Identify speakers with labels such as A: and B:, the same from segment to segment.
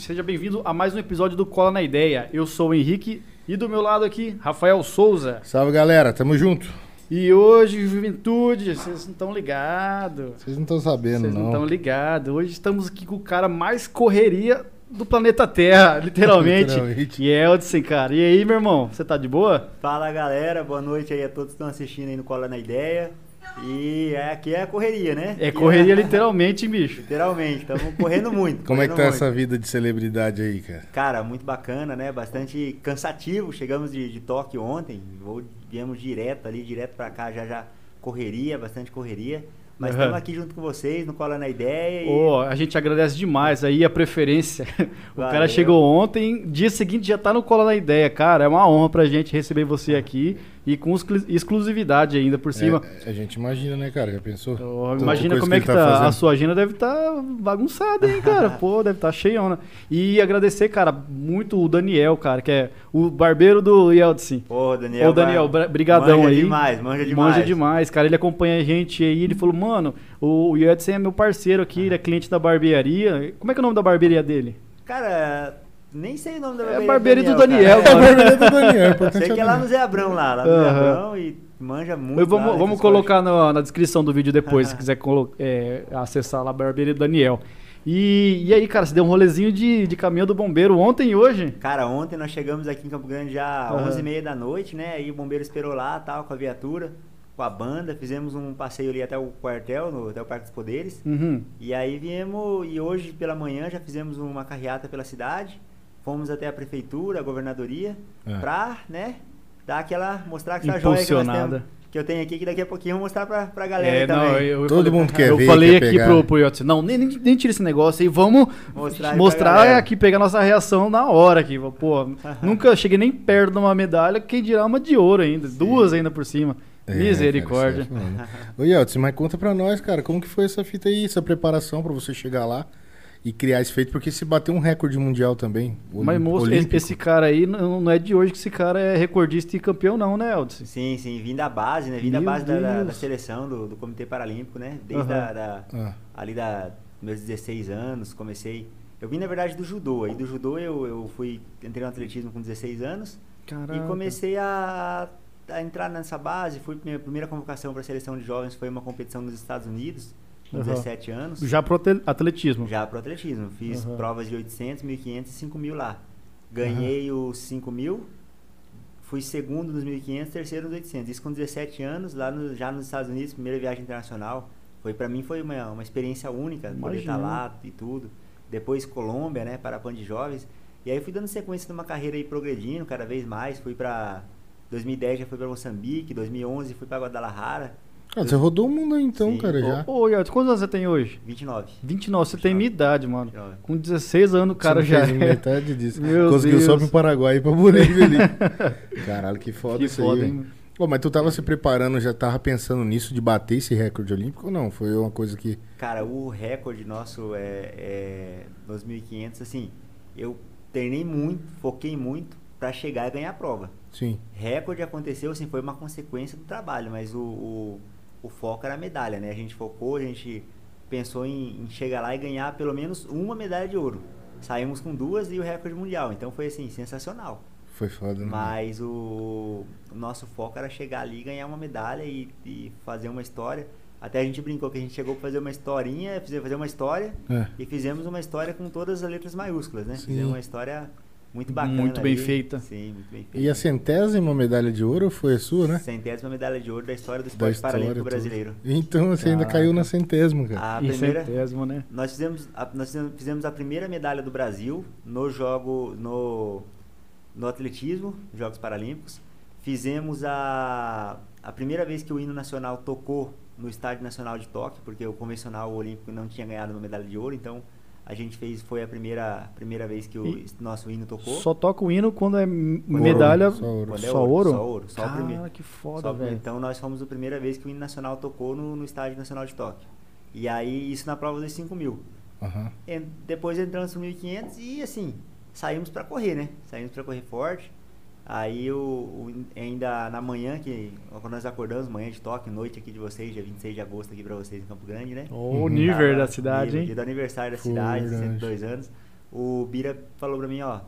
A: Seja bem-vindo a mais um episódio do Cola na Ideia. Eu sou o Henrique e do meu lado aqui, Rafael Souza.
B: Salve galera, tamo junto.
A: E hoje, juventude, vocês não estão ligados.
B: Vocês não estão sabendo,
A: Vocês não
B: não.
A: estão ligados. Hoje estamos aqui com o cara mais correria do planeta Terra, literalmente.
B: Literalmente.
A: Que é Edson, cara. E aí, meu irmão, você tá de boa?
C: Fala galera, boa noite aí a todos que estão assistindo aí no Cola na Ideia. E é- aqui é a correria, né?
A: É
C: Aqui
A: correria literalmente, bicho.
C: Literalmente, estamos correndo muito.
B: Como é que tá
C: correndo
B: essa
C: muito.
B: vida de celebridade aí, cara?
C: Cara, muito bacana, né? Bastante cansativo. Chegamos de, de Tóquio ontem, vou, viemos direto ali, direto pra cá, já já correria, bastante correria. Mas
A: Aham.
C: estamos aqui junto com vocês no Cola na Ideia. E...
A: Ô, a gente agradece demais aí a preferência. O cara
C: Valeu.
A: chegou ontem, dia seguinte já tá no Cola na Ideia, cara. É uma honra pra gente receber você aqui e com exclu- exclusividade ainda por cima.
B: É, a gente imagina, né, cara? Já pensou?
A: Ô,
B: Tanta
A: imagina
B: coisa
A: como é
B: ele
A: que tá. A
B: fazendo.
A: sua agenda deve estar bagunçada, hein, cara? Pô, deve estar tá cheiona. E agradecer, cara, muito o Daniel, cara, que é o barbeiro do Yeldsin.
C: Ô, Daniel.
A: Ô, Daniel,
C: vai-
A: bra- brigadão
C: manja
A: aí.
C: demais, manja demais.
A: Manja demais, cara. Ele acompanha a gente aí. Ele falou, mano, o o Edson é meu parceiro aqui, ele é cliente da barbearia. Como é que é o nome da barbearia dele?
C: Cara, nem sei o nome da
A: É
C: barbearia.
A: barbearia do
C: cara.
A: Daniel,
B: É a
A: mano.
B: barbearia do Daniel, é importante
C: Sei que é lá no Zé Abrão, lá, lá no Zé
A: Aham.
C: Abrão e manja muito.
A: Eu- vamos
C: lá,
A: vamos
C: essas
A: colocar na, na descrição do vídeo depois, se
C: Ah.
A: quiser colo- é, acessar lá a barbearia do Daniel. E, e aí, cara, você deu um rolezinho de, de caminhão do bombeiro ontem e hoje?
C: coisas. Cara, ontem nós chegamos aqui em Campo Grande já
A: Aham.
C: às 11h30 da noite, né? Aí o bombeiro esperou lá, tal, com a viatura, com a banda. Fizemos um passeio ali até o quartel, no, até o Parque dos Poderes.
A: Uhum.
C: E aí viemos, e hoje pela manhã já fizemos uma carreata pela cidade. Fomos até a prefeitura, a governadoria,
B: É.
C: pra, né, dar aquela, mostrar que essa joia que, nós
A: Impulsionada.
C: temos, que eu tenho aqui, que daqui a pouquinho eu vou mostrar pra, pra galera aí
A: É, não,
C: também.
A: eu- eu
B: Todo
A: falei-
B: mundo quer
A: eu
B: ver,
A: falei
B: quer
A: aqui
B: pegar.
A: pro, pro Yotson, não, nem, nem, nem tira esse negócio aí, vamos
C: Mostrar
A: mostrar,
C: aí pra galera.
A: aqui, pegar nossa reação na hora aqui. Pô, nunca cheguei nem perto de uma medalha, quem dirá uma de ouro ainda, duas ainda por cima.
B: É,
A: Misericórdia.
B: cara, isso é foda. Ô, Yeltsin, mas conta pra nós, cara, como que foi essa fita aí, essa preparação pra você chegar lá e criar esse feito? Porque se bateu um recorde mundial também.
A: Mas,
B: olim-
A: moço, esse,
B: é olímpico.
A: esse cara aí, não, não é de hoje que esse cara é recordista e campeão não, né, Eldson?
C: Sim, sim, vim da base, né? Vim da
A: Meu
C: base da, da- da
A: Deus.
C: seleção do, do Comitê Paralímpico, né? Desde
A: Aham.
C: a, da,
B: Ah.
C: ali da meus 16 anos, comecei. Eu vim na verdade do judô. Aí do judô eu, eu fui entrei no atletismo com 16 anos
A: Caraca.
C: e comecei a, a entrar nessa base. Fui minha primeira convocação para a seleção de jovens foi uma competição nos Estados Unidos, com
A: Aham.
C: 17 anos.
A: Já pro atle- atletismo.
C: Já pro atletismo. Fiz
A: Aham.
C: provas de 800, 1500 e 5000 lá. Ganhei os 5000, fui segundo nos 1500, terceiro nos 800. Isso com 17 anos, lá no- já nos Estados Unidos, primeira viagem internacional. Foi para mim foi uma, uma experiência única, poder
A: Imagino.
C: estar lá e tudo. Depois Colômbia, né, para de jovens. E aí fui dando sequência numa carreira aí progredindo cada vez mais. Fui para 2010 já fui para Moçambique, 2011 fui para Guadalajara,
B: Ah, você rodou o mundo aí então,
C: Sim,
B: cara,
C: pô.
B: já.
A: Ô, Yeltsin, quantos anos você tem hoje?
C: 29.
A: 29, você tem minha idade, mano.
C: 29.
A: Com 16 anos o cara
B: Você
A: já
B: não fez
A: é.
B: metade disso.
A: Meu
B: Conseguiu só
A: Deus.
B: pro Paraguai e pra Bolívia ali. Caralho, que foda
A: Que
B: isso
A: foda,
B: aí.
A: hein?
B: velho. Ô, mas tu tava se preparando, já tava pensando nisso de bater esse recorde olímpico ou não? Foi uma coisa que.
C: Cara, o recorde nosso é, é 2.500, assim, eu treinei muito, foquei muito pra chegar e ganhar a prova.
B: Sim.
C: Recorde aconteceu, assim, foi uma consequência do trabalho, mas o, o, o foco era a medalha, né? A gente focou, a gente pensou em, em chegar lá e ganhar pelo menos uma medalha de ouro. Saímos com duas e o recorde mundial, então foi, assim, sensacional.
B: Foi foda, né?
C: Mas o, o nosso foco era chegar ali, ganhar uma medalha e, e fazer uma história. Até a gente brincou que a gente chegou pra fazer uma historinha, fizer- fazer uma história
B: É.
C: e fizemos uma história com todas as letras maiúsculas, né?
B: Sim.
C: Fizemos uma história muito bacana.
A: Muito bem
C: ali.
A: feita.
C: Sim, muito bem feita.
B: E é a centésima medalha de ouro foi a sua, né?
C: Centésima medalha de ouro da história do
B: Da
C: esporte
B: história
C: paralímpico
B: toda. É.
C: brasileiro.
B: Então você ainda
A: Caraca.
B: caiu na centésima, cara.
C: A
A: Em
C: primeira,
A: centésimo, né?
C: nós fizemos a, nós fizemos- fizemos a primeira medalha do Brasil no jogo no no atletismo Jogos Paralímpicos fizemos a a primeira vez que o hino nacional tocou no estádio nacional de Tóquio porque o convencional olímpico não tinha ganhado uma medalha de ouro então a gente fez foi a primeira a primeira vez que o
A: E-
C: nosso hino tocou
A: Só toca o hino quando é medalha.
B: só ouro.
C: Quando
A: Só
C: é
A: ouro?
C: só ouro só o primeiro
A: Cara, que foda,
C: só-
A: velho.
C: Então nós fomos a primeira vez que o hino nacional tocou no, no estádio nacional de Tóquio e aí isso na prova dos 5 mil
B: Aham.
C: En- depois entramos no 1500 e assim, saímos pra correr, né? Saímos pra correr forte. Aí o, o- ainda na manhã que quando nós acordamos, manhã de toque, noite aqui de vocês, dia 26 de agosto aqui pra vocês em Campo Grande, né?
A: Ô, O
B: Uhum.
A: Oh, nível
C: Tava-
A: da cidade,
C: nível, Dia
A: hein?
C: do aniversário da
B: Foi
C: cidade,
B: verdade.
C: 102 anos. o Bira falou para mim, ó,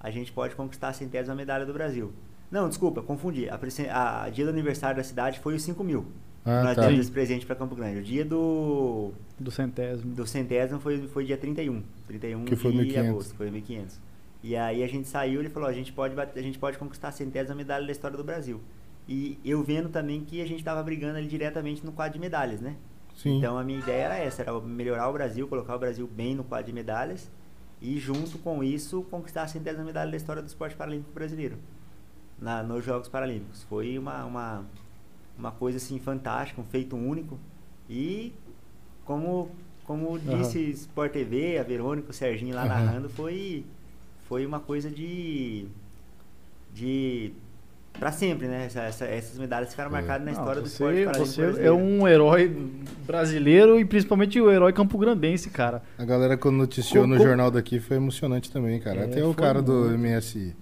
C: a gente pode conquistar a centésima medalha do Brasil. Não, desculpa, confundi. A, presen- a, a dia do aniversário da cidade foi o 5 mil.
B: Ah,
C: Nós
B: tá.
C: demos esse presente para Campo Grande. O dia do,
A: Do centésimo.
C: do centésimo foi, foi dia 31. 31
B: Que foi
C: de
B: 1.500.
C: agosto, foi 1500. E aí a gente saiu, ele falou, a gente pode, bater- a gente pode conquistar a centésima medalha da história do Brasil. E eu vendo também que a gente estava brigando ali diretamente no quadro de medalhas, né?
B: Sim.
C: Então a minha ideia era essa, era melhorar o Brasil, colocar o Brasil bem no quadro de medalhas e junto com isso conquistar a centésima medalha da história do esporte paralímpico brasileiro na, nos Jogos Paralímpicos. Foi uma, uma, uma coisa assim fantástica, um feito único e como, como
A: Aham.
C: disse Sport TV, a Verônica, o Serginho lá
B: Aham.
C: narrando, foi, foi uma coisa de... de para sempre, né? Essa- essa- essas medalhas ficaram
B: É.
C: marcadas na
A: Não,
C: história do
A: você,
C: esporte paralímpico
A: você é
C: brasileiro.
A: um herói brasileiro e principalmente o herói campograndense, cara.
B: A galera quando noticiou
A: Co-
B: no
A: co-
B: jornal daqui foi emocionante também, cara.
A: É,
B: Até o
A: foi
B: cara do
A: muito.
B: MS,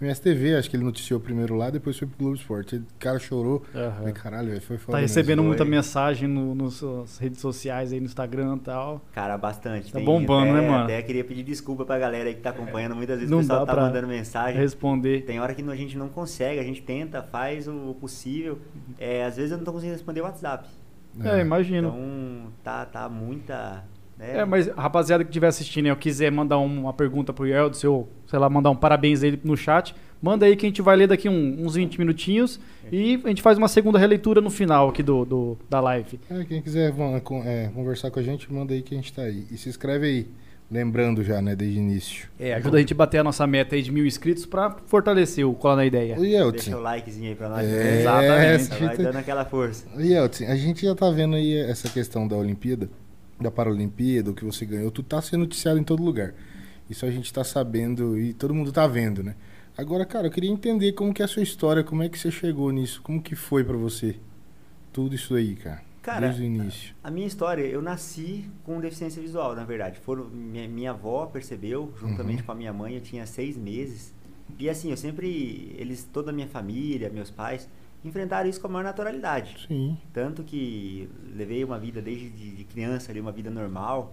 B: MSTV, acho que ele noticiou primeiro lá, depois foi pro Globo Esporte. O cara chorou. Falei, caralho, velho, foi
A: É.
B: foda.
A: Tá
B: mesmo."
A: recebendo
C: Foi.
A: muita mensagem no, nas suas redes sociais aí, no Instagram e tal.
C: Cara, bastante.
A: Tá
C: Tem-
A: bombando,
C: até-
A: né, mano?
C: Até queria pedir desculpa pra galera aí que tá acompanhando. Muitas vezes
A: Não
C: o pessoal
A: dá
C: tá
A: pra
C: mandando mensagem.
A: Responder.
C: Tem hora que a gente não consegue, a gente tenta, faz o possível. É, às vezes eu não tô conseguindo responder o WhatsApp.
A: É, imagino.
C: Então, tá, tá muita. né?
A: É, mas rapaziada que estiver assistindo e eu quiser mandar um- uma pergunta pro Yeldo, se eu, sei lá, mandar um parabéns aí no chat, manda aí que a gente vai ler daqui um- uns 20 minutinhos e a gente faz uma segunda releitura no final aqui do, do- da live.
B: É, quem quiser van- con- é, conversar com a gente, manda aí que a gente tá aí. E se inscreve aí. Lembrando já, né, desde o início.
A: É, ajuda a gente a bater a nossa meta aí de mil inscritos pra fortalecer o Cola na Ideia.
B: O Yeltsin.
C: Deixa o likezinho aí pra nós.
B: É,
A: É. Exatamente.
B: essa
C: Vai
B: fita-
C: dando aquela força.
B: E, Yeltsin, a gente já tá vendo aí essa questão da Olimpíada, da Paralimpíada, o que você ganhou, tu tá sendo noticiado em todo lugar. Isso a gente tá sabendo e todo mundo tá vendo, né? Agora, cara, eu queria entender como que é a sua história, como é que você chegou nisso, como que foi pra você tudo isso aí, cara,
C: Cara,
B: desde o início.
C: A minha história, eu nasci com deficiência visual, na verdade. Foram, minha, minha avó percebeu, juntamente
B: Uhum.
C: com a minha mãe, eu tinha seis meses. E assim, eu sempre, eles, toda a minha família, meus pais, enfrentaram isso com a maior naturalidade.
B: Sim.
C: Tanto que levei uma vida desde de, de criança ali, uma vida normal.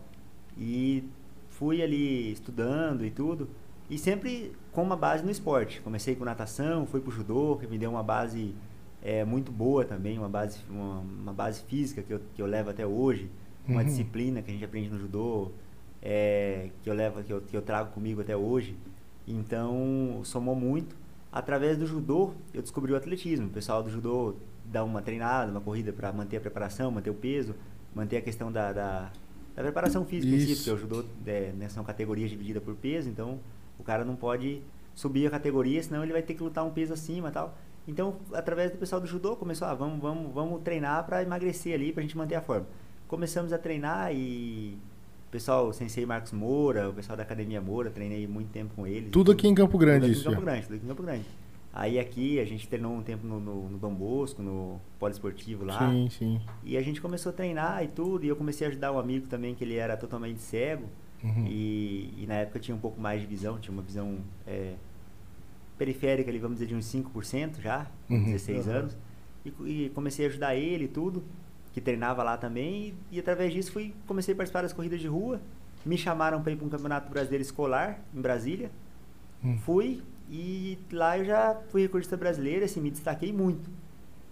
C: E fui ali estudando e tudo. E sempre com uma base no esporte. Comecei com natação, fui pro judô, que me deu uma base é, muito boa também, uma base, uma, uma base física que eu, que eu levo até hoje. Uma
B: Uhum.
C: disciplina que a gente aprende no judô, é, que eu levo, que eu, que eu trago comigo até hoje. Então, somou muito. Através do judô, eu descobri o atletismo. O pessoal do judô dá uma treinada, uma corrida para manter a preparação, manter o peso, manter a questão da, da, da preparação física em si,
B: Isso.
C: porque o judô é, né, são categorias divididas por peso, então o cara não pode subir a categoria, senão ele vai ter que lutar um peso acima e tal. Então, através do pessoal do judô, começou, ah, vamos, vamos, vamos treinar para emagrecer ali, para a gente manter a forma. Começamos a treinar e o pessoal, o sensei Marcos Moura, o pessoal da Academia Moura, treinei muito tempo com ele.
B: Tudo aqui em Campo Grande
C: Tudo aqui em
B: isso. é.
C: Campo
B: ó.
C: Grande, tudo aqui em Campo Grande. Aí aqui a gente treinou um tempo no, no, no Dom Bosco, no poliesportivo lá.
B: né? Sim, sim.
C: E a gente começou a treinar e tudo, e eu comecei a ajudar um amigo também que ele era totalmente cego.
B: Uhum.
C: E, e na época eu tinha um pouco mais de visão, tinha uma visão é, periférica ali, vamos dizer, de uns 5% já, com
B: Uhum.
C: 16
A: Aham.
C: anos. E, co- e comecei a ajudar ele e tudo, que treinava lá também. E, e através disso fui, comecei a participar das corridas de rua. Me chamaram para ir para um campeonato brasileiro escolar em Brasília.
B: Hum.
C: Fui e lá eu já fui recordista brasileiro, assim, me destaquei muito.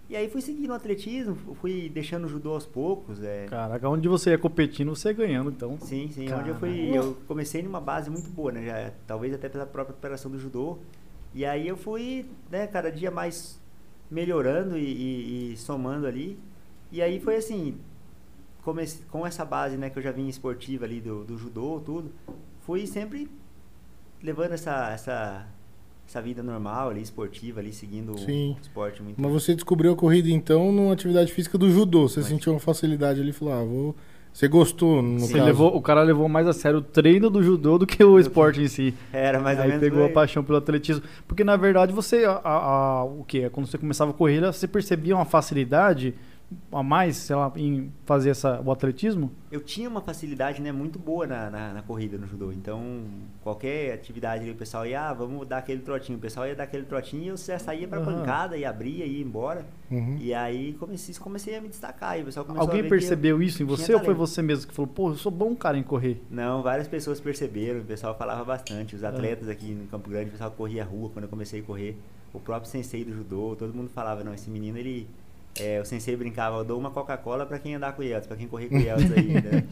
C: E aí fui seguindo o atletismo, fu- fui deixando o judô aos poucos. É,
A: Caraca, onde você ia competindo, você ia ganhando, então.
C: Sim, sim.
A: Cara.
C: Onde eu fui, eu comecei numa base muito boa, né? Já, talvez até pela própria operação do judô. E aí eu fui, né, cada dia mais melhorando e, e- e somando ali. E aí foi assim, comece, com essa base, né, que eu já vinha esportiva ali do, do judô, tudo, fui sempre levando essa, essa, essa vida normal ali, esportiva ali, seguindo
B: Sim.
C: o esporte muito.
B: Mas você descobriu a corrida então numa atividade física do judô, você
C: Mas-
B: sentiu uma facilidade ali e falou: "Ah, vou você gostou, no
A: Você
B: caso.
A: levou, o cara levou mais a sério o treino do judô do que o esporte em si.
C: Era mais ou
A: aí
C: menos.
A: pegou
C: por
A: a paixão pelo atletismo. É Porque, na verdade, você. a- a- a- o quê? Quando você começava a correr, você percebia uma facilidade a mais, sei lá, em fazer essa, o atletismo?
C: Eu tinha uma facilidade né, muito boa na, na, na corrida no judô. Então, qualquer atividade ali, o pessoal ia, ah, vamos dar aquele trotinho. O pessoal ia dar aquele trotinho e eu já saía pra
A: Aham.
C: pancada e abria e ia embora.
B: Uhum.
C: E aí comecei, comecei a me destacar. E o pessoal começou a
A: Alguém
C: ver
A: percebeu isso em
C: tinha
A: você ou foi
C: talento.
A: você mesmo que falou, pô, eu sou bom cara em correr?
C: Que eu... Não, várias pessoas perceberam. O pessoal falava bastante.
A: Ah.
C: Os atletas aqui no Campo Grande, o pessoal corria a rua quando eu comecei a correr. O próprio sensei do judô, todo mundo falava, não, esse menino, ele... é, o sensei brincava, eu dou uma Coca-Cola pra quem andar com o Yeltsin, pra quem correr com o Yeltsin aí, né?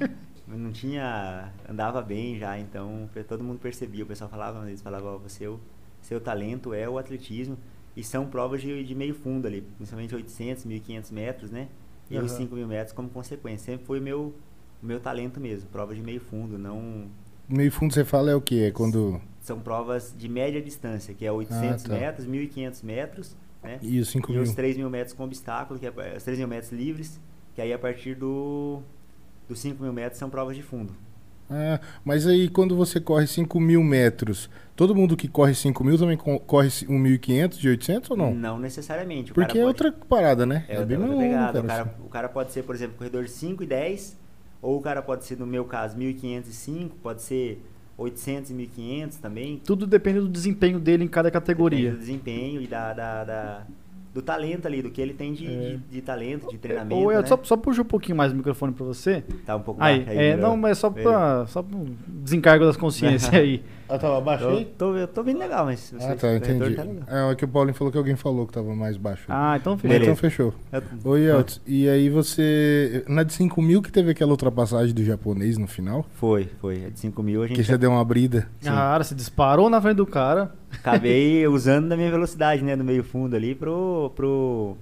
C: Não tinha... Andava bem já, então pe- todo mundo percebia. O pessoal falava, eles falavam, ó, você, é o seu talento é o atletismo. E são provas de, de meio fundo ali, principalmente 800, 1500 metros, né? E os
A: Aham.
C: 5 mil metros como consequência. Sempre foi o meu, o meu talento mesmo, provas de meio fundo, não...
B: Meio fundo você fala é o quê? É quando.
C: São provas de média distância, que é 800
B: tá.
C: metros, 1500 metros, né?
B: E os 5
C: E
B: mil.
C: os 3 mil metros com obstáculo, que é, os 3 mil metros livres, que aí a partir do, dos 5 mil metros são provas de fundo.
B: Ah, mas aí quando você corre 5 mil metros, todo mundo que corre 5 mil também co- corre 1.500 de 800 ou não?
C: necessariamente. Hum, O
B: Porque
C: cara
B: é
C: pode-
B: outra parada, né?
C: É, outra- outra
B: maluco,
C: pegada.
B: cara.
C: O
B: assim.
C: cara,
A: assim.
C: o cara pode ser, por exemplo, corredor de 5 e 10, ou o cara pode ser, no meu caso, 1505, pode ser 800 e 1500 também.
A: Tudo depende do desempenho dele em cada
C: Depende
A: categoria.
C: do desempenho e da, da- da- do talento ali, do que ele tem de, de- de talento, de treinamento.
A: É. Ou é,
C: né?
A: só, só puxa um pouquinho mais o microfone pra você.
C: Tá um pouco
A: Aí,
C: baixo
A: é,
C: melhorou.
A: não, mas só
C: Melhorou.
A: pra, só pra um desencargo das consciências aí.
B: Ah, tava baixo
C: Eu tô, eu tô bem legal, mas você-
B: Ah, tá,
C: o corredor
B: entendi.
C: tá legal.
B: É, é que o Paulinho falou que alguém falou que tava mais baixo.
A: Ah, então
B: Mas
A: fechou.
B: então
C: beleza. Ah.
B: fechou.
C: Eu-
B: Oi, Yeltsin. E aí você. Na de 5 mil que teve aquela ultrapassagem do japonês no final?
C: Foi, foi. A de 5 mil a gente
B: Que você deu uma brida.
A: Ah, Cara, se disparou na frente do cara.
C: acabei usando da minha velocidade, né? Do meio fundo ali pro. pro.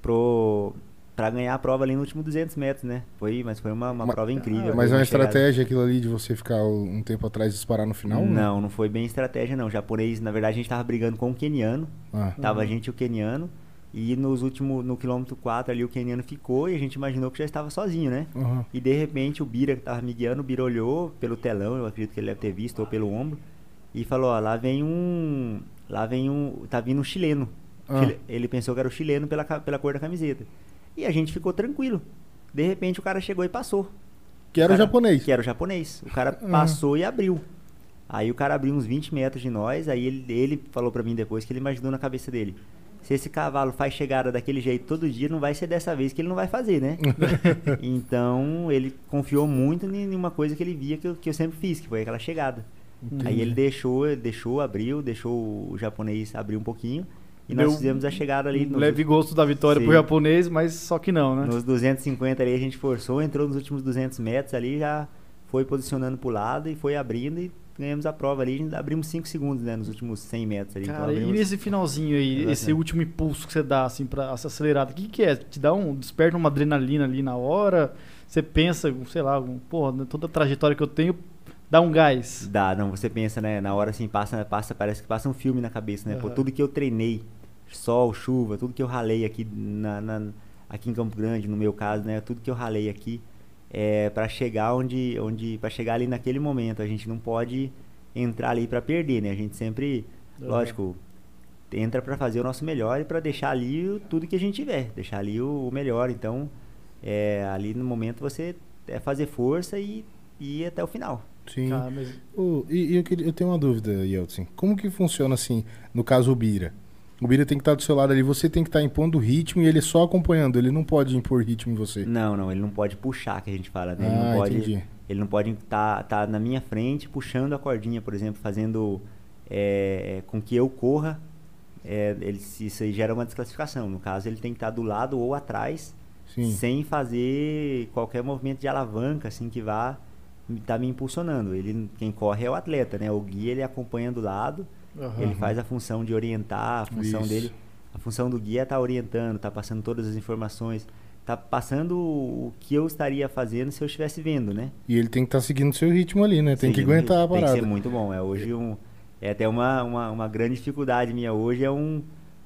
C: pro. pra ganhar a prova ali no último 200 metros, né? Foi, mas foi uma, uma
B: Mas-
C: prova incrível.
B: Mas é
C: foi
B: uma
C: chegada.
B: estratégia aquilo ali de você ficar um tempo atrás e disparar no final? né?
C: Não, não foi bem estratégia, não. O japonês, na verdade, a gente tava brigando com o queniano.
B: Ah,
C: Tava a gente e o queniano. E nos último, no quilômetro 4 ali o queniano ficou e a gente imaginou que já estava sozinho, né?
B: aham.
C: E de repente o Bira que tava me guiando, o Bira olhou pelo telão, eu acredito que ele deve ter visto, ou pelo ombro, e falou, ó, lá vem um. Lá vem um. Tá vindo um chileno.
B: Ah.
C: Chile- Ele pensou que era o chileno pela, ca- pela cor da camiseta. E a gente ficou tranquilo. De repente o cara chegou e passou.
B: Que era o
C: cara-
B: japonês.
C: Que era o japonês. O cara
B: Ah.
C: passou e abriu. Aí o cara abriu uns 20 metros de nós, aí ele, ele falou pra mim depois que ele imaginou na cabeça dele. Se esse cavalo faz chegada daquele jeito todo dia, não vai ser dessa vez que ele não vai fazer, né? então ele confiou muito em em uma coisa que ele via que eu, que eu sempre fiz, que foi aquela chegada. Aí ele deixou, ele deixou, abriu, deixou o japonês abrir um pouquinho. E nós
A: Deu
C: fizemos a chegada ali.
A: Um
C: nos-
A: leve gosto da vitória
C: Sim.
A: pro japonês, mas só que não, né?
C: nos 250 ali a gente forçou, entrou nos últimos 200 metros ali, já foi posicionando pro lado e foi abrindo e ganhamos a prova ali. A gente abrimos 5 segundos, né, nos últimos 100 metros ali. Então
A: Cara, e
C: abrimos-
A: nesse finalzinho aí,
C: Exatamente.
A: esse último impulso que você dá, assim, pra essa acelerada, o que, que é? Te dá um. Desperta uma adrenalina ali na hora? Você pensa, sei lá, um, porra, toda a trajetória que eu tenho dá um gás.
C: Dá, não, você pensa, né, na hora assim, passa, passa parece que passa um filme na cabeça, né? Pô,
A: Aham.
C: tudo que eu treinei, sol, chuva, tudo que eu ralei aqui na, na- aqui em Campo Grande, no meu caso, né, tudo que eu ralei aqui é para chegar onde onde para chegar ali naquele momento, a gente não pode entrar ali para perder, né? A gente sempre,
A: Aham.
C: lógico, entra para fazer o nosso melhor e para deixar ali o- tudo que a gente tiver, deixar ali o, o melhor. Então, é, ali no momento você é fazer força e, e ir até o final.
B: Sim.
A: Cara, mas
B: Ô, e e eu, queria- eu tenho uma dúvida, Yeltsin. Como que funciona assim, no caso o Bira? O Bira tem que estar do seu lado ali, você tem que estar impondo o ritmo e ele é só acompanhando, ele não pode impor ritmo em você.
C: Não, não, ele não pode puxar, que a gente fala, né? Ele
B: ah,
C: não pode,
B: entendi.
C: ele não pode estar na minha frente puxando a cordinha, por exemplo, fazendo é, com que eu corra. É, ele, isso aí gera uma desclassificação. No caso, ele tem que estar do lado ou atrás,
B: Sim.
C: sem fazer qualquer movimento de alavanca, assim, que vá estar me impulsionando. Ele, quem corre é o atleta, né? O guia, ele acompanha do lado, ele faz a função de orientar, a função
B: Isso.
C: dele. A função do guia é tá orientando, tá passando todas as informações, tá passando o que eu estaria fazendo se eu estivesse vendo, né?
B: E ele tem que estar seguindo o seu ritmo ali, né? Tem que
C: Sim,
B: aguentar a
C: Tem que ser
B: parada.
C: muito bom. É hoje um é até uma, uma, uma grande dificuldade minha hoje é um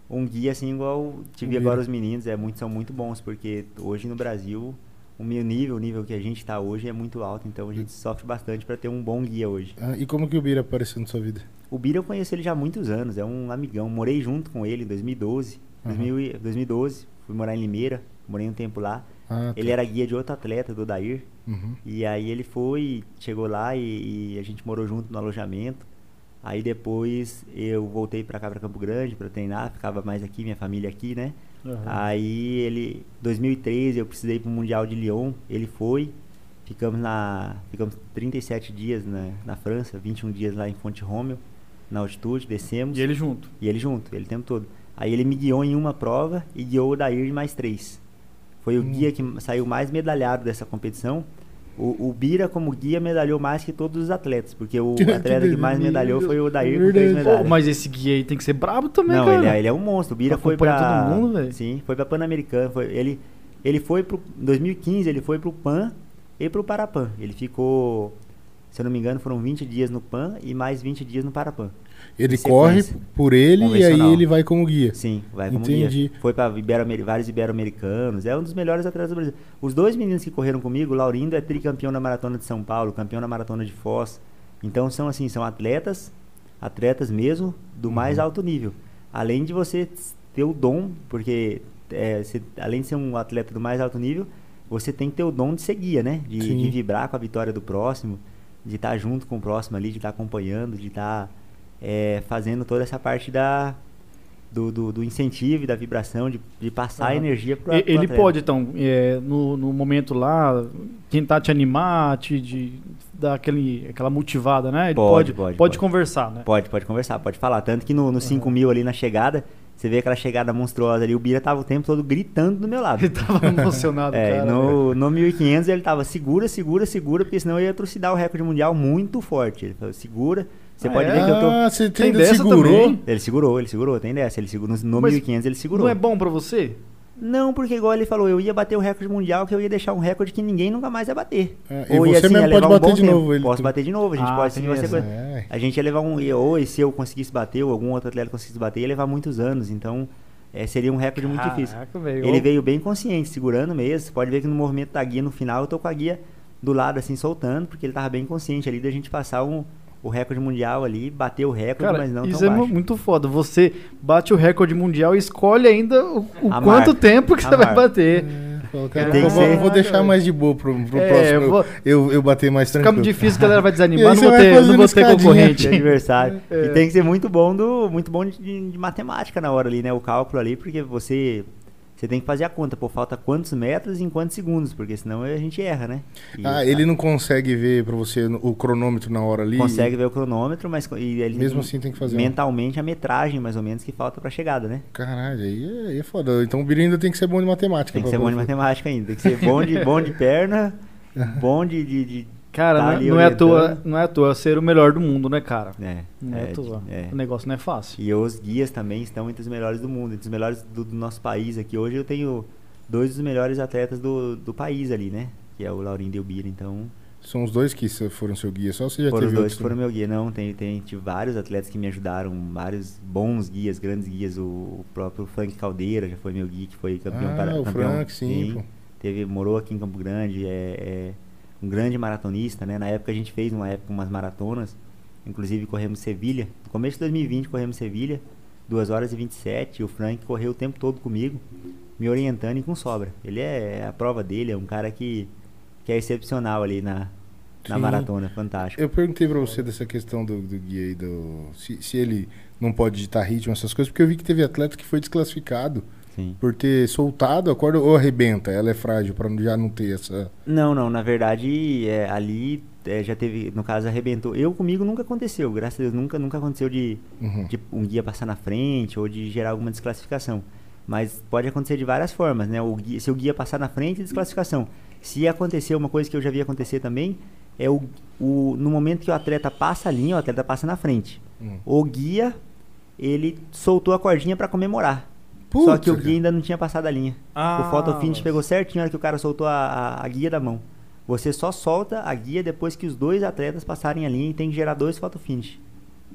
C: um guia assim igual tive
B: Um guia.
C: agora os meninos, é muito são muito bons porque hoje no Brasil o meu nível, o nível que a gente tá hoje é muito alto, então a gente sofre bastante para ter um bom guia hoje.
B: Ah, e como que o Bira apareceu na sua vida?
C: O Bira eu conheço ele já há muitos anos, é um amigão. Morei junto com ele em 2012.
B: Uhum.
C: 2000 e- 2012, fui morar em Limeira. morei um tempo lá.
B: Ah, tá.
C: Ele era guia de outro atleta, do Dair.
B: Uhum.
C: E aí ele foi, chegou lá e, e a gente morou junto no alojamento. Aí depois eu voltei pra cá, pra Campo Grande, pra treinar. Ficava mais aqui, minha família aqui, né? Aí ele, 2013, eu precisei pro Mundial de Lyon, ele foi. Ficamos na, ficamos 37 dias na, na França, 21 dias lá em Fonte Romeu, na altitude, descemos.
A: E ele junto.
C: E ele junto, ele o tempo todo. Aí ele me guiou em uma prova e guiou o Dair em mais três. Foi o
B: Hum.
C: guia que saiu mais medalhado dessa competição. O, o Bira, como guia, medalhou mais que todos os atletas, porque o
B: Que
C: atleta que mais
B: delícia.
C: medalhou foi o Dair com três
B: Verdade.
A: É Pô,
C: medalhas.
A: mas esse guia aí tem que ser brabo também,
C: Não,
A: cara.
C: ele é, ele é um monstro. O Bira
A: Pra
C: foi
A: acompanhar
C: pra.
A: todo mundo, velho.
C: Sim, foi pra Pan-Americana. Foi, ele, ele foi pro. Em 2015, ele foi pro Pan e pro Parapan. Ele ficou. Se eu não me engano, foram 20 dias no Pan e mais 20 dias no Parapan.
B: Ele
C: Sequência.
B: corre por ele e aí
C: Convencional.
B: ele vai como guia.
C: Sim, vai como
B: Entendi.
C: guia. Foi pra Ibero vários ibero-americanos. É um dos melhores atletas do Brasil. Os dois meninos que correram comigo, o Laurindo é tricampeão da maratona de São Paulo, campeão da maratona de Foz. Então são assim, são atletas, atletas mesmo do
B: Uhum.
C: mais alto nível. Além de você ter o dom, porque é, você- além de ser um atleta do mais alto nível, você tem que ter o dom de ser guia, né? De,
B: Sim.
C: de vibrar com a vitória do próximo, de estar junto com o próximo ali, de estar acompanhando, de estar é, fazendo toda essa parte da, do, do, do incentivo, e da vibração, de, de passar a
A: Aham.
C: energia para
A: E- Ele pode, então, é, no, no momento lá, tentar te animar, te de- dar aquele, aquela motivada, né? Ele
C: Pode,
A: pode,
C: pode, pode.
A: conversar, né?
C: Pode, pode conversar, pode falar. Tanto que no, no 5 mil ali na chegada, você vê aquela chegada monstruosa ali, o Bira tava o tempo todo gritando do meu lado.
A: Ele tava emocionado,
C: É,
A: cara. velho.
C: no, no 1500 ele tava segura, segura, segura, porque senão eu ia trucidar o recorde mundial muito forte. Ele falou, segura. Você
A: Ah,
C: pode
A: é?
C: ver que eu tô.
B: Ah, você
A: Tem
B: ainda
A: dessa
B: segurou.
A: também.
C: Ele segurou, ele segurou, tem dessa. Ele segurou, no
A: Mas
C: 1500 ele segurou.
A: Não é bom pra você?
C: Não, porque igual ele falou, eu ia bater o recorde mundial, que eu ia deixar um recorde que ninguém nunca mais ia bater.
B: É, e
C: ia, assim,
B: você mesmo
C: ia
B: pode
C: levar um
B: bater
C: bom
B: de novo, ele-
C: Posso bater de novo, a gente
A: Ah,
C: pode sim,
A: tem
C: vai ser
A: essa.
C: coisa.
B: É.
C: A gente ia levar um. Ou e se eu conseguisse bater, ou algum outro atleta conseguisse bater, ia levar muitos anos. Então, é, seria um recorde muito difícil.
A: Caraca, velho.
C: Ele veio bem consciente, segurando mesmo. Você pode ver que no movimento da guia, no final, eu tô com a guia do lado, assim, soltando, porque ele tava bem consciente ali da gente passar um, o recorde mundial ali, bater o recorde,
A: Cara,
C: mas não
A: isso é
C: tão baixo.
A: muito foda. Você bate o recorde mundial e escolhe ainda o, o
C: A
A: quanto
C: marca.
A: tempo que
C: A
A: você vai
C: marca.
A: bater.
B: É, falou, cara,
C: Tem
B: pô,
C: que
B: vou-
C: ser.
B: vou deixar mais de boa pro, pro
A: É,
B: próximo. Eu,
A: vou-
B: eu, eu bater mais
A: Fica muito
B: tranquilo.
A: difícil, a galera vai
B: E aí
A: desanimar. Não
B: você
A: vou
B: vai
A: ter, não
B: fazendo
A: vou ter
B: escadinha.
A: concorrente.
C: de adversário.
A: É.
C: E tem que ser muito bom do, muito bom de, de matemática na hora ali, né? O cálculo ali, porque você você tem que fazer a conta, pô, falta quantos metros em quantos segundos, porque senão a gente erra, né? E
B: Ah, ele não consegue ver pra você no- o cronômetro na hora ali?
C: consegue ver o cronômetro, mas co- e ele
B: Mesmo assim tem que fazer um.
C: mentalmente a metragem mais ou menos que falta pra chegada, né?
B: Caralho, aí é, aí é foda. Então o Birinho ainda tem que ser Tá bom de matemática.
C: Tem que
B: pra-
C: ser bom de
B: pra-
C: matemática ainda, tem que ser bom de bom de perna, bom de, de, de
A: Cara,
C: tá
A: não-
C: ali
A: não, é à toa,
C: orientando.
A: não é à toa ser o melhor do mundo, né, cara?
C: né?
A: Não é, à
C: de-
A: toa.
C: é.
A: O negócio não é fácil.
C: E os guias também estão entre os melhores do mundo, entre os melhores do, do nosso país aqui. Hoje eu tenho dois dos melhores atletas do, do país ali, né? Que é o Laurindo e o Bira, então.
B: São os dois que se- foram seu guia, só você já
C: foram os
B: teve outros.
C: dois
B: né?
C: que foram
B: também.
C: meu guia. Não, tem, tem tive vários atletas que me ajudaram, vários bons guias, grandes guias. O, o próprio Frank Caldeira já foi meu guia, que foi campeão
B: Ah,
C: para
B: o
C: campeão,
B: Frank, sim, pô.
C: Teve, morou aqui em Campo Grande, é, é um grande maratonista, né? Na época a gente fez uma época umas maratonas, inclusive corremos Sevilha. No começo de 2020 corremos Sevilha, 2 horas e 27, e o Frank correu o tempo todo comigo, me orientando e com sobra. Ele é a prova dele, é um cara que, que é excepcional ali na, na
B: Sim.
C: maratona, fantástico.
B: Eu perguntei pra você dessa questão do, do guia aí, do, se, se ele não pode digitar ritmo, essas coisas, porque eu vi que teve atleta que foi desclassificado
C: Sim.
B: por ter soltado a corda ou arrebenta, ela é frágil, pra não- já não ter essa...
C: Não, não, na verdade, é, ali é, já teve, no caso, arrebentou. Eu comigo nunca aconteceu, graças a Deus, nunca, nunca aconteceu de,
B: Uhum.
C: de um guia passar na frente ou de gerar alguma desclassificação. Mas pode acontecer de várias formas, né? O guia- se o guia passar na frente, desclassificação. Se acontecer uma coisa que eu já vi acontecer também, é o, o- no momento que o atleta passa a linha, o atleta passa na frente.
B: Hum.
C: O guia, ele soltou a cordinha para comemorar. Só
B: Putz,
C: que o
B: cara.
C: guia ainda não tinha passado a linha.
A: Ah,
C: o photo finish
A: mas-
C: pegou certinho na hora que o cara soltou a, a- a guia da mão. Você só solta a guia depois que os dois atletas passarem a linha e tem que gerar dois photo finish.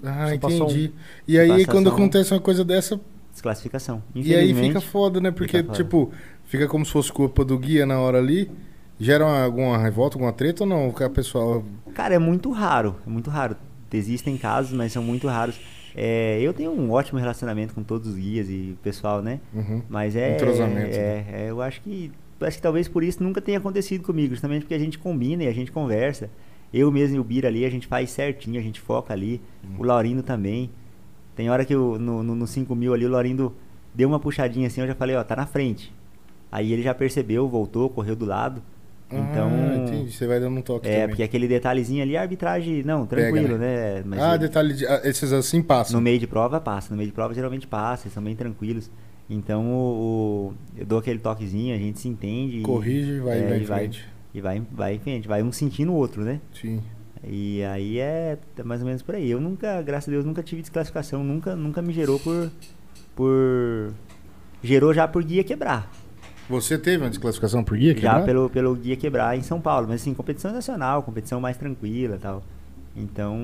B: Ah,
A: Só passou
B: entendi. E aí,
C: Passa
B: quando
C: só um.
B: acontece uma coisa dessa,
C: Desclassificação.
B: e aí
C: Infelizmente,
B: fica foda, né? Porque,
C: Fica foda.
B: tipo, fica como se fosse culpa do guia na hora ali. Gera uma- alguma revolta, alguma treta ou não? O cara, pessoal.
C: Cara, é muito raro, é muito raro. Existem casos, mas são muito raros. É, eu tenho um ótimo relacionamento com todos os guias e o pessoal, né?
B: Uhum.
C: Mas é.
B: Entrosamento, né?
C: É, é, eu acho que. Acho que talvez por isso nunca tenha acontecido comigo, justamente porque a gente combina e a gente conversa. Eu mesmo e o Bira ali, a gente faz certinho, a gente foca ali.
B: Uhum.
C: O Laurindo também. Tem hora que eu, no, no, no 5 mil ali, o Laurindo deu uma puxadinha assim, eu já falei, ó, tá na frente. Aí ele já percebeu, voltou, correu do lado. Então.
B: Ah, entendi. Você vai dando um toque
C: É,
B: também.
C: porque aquele detalhezinho ali, a arbitragem, não, tranquilo, né? Mas
B: ah,
C: ele-
B: detalhe de... ah, esses assim passam.
C: no meio de prova passa, no meio de prova geralmente passa, eles são bem tranquilos. Então o, o- eu dou aquele toquezinho, a gente se entende. e-
B: Corrige e vai,
C: é,
B: vai
C: e
B: em frente.
C: E vai, vai em frente, vai um sentindo o outro, né?
B: Sim.
C: E aí é tá mais ou menos por aí. Eu nunca, graças a Deus, nunca tive desclassificação, nunca, nunca me gerou por. por. gerou já por guia quebrar.
B: Você teve uma desclassificação por guia?
C: Já
B: quebrada?
C: pelo, pelo guia quebrar em São Paulo, mas assim, competição nacional, competição mais tranquila e tal. Então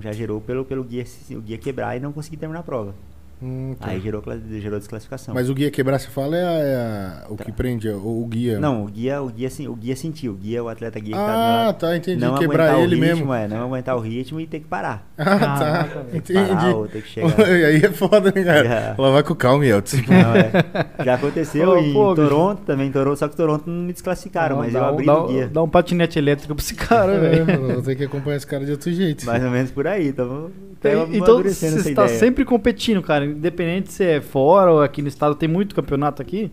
C: já gerou pelo, pelo guia, o guia quebrar e não conseguir terminar a prova.
B: Hum, tá.
C: Aí então. gerou, cla- gerou desclassificação.
B: Mas o guia quebrar, você fala, é, a- é a- o que prende, o, o guia.
C: Tá. Não, o guia, o guia, sen- o guia sentiu, o guia, o atleta guia que tá do meu
B: Ah,
C: lado.
B: tá, entendi.
C: não
B: quebrar
C: aguentar
B: ele
C: o
B: mesmo.
C: ritmo, É, não aguentar o ritmo e ter que parar.
B: Ah, tá.
A: Caraca, velho.
B: Entendi.
C: Parar ou ter que chegar.
B: Aí é foda, né, cara?
C: Já.
B: Ela vai com calma, Yeltsin.
C: Não, é. Já aconteceu
A: Ô,
C: em
A: pô, bicho.
C: Toronto também, Toronto, só que Toronto não me desclassificaram,
A: Não,
C: mas
A: dá
C: eu
A: um-
C: abri
A: dá,
C: no
A: um-
C: guia.
A: Dá um patinete elétrico pra esse cara, velho.
B: É, Vou ter que acompanhar esse cara de outro jeito.
C: Mais ou menos por aí, então
A: E- um- Então você está sempre competindo, cara. Independente se é fora ou aqui no estado, tem muito campeonato aqui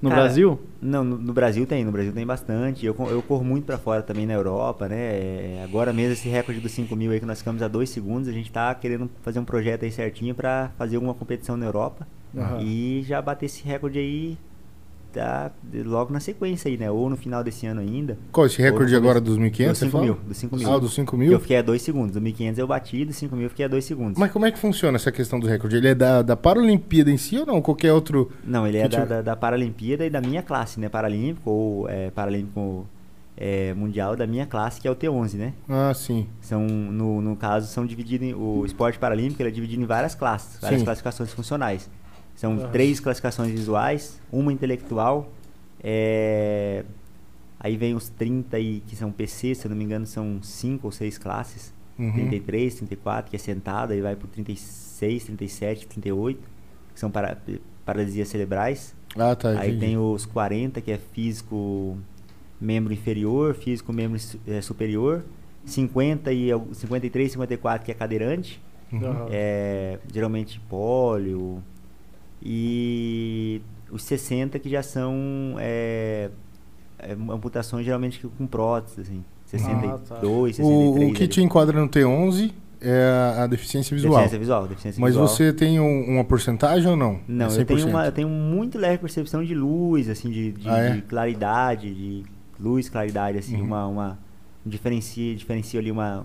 A: no
C: Cara,
A: Brasil.
C: Não, no, no Brasil tem, no Brasil tem bastante. Eu, co- eu corro muito pra fora também na Europa, né? É, agora mesmo esse recorde dos 5 mil aí que nós ficamos a 2 segundos, a gente tá querendo fazer um projeto aí certinho pra fazer alguma competição na Europa
B: Aham.
C: e já bater esse recorde aí tá, de- logo na sequência aí, né? Ou no final desse ano ainda.
B: Qual esse recorde
C: Ou no
B: agora
C: começo-
B: dos 1.500?
C: Dos
B: você
C: 5
B: fala?
C: mil, dos 5 mil.
B: Ah, dos 5
C: Eu
B: mil?
C: fiquei a 2 segundos, do 1.500 eu bati, dos 5 mil eu fiquei a 2 segundos.
B: Mas como é que funciona essa questão do recorde? Ele é da, da Paralimpíada em si ou não? Qualquer outro.
C: Não, ele é
B: Que
C: da,
B: tipo-
C: da, da Paralimpíada e da minha classe, né? Paralímpico ou é, Paralímpico é, Mundial da minha classe, que é o T11, né?
B: Ah, sim.
C: São, no, no caso, são divididos em, o esporte paralímpico ele é dividido em várias classes, várias
B: Sim.
C: classificações funcionais. São três classificações visuais, uma intelectual, é, aí vem os 30 e, que são PC, se eu não me engano são cinco ou seis classes,
B: Uhum.
C: 33, 34, que é sentada, e vai pro 36, 37, 38, que são para, paralisias cerebrais.
B: Ah, tá.
C: Aí
B: entendi.
C: tem os 40, que é físico membro inferior, físico membro su- eh, superior. 50 e al- 53, 54, que é cadeirante.
B: Uhum.
C: É, geralmente pólio. E os 60, que já são é, é, amputações geralmente que com prótese, assim. 62,
A: tá.
C: 63.
B: Ah, O, o que
C: ali.
B: te enquadra no T11 é a, a deficiência visual.
C: Deficiência visual, deficiência
B: Mas
C: visual.
B: você tem um- uma porcentagem ou não?
C: Não,
B: É
C: eu tenho, uma, eu tenho muito leve percepção de luz, assim, de, de-
B: Ah, é?
C: de claridade, de luz, claridade, assim,
B: Uhum.
C: uma, uma diferencia, diferencia ali uma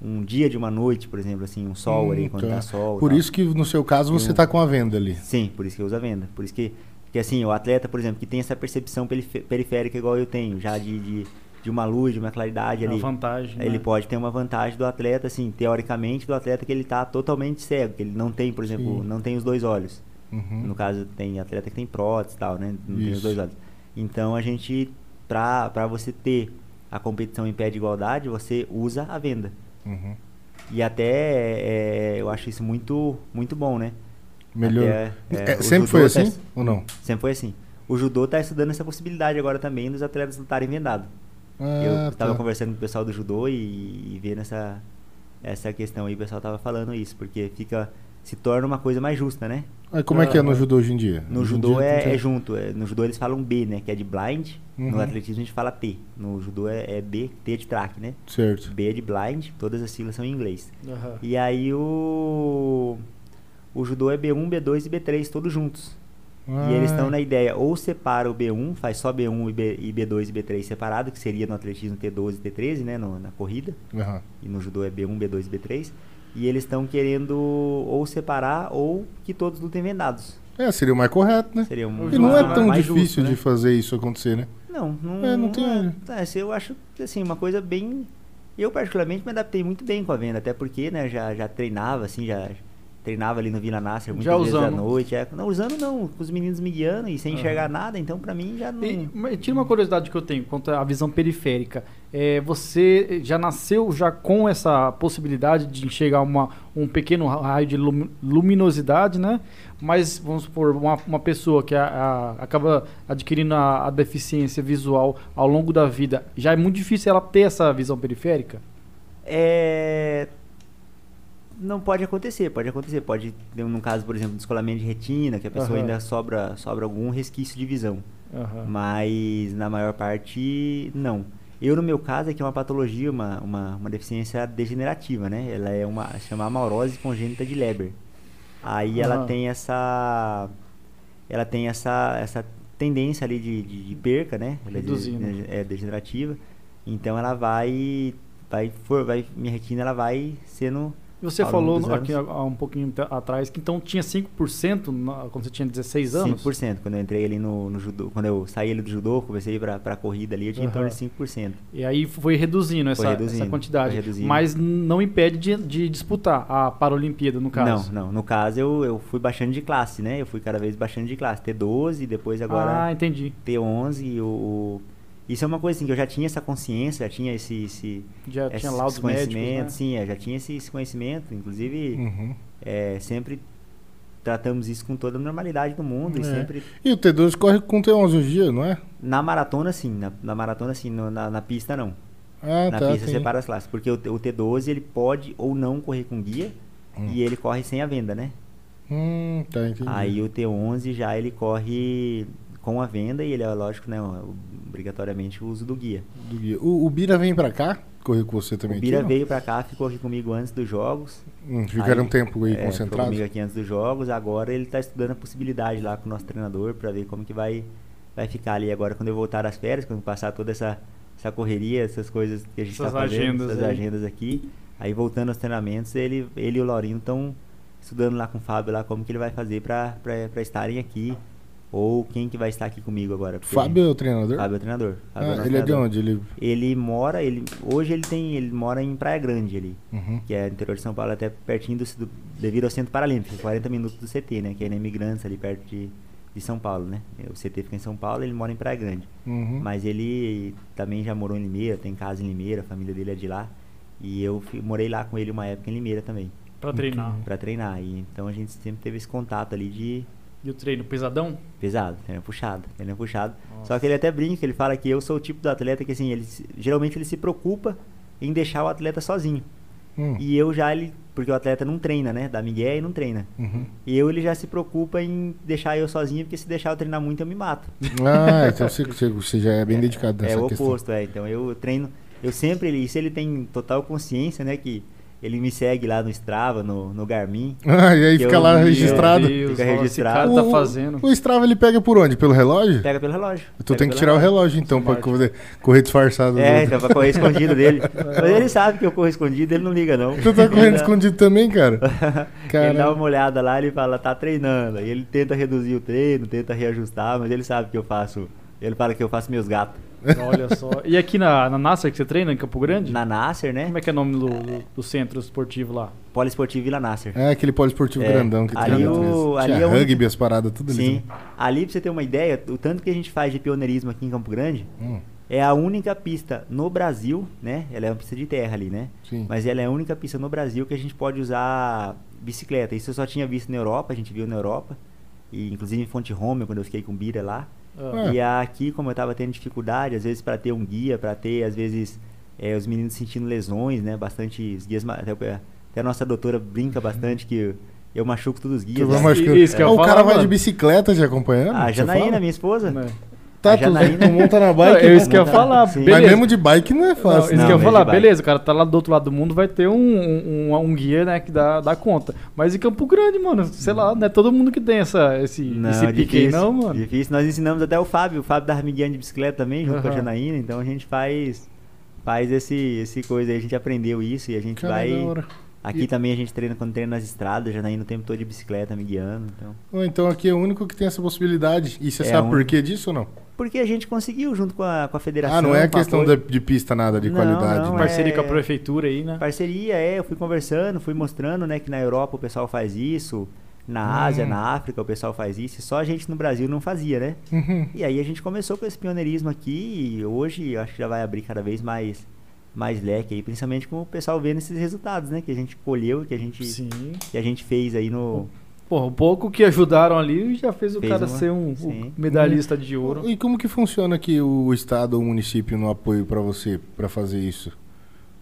C: um dia de uma noite, por exemplo, assim, um sol
B: Hum,
C: ali quando
B: tá.
C: dá sol.
B: Por
C: tal.
B: isso que no seu caso você
C: Eu-
B: tá com a venda ali.
C: Sim, por isso que eu uso a venda. Por isso que, porque assim, o atleta, por exemplo, que tem essa percepção perife- periférica igual eu tenho, já de, de, de uma luz, de uma claridade
A: É uma
C: ali.
A: vantagem.
C: Ele
A: né?
C: pode ter uma vantagem do atleta, assim, teoricamente, do atleta que ele tá totalmente cego, que ele não tem, por exemplo,
B: Sim.
C: não tem os dois olhos.
B: Uhum.
C: No caso, tem atleta que tem prótese e tal, né? Não tem os
B: Isso.
C: dois olhos. Então, a gente, pra, pra você ter a competição em pé de igualdade, você usa a venda.
B: Uhum.
C: E até é, eu acho isso muito, muito bom, né?
B: Melhor.
C: Até, é,
B: É,
C: o
B: sempre
C: judô
B: foi
C: tá
B: assim
C: es-
B: ou não?
C: Sempre foi assim. O judô tá estudando essa possibilidade agora também dos atletas lutarem vendado.
B: Ah,
C: eu tava
B: tá.
C: conversando com o pessoal do judô e, e vendo essa, essa questão aí, o pessoal tava falando isso, porque fica se torna uma coisa mais justa, né?
B: Aí como é que é no judô hoje em dia?
C: No
B: Hoje em
C: judô
B: dia
C: é,
B: tem-
C: é junto. é, no judô eles falam B, né? Que é de blind.
B: Uhum.
C: No atletismo a gente fala T. No judô é, é B, T de track, né?
B: Certo.
C: B é de blind, todas as siglas são em inglês.
A: Aham.
C: E aí o. O judô é B1, B2 e B3, todos juntos. E eles
B: Ah,
C: estão na ideia, ou separa o B1, faz só B1 e, B, e B2 e B3 separado, que seria no atletismo T12 e T13, né? no- na corrida
B: Aham.
C: e no judô é B1, B2 e B3, e eles estão querendo ou separar ou que todos lutem vendados.
B: É, seria o mais correto, né?
C: Seria um
A: E
B: E não é
A: mais-
B: tão
C: mais
B: difícil
C: justo, né?
B: de fazer isso acontecer, né?
C: Não, não,
B: É, não tem-
C: é. É, se eu acho assim uma coisa bem eu particularmente me adaptei muito bem com a venda, até porque, né, já já treinava assim, já treinava ali no Vila Nasser muitas
A: Já
C: vezes à
A: usando.
C: noite, é. não usando não, com os meninos me guiando e sem enxergar nada, então pra mim já não
A: E, mas tira uma curiosidade que eu tenho quanto à visão periférica. É, você já nasceu já com essa possibilidade de enxergar uma, um pequeno raio de lum- luminosidade, né? Mas, vamos supor, uma, uma pessoa que a- a- acaba adquirindo a, a deficiência visual ao longo da vida, já é muito difícil ela ter essa visão periférica?
C: É... Não pode acontecer, pode acontecer. Pode ter, num caso, por exemplo, de descolamento de retina, que a pessoa
A: Aham.
C: ainda sobra, sobra algum resquício de visão. Mas, na maior parte, não. Eu, no meu caso, é que é uma patologia, uma, uma, uma deficiência degenerativa, né? Ela é uma, chama amaurose congênita de Leber. Aí ela
A: Aham.
C: tem essa... Ela tem essa, essa tendência ali de, de, de perca, né? Ela é de-
A: Reduzindo.
C: é degenerativa. Então ela vai... vai, for, vai minha retina ela vai sendo...
A: E Você
C: Ao
A: falou
C: longo dos
A: aqui há
C: anos.
A: há um pouquinho te- atrás que então tinha 5% na, quando você tinha 16 anos?
C: 5%. Quando eu entrei ali no, no judô, quando eu saí ali do judô, comecei a ir pra, pra corrida ali, eu tinha em torno de
A: Aham.
C: 5%.
A: E aí foi reduzindo essa,
C: Foi reduzindo,
A: essa quantidade.
C: foi reduzindo.
A: Mas não impede de, de disputar a Paralimpíada, no caso.
C: Não, não. No caso, eu, eu fui baixando de classe, né? Eu fui cada vez baixando de classe. T12, depois agora
A: Ah, entendi.
C: T11. E o, o- Isso é uma coisa assim, que eu já tinha essa consciência, já tinha esse, esse,
A: Já
C: esses
A: tinha laudos médicos.
C: é conhecimentos.
A: Né? Hum.
C: Sim, é, já tinha esse, esse conhecimento. Inclusive,
B: Uhum.
C: é, sempre tratamos isso com toda a normalidade do mundo.
B: É.
C: E sempre...
B: E o T12 corre com o T11 hoje em dia, não é?
C: Na maratona, sim. Na, na maratona, sim. no- na, na pista, não.
B: Ah,
C: na
B: tá.
C: pista,
B: tem.
C: separa as classes. Porque o, T- o T12, ele pode ou não correr com guia.
B: Hum.
C: E ele corre sem a venda, né?
B: Hum, tá, entendi.
C: Aí o T11 já ele corre com a venda e ele é lógico, né, obrigatoriamente o uso do guia.
B: Do guia. O, o Bira vem pra cá? Correr com você também
C: o Bira
B: aqui, não?
C: veio pra cá, ficou aqui comigo antes dos jogos.
B: Hum, ficaram
C: Aí-
B: um tempo aí
C: é, Ficou
B: concentrados?
C: comigo aqui antes dos jogos, agora ele tá estudando a possibilidade lá com o nosso treinador pra ver como que vai vai ficar ali agora quando eu voltar das férias, quando passar toda essa essa correria, essas coisas que a gente
A: Essas
C: tá fazendo,
A: agendas
C: essas
A: aí.
C: agendas aqui. Aí voltando aos treinamentos, ele ele e o Laurindo estão estudando lá com o Fábio lá como que ele vai fazer pra pra- pra estarem aqui ou quem que vai estar aqui comigo agora. porque-
B: Fábio é o treinador?
C: Fábio é o treinador.
B: Ah,
C: Fábio nosso
B: ele é de
C: treinador.
B: onde? Ele...
C: Ele mora, ele hoje ele tem, ele mora em Praia Grande ali,
B: Uhum.
C: que é interior de São Paulo, até pertinho do, do- devido ao Centro Paralímpico, 40 minutos do CT, né, que é na Imigrantes ali perto de, de São Paulo, né? O CT fica em São Paulo, ele mora em Praia Grande.
B: Uhum.
C: Mas ele também já morou em Limeira, tem casa em Limeira, a família dele é de lá. E eu fi- morei lá com ele uma época em Limeira também,
A: Pra treinar.
C: pra treinar. E então a gente sempre teve esse contato ali de
A: E o treino pesadão?
C: Pesado, treino puxado, treino puxado. Só que ele até brinca, ele fala que eu sou o tipo do atleta que assim, ele se- geralmente ele se preocupa em deixar o atleta sozinho.
B: Hum.
C: E eu já ele, porque o atleta não treina, né? Dá migué e não treina.
B: Uhum.
C: E eu ele já se preocupa em deixar eu sozinho, porque se deixar eu treinar muito eu me mato.
B: Ah, então você, você- você já é bem dedicado
C: É
B: nessa
C: o
B: questão.
C: oposto, é. Então eu treino, eu sempre ele, isso ele tem total consciência, né, que ele me segue lá no Strava, no, no Garmin.
B: Ah, e aí
C: Que
B: fica
C: eu- é,
B: lá
C: Meu
B: registrado. Uh.
A: Meu Deus,
C: Fica
A: olha,
C: registrado.
A: Esse cara
B: O-
A: tá fazendo.
B: O Strava ele pega por onde? Pelo relógio?
C: Pega pelo relógio.
B: Tu
C: pega
B: tem que
C: pelo
B: tirar o relógio
C: relógio.
B: então pra poder correr disfarçado.
C: É,
B: do-
C: então pra correr escondido dele. Mas ele sabe que eu corro escondido, ele não liga, não.
B: Tu tá correndo
C: Ele dá-
B: escondido também, cara? Cara.
C: Ele dá uma olhada lá, ele fala, tá treinando. Aí ele tenta reduzir o treino, tenta reajustar, mas ele sabe que eu faço. Ele fala que eu faço meus gatos.
A: Olha só. E aqui na, na Nasser que você treina, em Campo Grande?
C: Na Nasser, né?
A: Como é que é o nome do, do- do centro esportivo lá?
C: Poliesportivo Vila Nasser.
B: É aquele poliesportivo
C: É,
B: grandão que
C: ali
B: tem na
C: o-
B: natureza.
C: ali
B: Tinha
C: é o-
B: rugby, as paradas, tudo ali.
C: Sim. Ali, pra você ter uma ideia, o tanto que a gente faz de pioneirismo aqui em Campo Grande,
B: também. Hum,
C: é a única pista no Brasil, né? Ela é uma pista de terra ali, né?
B: sim.
C: Mas ela é a única pista no Brasil que a gente pode usar bicicleta. Isso eu só tinha visto na Europa, a gente viu na Europa. E, inclusive em Fonte Roma, quando eu fiquei com o Bira lá.
A: Ah,
B: É.
C: E aqui, como eu tava tendo dificuldade, às vezes para ter um guia, para ter, às vezes, eh, os meninos sentindo lesões, né? Bastante. Os guias. ma- Até, até a nossa doutora brinca bastante que eu machuco todos os
B: Tu
C: guias.
B: vai
A: Isso-
C: né?
B: machucando.
A: isso que eu
B: Ah,
A: ia
B: o
A: falar,
B: cara vai de
A: mano.
B: bicicleta te acompanhando?
C: A
B: você
C: Ah, Janaína,
B: fala?
C: minha esposa.
A: né?
B: Tá,
C: a
B: tu,
C: Janaína-
B: tu monta na bike.
A: Não, é isso
B: tu-
A: que eu ia
C: montar-
A: falar.
C: Sim.
A: Beleza.
B: Mas mesmo de bike não é
A: Não,
B: fácil.
A: isso que eu
C: Não,
A: ia falar,
C: ele vai.
A: beleza, o cara tá lá do outro lado do mundo, vai ter um, um, um- um guia, né, que dá, dá conta. Mas em Campo Grande, mano, sei lá, não é todo mundo que tem essa, esse,
C: Não, é
A: esse pique aí, não, mano.
C: Difícil. Nós ensinamos até o Fábio. O Fábio da Armiguinha de bicicleta também, junto com a
A: Aham.
C: Janaína. Então a gente faz faz esse, esse coisa aí. A gente aprendeu isso e a gente
B: Cara, é da
C: vai.
B: hora.
C: Aqui
B: E-
C: também a gente treina quando treina nas estradas. A Janaína o tempo todo de bicicleta, me guiando. Então.
B: Ou então aqui é o único que tem essa possibilidade. E você
C: É
B: sabe
C: um-
B: por que disso ou não?
C: Porque a gente conseguiu junto com a, com a federação.
B: Ah, não é a
C: com o
B: questão da-
C: apoio.
B: de pista nada, de
C: um Não,
B: qualidade. né?
C: não, é-
A: Parceria com a prefeitura aí, né?
C: Parceria, é. Eu fui conversando, fui mostrando, né, que na Europa o pessoal faz isso. Na Ásia,
B: Hum.
C: na África, o pessoal faz isso. e Só a gente no Brasil não fazia, né?
B: Uhum.
C: E aí a gente começou com esse pioneirismo aqui e hoje eu acho que já vai abrir cada vez mais, mais leque aí, principalmente com o pessoal vendo esses resultados, né? Que a gente colheu, e que a gente,
A: Sim.
C: que a gente fez aí no.
A: Porra, o pouco que ajudaram ali já fez o
C: Fez
A: cara
C: uma-
A: ser um,
C: sim.
A: um medalhista de ouro.
B: E como que funciona aqui o estado ou o município no apoio pra você, pra fazer isso?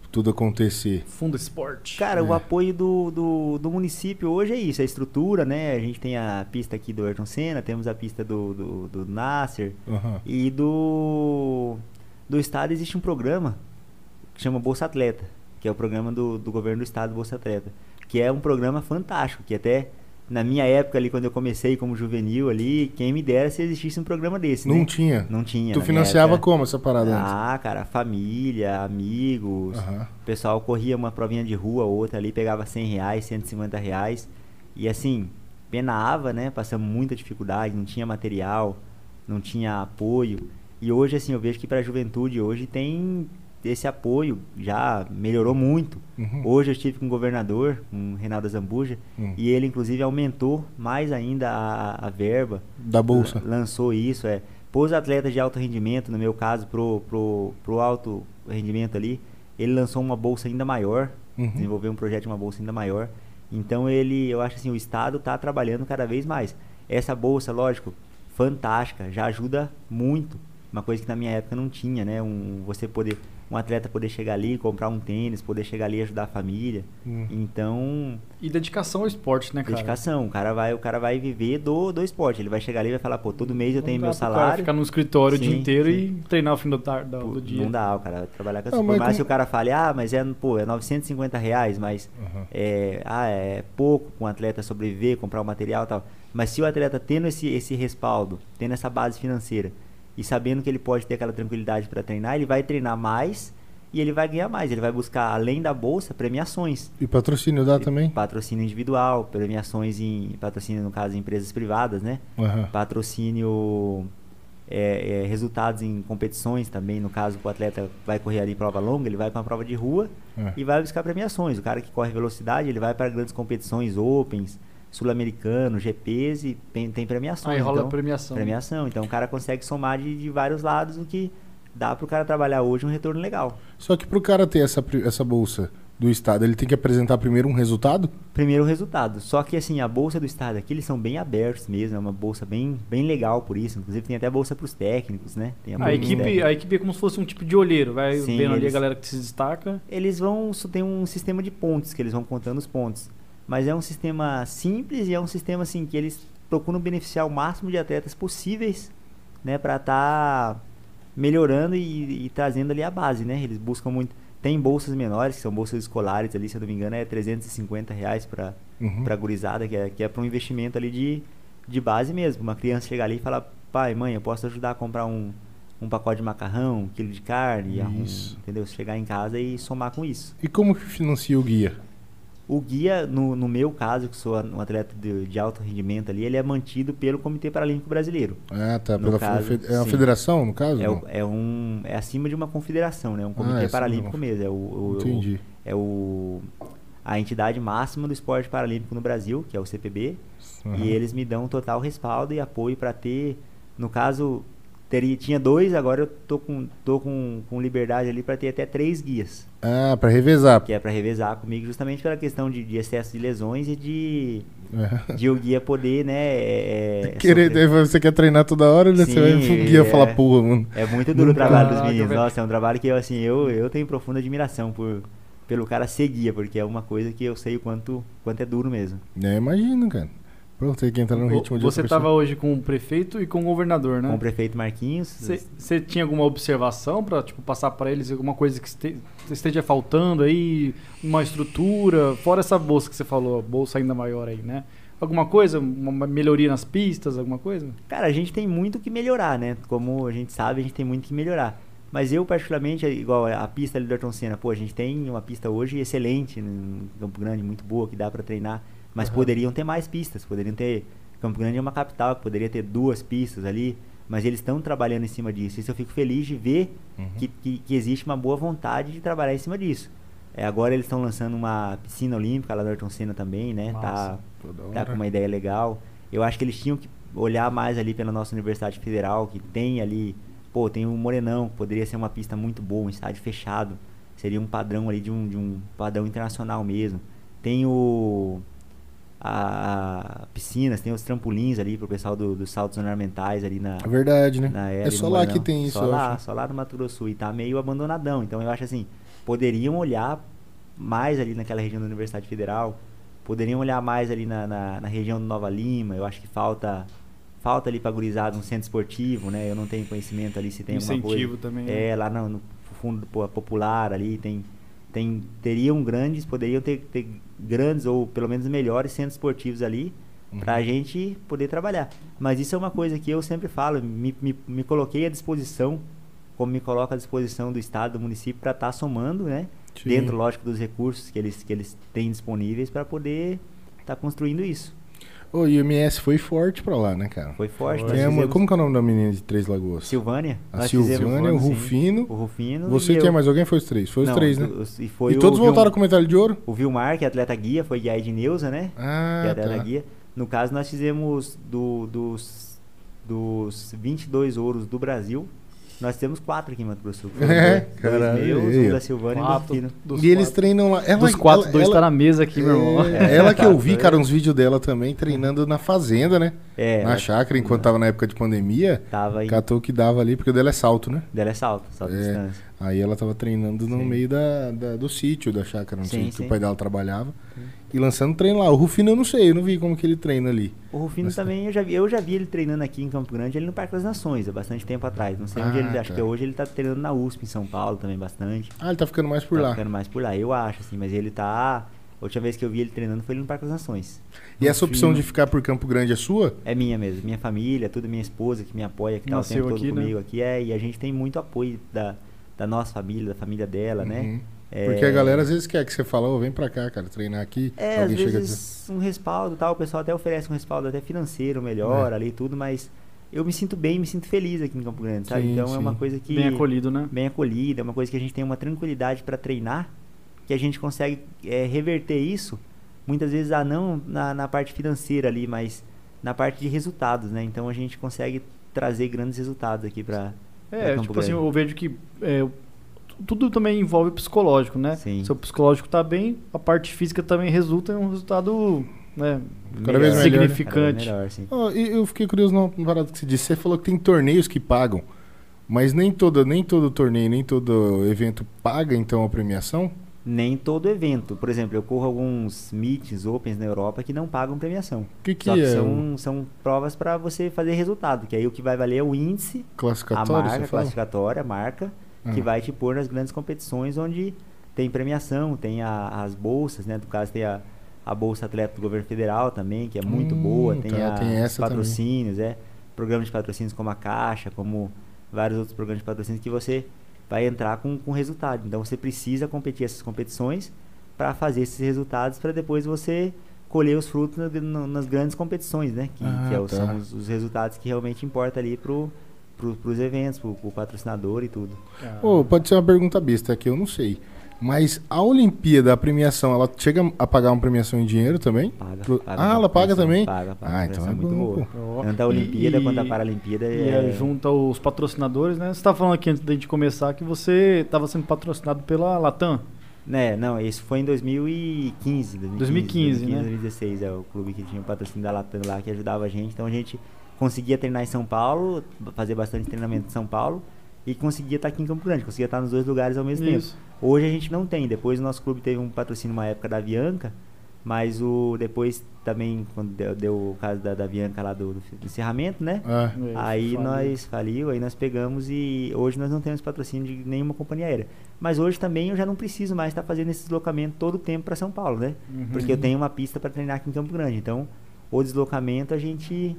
B: Tudo acontecer.
A: Fundo Esporte.
C: Cara, o
B: É.
C: apoio do, do, do município hoje é isso, a estrutura, né? A gente tem a pista aqui do Ayrton Senna, temos a pista do, do, do Nasser
B: Aham.
C: e do, do estado existe um programa que chama Bolsa Atleta, que é o programa do, do governo do estado Bolsa Atleta, que é um programa fantástico, que até na minha época ali, quando eu comecei como juvenil ali, quem me dera se existisse um programa desse,
B: Não
C: né?
B: tinha.
C: Não tinha.
B: Tu
C: na minha
B: financiava
C: época.
B: como essa parada antes?
C: Ah, cara, família, amigos,
B: Aham.
C: o pessoal corria uma provinha de rua, outra ali, pegava 100 reais, 150 reais. E assim, penava, né? Passamos muita dificuldade, não tinha material, não tinha apoio. E hoje, assim, eu vejo que para a juventude hoje tem esse apoio, já melhorou muito.
B: Uhum.
C: Hoje eu estive com o governador, com o Reinaldo Zambuja,
B: Hum.
C: e ele, inclusive, aumentou mais ainda a, a verba
B: Da bolsa.
C: Lan- Lançou isso, é. Pôs atletas de alto rendimento, no meu caso, pro, pro, pro alto rendimento ali. Ele lançou uma bolsa ainda maior,
B: Uhum.
C: desenvolveu um projeto de uma bolsa ainda maior. Então ele, eu acho assim, o Estado está trabalhando cada vez mais. Essa bolsa, lógico, fantástica, já ajuda muito. Uma coisa que na minha época não tinha, né? Um, você poder, um atleta poder chegar ali, comprar um tênis, poder chegar ali e ajudar a família.
B: Hum.
C: Então,
A: E dedicação ao esporte, né, cara?
C: Dedicação, o cara vai, o cara vai viver do, do esporte. Ele vai chegar ali e vai falar, pô, todo mês eu
A: Não
C: tenho
A: dá
C: meu
A: pro cara
C: salário.
A: Ficar no escritório o dia
C: Sim,
A: inteiro
C: sim.
A: e treinar o fim do, tar- da-
C: Pô,
A: do dia.
C: Não dá, o cara vai trabalhar com
B: Ah,
C: essa Por
B: mas
C: mais
B: como-
C: que o cara fale, ah, mas é, pô, é 950 reais, mas
B: Aham.
C: é, ah, é pouco com o atleta sobreviver, comprar o material e tal. Mas se o atleta tendo esse, esse respaldo, tendo essa base financeira e sabendo que ele pode ter aquela tranquilidade para treinar, ele vai treinar mais e ele vai ganhar mais. Ele vai buscar, além da bolsa, premiações.
B: E patrocínio dá também?
C: Patrocínio individual, premiações em. Patrocínio, no caso, em empresas privadas, né?
B: Aham.
C: patrocínio, é, é, resultados em competições também. No caso, o atleta vai correr ali prova longa, ele vai para uma prova de rua
B: É.
C: e vai buscar premiações. O cara que corre velocidade, ele vai para grandes competições, Opens, Sul-Americano, GPs e tem, tem premiações.
A: Aí rola
C: então,
A: premiação.
C: premiação. Então o cara consegue somar de, de vários lados o que dá para o cara trabalhar hoje um retorno legal.
B: Só que pro cara ter essa, pri- essa bolsa do estado, ele tem que apresentar primeiro um resultado?
C: Primeiro o resultado. Só que assim, a bolsa do estado aqui, eles são bem abertos mesmo, é uma bolsa bem, bem legal por isso. Inclusive tem até bolsa para os técnicos, né? Tem
A: A
C: bolsa dos
A: equipe,
C: técnicos.
A: a equipe é como se fosse um tipo de olheiro, vai
C: Sim,
A: vendo ali a
C: eles-
A: galera que se destaca.
C: eles vão su- tem um sistema de pontos que eles vão contando os pontos mas é um sistema simples e é um sistema assim que eles procuram beneficiar o máximo de atletas possíveis né para estar melhorando e, e trazendo ali a base né eles buscam muito tem bolsas menores que são bolsas escolares ali se eu não me engano é 350 reais para
B: Uhum.
C: para gurizada que é que é para um investimento ali de, de base mesmo uma criança chegar ali e falar pai mãe eu posso ajudar a comprar um um pacote de macarrão, um quilo de carne, arrum-
B: Isso.
C: entendeu? Chegar em casa e somar com isso.
B: E como que financia o guia?
C: O guia, no, no meu caso, que sou a- um atleta de, de alto rendimento ali, ele é mantido pelo Comitê Paralímpico Brasileiro.
B: Ah, tá.
C: No
B: Pela fe-
C: caso,
B: fe- é uma
C: sim.
B: federação, no caso?
C: É, o-
B: não?
C: é um, é acima de uma confederação, né?
B: Ah,
C: Um
B: é
C: comitê
B: acima de
C: paralímpico
B: uma-
C: mesmo. É o, o- o-
B: Entendi.
C: é o, a entidade máxima do esporte paralímpico no Brasil, que é o CPB.
B: Aham.
C: E eles me dão total respaldo e apoio para ter, no caso, teria, tinha dois, agora eu tô com, tô com, com liberdade ali para ter até três guias.
B: Ah, pra revezar.
C: Que é para revezar comigo justamente pela questão de, de excesso de lesões e de,
B: É.
C: de o guia poder, né? é, é,
B: Querer,
C: sofrer.
B: daí Você quer treinar toda hora, né? você vai
C: Sim,
B: pro guia
C: é.
B: falar, porra, mano.
C: É muito duro o trabalho dos
A: Caraca,
C: meninos.
A: velho.
C: Nossa, é um trabalho que eu, assim, eu, eu tenho profunda admiração por, pelo cara ser guia, porque é uma coisa que eu sei o quanto, quanto é duro mesmo.
B: É, imagina, cara. Pronto, tem que entrar no
A: O-
B: ritmo de
A: Você
B: outra pessoa.
A: estava hoje com o prefeito e com o governador,
C: Com o
A: né?
C: prefeito Marquinhos,
A: Você tinha alguma observação para tipo, passar para eles alguma coisa que este- esteja faltando aí, uma estrutura, fora essa bolsa que você falou, a bolsa ainda maior aí, né? Alguma coisa, uma melhoria nas pistas, alguma coisa?
C: Cara, a gente tem muito que melhorar, né? Como a gente sabe, a gente tem muito que melhorar. Mas eu, particularmente, é igual a pista ali do Ayrton Senna, pô, a gente tem uma pista hoje excelente, em Campo Grande, muito boa, que dá pra treinar. Mas poderiam ter mais pistas, poderiam ter. Campo Grande é uma capital, que poderia ter duas pistas ali. Mas eles estão trabalhando em cima disso. Isso eu fico feliz de ver que, que, que existe uma boa vontade de trabalhar em cima disso. É, agora eles estão lançando uma piscina olímpica lá do Ayrton Senna também, né?
A: Massa.
C: Tá,
B: Pô, da
C: tá
B: hora.
C: com uma ideia legal. Eu acho que eles tinham que olhar mais ali pela nossa Universidade Federal, que tem ali, pô, tem o Morenão, que poderia ser uma pista muito boa, um estádio fechado. Seria um padrão ali de um, de um padrão internacional mesmo. Tem o a, a piscinas, tem os trampolins ali pro pessoal do- dos saltos ornamentais ali na
B: É verdade, né?
C: na
B: É
C: Hélio
B: só lá
C: Mourão.
B: que tem isso,
C: só
B: eu
C: lá,
B: acho.
C: Só lá no Mato Grosso e tá meio abandonadão. Então eu acho assim, poderiam olhar mais ali naquela região da Universidade Federal, poderiam olhar mais ali na, na, na região do Nova Lima. Eu acho que falta falta ali pra gurizada um centro esportivo, né? Eu não tenho conhecimento ali se tem alguma coisa.
A: Incentivo também, né?
C: É, lá no, no fundo do Po- popular ali tem tem teriam grandes, poderiam ter, ter grandes ou pelo menos melhores centros esportivos ali
B: Uhum.
C: pra gente poder trabalhar. Mas isso é uma coisa que eu sempre falo, me, me, me coloquei à disposição, como me coloco à disposição do Estado, do município, para estar somando, né?
B: Sim.
C: Dentro, lógico, dos recursos que eles, que eles têm disponíveis para poder estar construindo isso.
B: Ô, e o MS foi forte pra lá, né, cara?
C: Foi forte.
A: Foi.
C: nós
B: Tem a-
C: fizemos
B: Como que é o nome da menina de Três Lagoas?
C: Silvânia.
B: A
C: nós
B: Silvânia,
C: fizemos-
B: o
C: sim,
B: Rufino.
C: O Rufino.
B: Você
C: e
B: e quer
C: eu.
B: mais alguém? Foi os três. Foi os
C: Não,
B: três, né?
C: os- E, um. foi
B: e todos
C: o
B: voltaram
C: Vilmar-
B: com medalha de ouro?
C: O Vilmar, que é atleta guia, foi guia de Neuza, né? que
B: Ah,
C: era da
B: tá.
C: guia. No caso, nós fizemos do- dos, dos 22 ouros do Brasil, nós temos quatro aqui em Mato Grosso. do Sul. Foram
B: É,
C: dois-
B: caralho,
C: dois meus,
B: aí,
C: um
B: ó.
C: da Silvana
A: Quatro
C: e um do Fino.
A: dos
B: e eles
A: quatro.
B: treinam lá. Ela,
A: Dos quatro,
B: ela,
A: dois
B: ela,
A: tá na mesa aqui, meu irmão.
B: É, ela que eu vi,
C: Exato,
B: cara, uns vídeos dela também treinando na fazenda, né?
C: É,
B: na chácara, enquanto tava na época de pandemia.
C: tava aí.
B: Catou o que dava ali, porque o dela é salto, né?
C: Dela é salto, salto
B: É,
C: de distância.
B: Aí ela tava treinando no
C: Sim.
B: meio da, da- do sítio da chácara, não
C: Sim,
B: sei, que o
C: sim.
B: pai dela trabalhava. E lançando treino lá. O Rufino eu não sei, eu não vi como que ele treina ali.
C: O Rufino
B: mas-
C: também, eu já, vi, eu já vi ele treinando aqui em Campo Grande, ele no Parque das Nações, há bastante tempo atrás. Não sei onde
B: Ah,
C: ele, acho
B: tá.
C: que hoje ele tá treinando na USP, em São Paulo também, bastante.
B: Ah, ele tá ficando mais por
C: tá
B: lá.
C: ficando mais por lá, eu acho, assim, mas ele tá... A última vez que eu vi ele treinando foi ele no Parque das Nações.
B: E essa opção
A: Rufino.
B: de ficar por Campo Grande é sua?
C: É minha mesmo, minha família, tudo minha esposa que me apoia, que tá
A: Nasceu
C: o tempo todo
A: aqui, né?
C: comigo aqui. É, e a gente tem muito apoio da, da nossa família, da família dela, né?
B: Uhum.
C: É,
B: Porque a galera às vezes quer que você fala, ô, vem pra cá, cara, treinar aqui.
C: É, às
B: Alguém chega e diz,
C: vezes um respaldo e tal, o pessoal até oferece um respaldo até financeiro
B: É.
C: melhor ali e tudo, mas eu me sinto bem, me sinto feliz aqui em Campo Grande, sabe?
B: Sim,
C: então é uma
B: sim.
C: coisa que.
A: Bem acolhido, né?
C: bem acolhida, é uma coisa que a gente tem uma tranquilidade para treinar, que a gente consegue é, reverter isso, muitas vezes ah, não na, na parte financeira ali, mas na parte de resultados, né? Então a gente consegue trazer grandes resultados aqui para
A: É,
C: Campo
A: tipo assim,
C: Grande.
A: eu vejo que é, tudo também envolve o psicológico, né?
C: Sim.
A: Se o psicológico tá bem, a parte física também resulta em um resultado, né?
B: Cada vez melhor,
A: significante.
C: melhor, sim.
B: Ó, Ah, e eu fiquei curioso numa parada que você disse. Você falou que tem torneios que pagam, mas nem todo, nem todo torneio, nem todo evento paga então a premiação?
C: Nem todo evento. Por exemplo, eu corro alguns meets, opens na Europa que não pagam premiação.
B: O que, que
C: Só que
B: é? o
C: são, são provas para você fazer resultado, que aí o que vai valer é o índice
B: Classificatório,
C: a marca
B: você fala?
C: classificatória, a marca, que
B: Ah.
C: vai te pôr nas grandes competições onde tem premiação, tem a- as bolsas, né? No caso tem a, a Bolsa Atleta do Governo Federal também, que é muito
B: Hum,
C: boa, tem,
B: tá,
C: a,
B: tem essa também.
C: patrocínios, é, programas de patrocínios como a Caixa, como vários outros programas de patrocínios que você vai entrar com, com resultado. Então você precisa competir essas competições para fazer esses resultados para depois você colher os frutos na- na- nas grandes competições, né? Que,
B: Ah,
C: que é o-
B: tá.
C: são os, os resultados que realmente importa ali pro, pro, pros eventos, pro, pro patrocinador e tudo.
B: Ô, pode ser uma pergunta besta, é que eu não sei. Mas a Olimpíada, a premiação, ela chega a pagar uma premiação em dinheiro também?
C: Paga.
B: Pro-
C: paga
B: Ah, ela paga
C: competição,
B: também?
C: Paga, paga.
B: Ah, então
C: competição
B: é
C: muito
B: bom,
C: boa.
A: Ó,
C: Tanto tá a Olimpíada
A: e-
C: quanto a Paralimpíada
A: E
C: é,
A: é, junta os patrocinadores, né? Você tá falando aqui antes da gente começar que você estava sendo patrocinado pela Latam.
C: Né, não, isso foi em 2015,
A: 2015,
C: 2015,
A: né?
C: 2016 é o clube que tinha o patrocínio da Latam lá que ajudava a gente. Então a gente conseguia treinar em São Paulo, fazer bastante treinamento em São Paulo e conseguia estar aqui em Campo Grande, conseguia estar nos dois lugares ao mesmo tempo.
A: Isso.
C: Hoje a gente não tem. Depois o nosso clube teve um patrocínio uma época da Avianca, mas o depois também quando deu, deu o caso da, da Avianca lá do, do encerramento, né?
B: Ah,
A: É,
C: Aí
A: fala.
C: nós faliu, aí nós pegamos e hoje nós não temos patrocínio de nenhuma companhia aérea. Mas hoje também eu já não preciso mais estar fazendo esse deslocamento todo o tempo para São Paulo, né?
A: Uhum.
C: Porque eu tenho uma pista para treinar aqui em Campo Grande. Então, o deslocamento a gente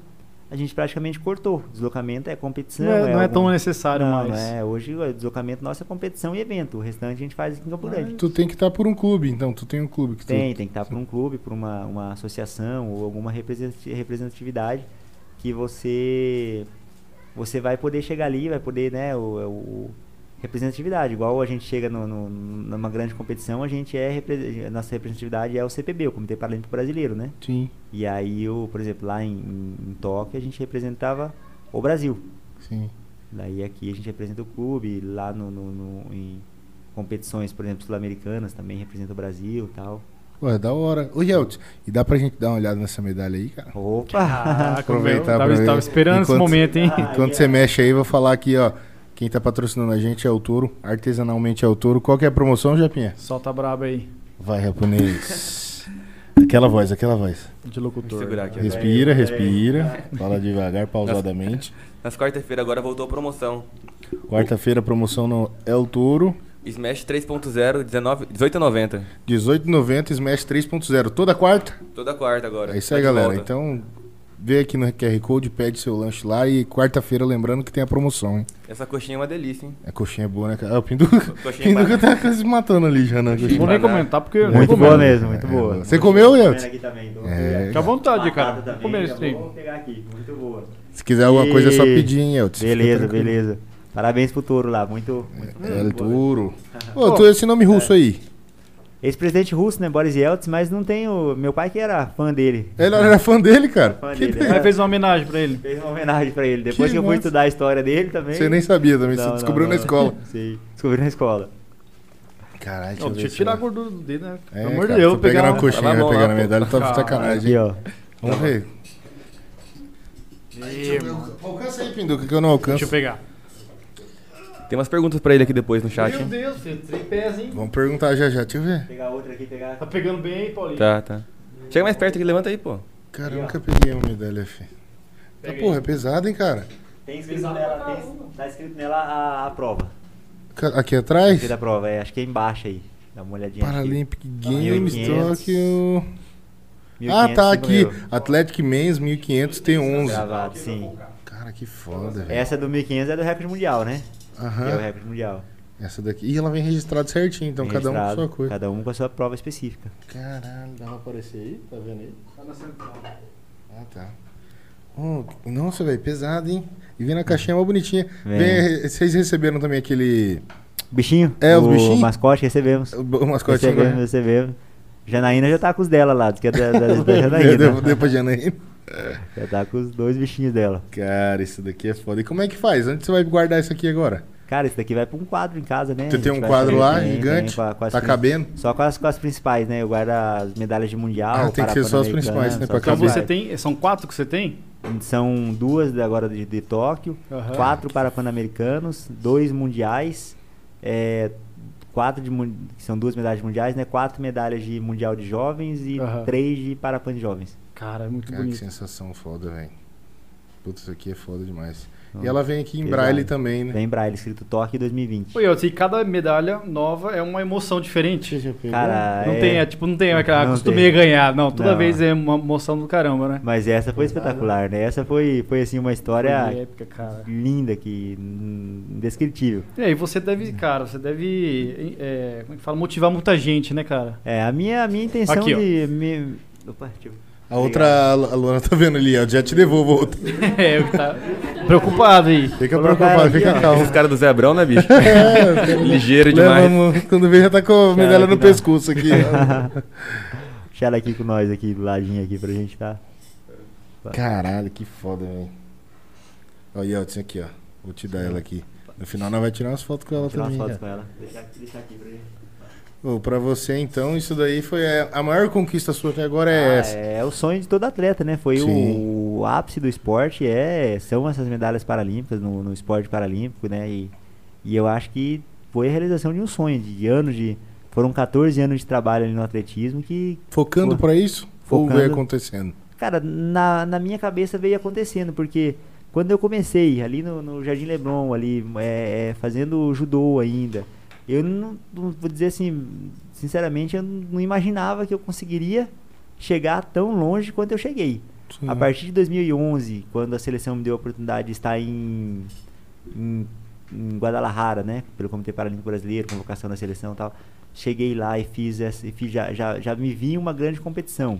C: a gente praticamente cortou. Deslocamento é competição,
A: Não é, não é
C: algum-
A: tão necessário
C: não,
A: mais.
C: não é. Hoje o deslocamento nosso é competição e evento. O restante a gente faz aqui em
A: Ah,
C: Campo Grande.
B: tu tem que estar por um clube, então. Tu tem um clube que tu...
C: Tem, tem que estar por um clube, por uma, uma associação ou alguma representati- representatividade que você você vai poder chegar ali, vai poder, né, o, o, representatividade. Igual a gente chega no, no- numa grande competição, a gente é repre- a nossa representatividade é o CPB, o Comitê Paralímpico Brasileiro, né?
B: Sim,
C: E aí, eu, por exemplo, lá em, em Tóquio, a gente representava o Brasil.
B: sim.
C: Daí aqui a gente representa o clube, lá no, no- no- em competições, por exemplo, sul-americanas também representa o Brasil e tal.
B: Ué, da hora. Ô, Yeltsin, e dá pra gente dar uma olhada nessa medalha aí, cara?
A: Ah,
C: Opa!
B: Aproveitar
A: tava,
B: pra ver.
A: tava esperando esse
B: Ah, Enquanto-
A: momento, hein?
C: Ah,
B: Enquanto
C: é.
B: você mexe aí, vou falar aqui, ó. Quem tá patrocinando a gente é o Touro, artesanalmente é o Touro. Qual que é a promoção, Japinha?
A: Solta a braba aí,
B: Vai, japonês. aquela voz, aquela voz.
A: de
D: Deixa
A: locutor.
D: eu segurar aqui.
B: Respira,
C: Peraí,
B: respira. Fala devagar, pausadamente.
D: Nas quarta-feira agora voltou a promoção.
B: Quarta-feira, promoção no El Touro.
D: Smash 3.0, 19 18,90.
B: 18,90, Smash 3.0. Toda quarta?
D: Toda quarta agora.
B: É isso
D: Tá
B: aí,
D: de
B: galera.
D: volta.
B: Então, vê aqui no QR Code, pede seu lanche lá. E quarta-feira, lembrando que tem a promoção, hein?
D: Essa coxinha é uma delícia, hein?
B: A coxinha é boa, né, cara? Ah, o Pinduca,
D: Coxinha
B: Pinduca
D: empanada.
B: tá se matando ali já na
A: Não
B: coxinha.
A: vou nem
D: Banana.
A: comentar porque eu não
C: Muito
A: como.
C: boa mesmo, muito
B: É,
C: boa.
B: boa. Você comeu,
C: Comendo
B: Yeltsin?
C: aqui também, tô-
B: É.
A: Fica à vontade, cara.
C: Batata também,
A: Comendo esse
C: já
A: trem.
C: Vou pegar aqui, muito boa.
B: Se quiser alguma
C: E-
B: coisa, é só pedir, hein, Elton.
C: Beleza, beleza. Parabéns pro Toro lá, muito. muito
B: É
C: muito boa.
B: duro. Ô, tu é esse nome russo aí.
C: Ex-presidente russo, né? Boris Yeltsin, mas não tem o. Meu pai que era fã dele.
B: Ele é era fã dele, cara.
C: Fã
B: Que
C: dele,
B: ideia.
A: Aí fez uma homenagem pra ele.
C: Fez uma homenagem pra ele. Depois que, eu fui
B: massa.
C: estudar a história dele também.
B: Você nem sabia também, você
C: Não,
B: descobriu
C: não,
B: na
C: não.
B: escola.
C: Sim, descobri na escola.
B: Caralho,
A: Não, deixa eu
B: se-
A: tirar a gordura do dedo, né?
B: É,
A: Pelo amor de
B: cara,
A: Deus,
B: tô pegando
A: pegar um
B: uma coxinha,
D: Tá
B: vai
D: bom,
B: pegar
D: lá,
B: na
D: pô.
B: medalha, tá de
A: Caralho.
B: sacanagem.
C: Aqui,
B: hein?
C: ó.
B: Vamos ver. Alcança aí, Pinduca, que eu não
A: Deixa
B: alcanço.
A: eu pegar.
D: Tem umas perguntas pra ele aqui depois no chat, hein?
A: Deus, filho, três pés, hein?
B: Vamos perguntar já já, deixa eu ver.
C: Pegar outra aqui, pegar.
A: Tá pegando bem, hein, Paulinho?
D: Tá, tá. Chega mais perto aqui, levanta aí, pô.
B: Cara, eu nunca peguei uma medalha, filho. Tá,
A: Peguei.
B: porra, é pesado, hein, cara?
C: Tem escrito nela, tem, tá escrito nela a, a prova.
B: Ca- Aqui atrás,
C: Aqui da prova, é, acho que é embaixo aí. Dá uma olhadinha. aqui.
B: Paralympic Games,
C: 1500.
B: Tóquio...
C: 1500,
B: Ah, tá
C: cinco
B: aqui.
C: mil.
B: Athletic Men's 1500 tem 11.
C: Gravado, sim.
B: Cara, que foda, velho.
C: Essa do 1500 é do recorde mundial, né? É o
B: Aham.
C: recorde mundial.
B: Essa daqui. E ela vem registrada certinho, então cada um com a
C: Registrado,
B: sua coisa.
C: Cada um com a sua prova específica.
B: Caralho, dá pra aparecer aí? Tá vendo aí? Ah, tá. Ô, nossa, velho, pesado, hein? E vem na caixinha mó bonitinha.
C: Vem.
B: Vem, vocês receberam também aquele.
C: Bichinho?
B: É, os
C: o
B: bichinho?
C: mascote recebemos.
B: O o mascotinho.
C: Recebemos,
B: né?
C: recebemos. Janaína já tá com os dela lá, diz que é da, da, da
B: Deu- deu-
C: Janaína.
B: deu pra Janaína.
C: Já tá com os dois bichinhos dela.
B: Cara, isso daqui é foda. E como é que faz? Onde você vai guardar isso aqui agora?
C: Cara, isso daqui vai pra um quadro em casa, né?
B: Você
C: A gente
B: tem um
C: vai
B: quadro
C: fazer-
B: lá,
C: tem, tem,
B: gigante?
C: com a- com as
B: Tá
C: prin-
B: cabendo?
C: Só com as, com as principais, né? Eu guardo as medalhas de mundial.
B: Ah, tem que ser só as
C: Pan-Americano,
B: principais, né,
C: só
B: pra
C: as
A: Então
B: acabar.
A: você
C: principais.
A: tem. São quatro que você tem?
C: São duas da- agora de, de Tóquio,
A: Aham.
C: quatro para Pan-Americanos, dois mundiais, é, quatro de mun- que são duas medalhas mundiais, né? Quatro medalhas de mundial de jovens e
A: Aham.
C: três de para Pan de jovens.
A: Cara, é muito
B: Cara, que
A: bonito.
B: sensação foda, velho. Putz, isso aqui é foda demais.
C: Não.
B: E ela vem aqui em
C: Pesado.
B: braille também, né?
C: Vem Braille, escrito Tóquio 2020.
A: Oi, Elton, e cada medalha nova é uma emoção diferente.
C: Cara,
A: né, Não
C: é-
A: tem, é tipo, não tem aquela
C: Não
A: acostumei a
C: tem.
A: ganhar. Não, toda
C: Não.
A: vez é uma emoção do caramba, né?
C: Mas essa foi espetacular, né? Essa foi, foi assim, uma história
A: Foi épica, cara.
C: linda que hum, indescritível.
A: E aí, você deve, cara, você deve, é, como é que fala, motivar muita gente, né, cara?
C: É, a minha, a minha intenção
A: Aqui, ó.
C: de. Me... Opa, deixa eu-
B: A outra, a Lu- a Luana tá vendo ali, ó. Já te devolvo outra.
A: é, eu tá preocupado aí.
B: Fica
C: Colocar
B: preocupado,
C: ela
B: fica
C: aqui,
B: calmo. É,
D: Os caras do Zé Abrão, né, bicho? Ligeiro
B: Leva,
D: demais.
B: amor. Quando vê, já tá com a medalha no
C: que dá.
B: pescoço aqui.
C: Deixa ela aqui com nós, aqui do ladinho, aqui pra gente tá.
B: Caralho, que foda, velho. Ó, Yeltsin aqui, ó. Vou te dar ela aqui. No final, nós vai tirar umas fotos com ela
C: Vou tirar umas
B: também.
C: fotos
B: Cara.
C: com ela. Deixar, deixar aqui pra gente.
B: Ô, pra você, então, isso daí foi a, a maior conquista sua até agora é
C: Ah,
B: essa.
C: é o sonho de todo atleta, né? Foi
B: Sim.
C: o, o ápice do esporte, é, são essas medalhas paralímpicas no, no esporte paralímpico, né? E, e eu acho que foi a realização de um sonho, de anos de. Foram 14 anos de trabalho ali no atletismo que,
B: Focando
C: Fo-
B: pra isso? Ou
C: focando.
B: veio acontecendo?
C: Cara, na, na minha cabeça veio acontecendo, porque quando eu comecei ali no, no Jardim Lebron, ali, é, é, fazendo judô ainda, eu não, não vou dizer assim, sinceramente, eu não imaginava que eu conseguiria chegar tão longe quanto eu cheguei.
B: é.
C: A partir de 2011, quando a seleção me deu a oportunidade de estar em, em, em Guadalajara, né? Pelo Comitê Paralímpico Brasileiro, convocação da seleção e tal. Cheguei lá e fiz, essa, e fiz já, já, já me vi em uma grande competição.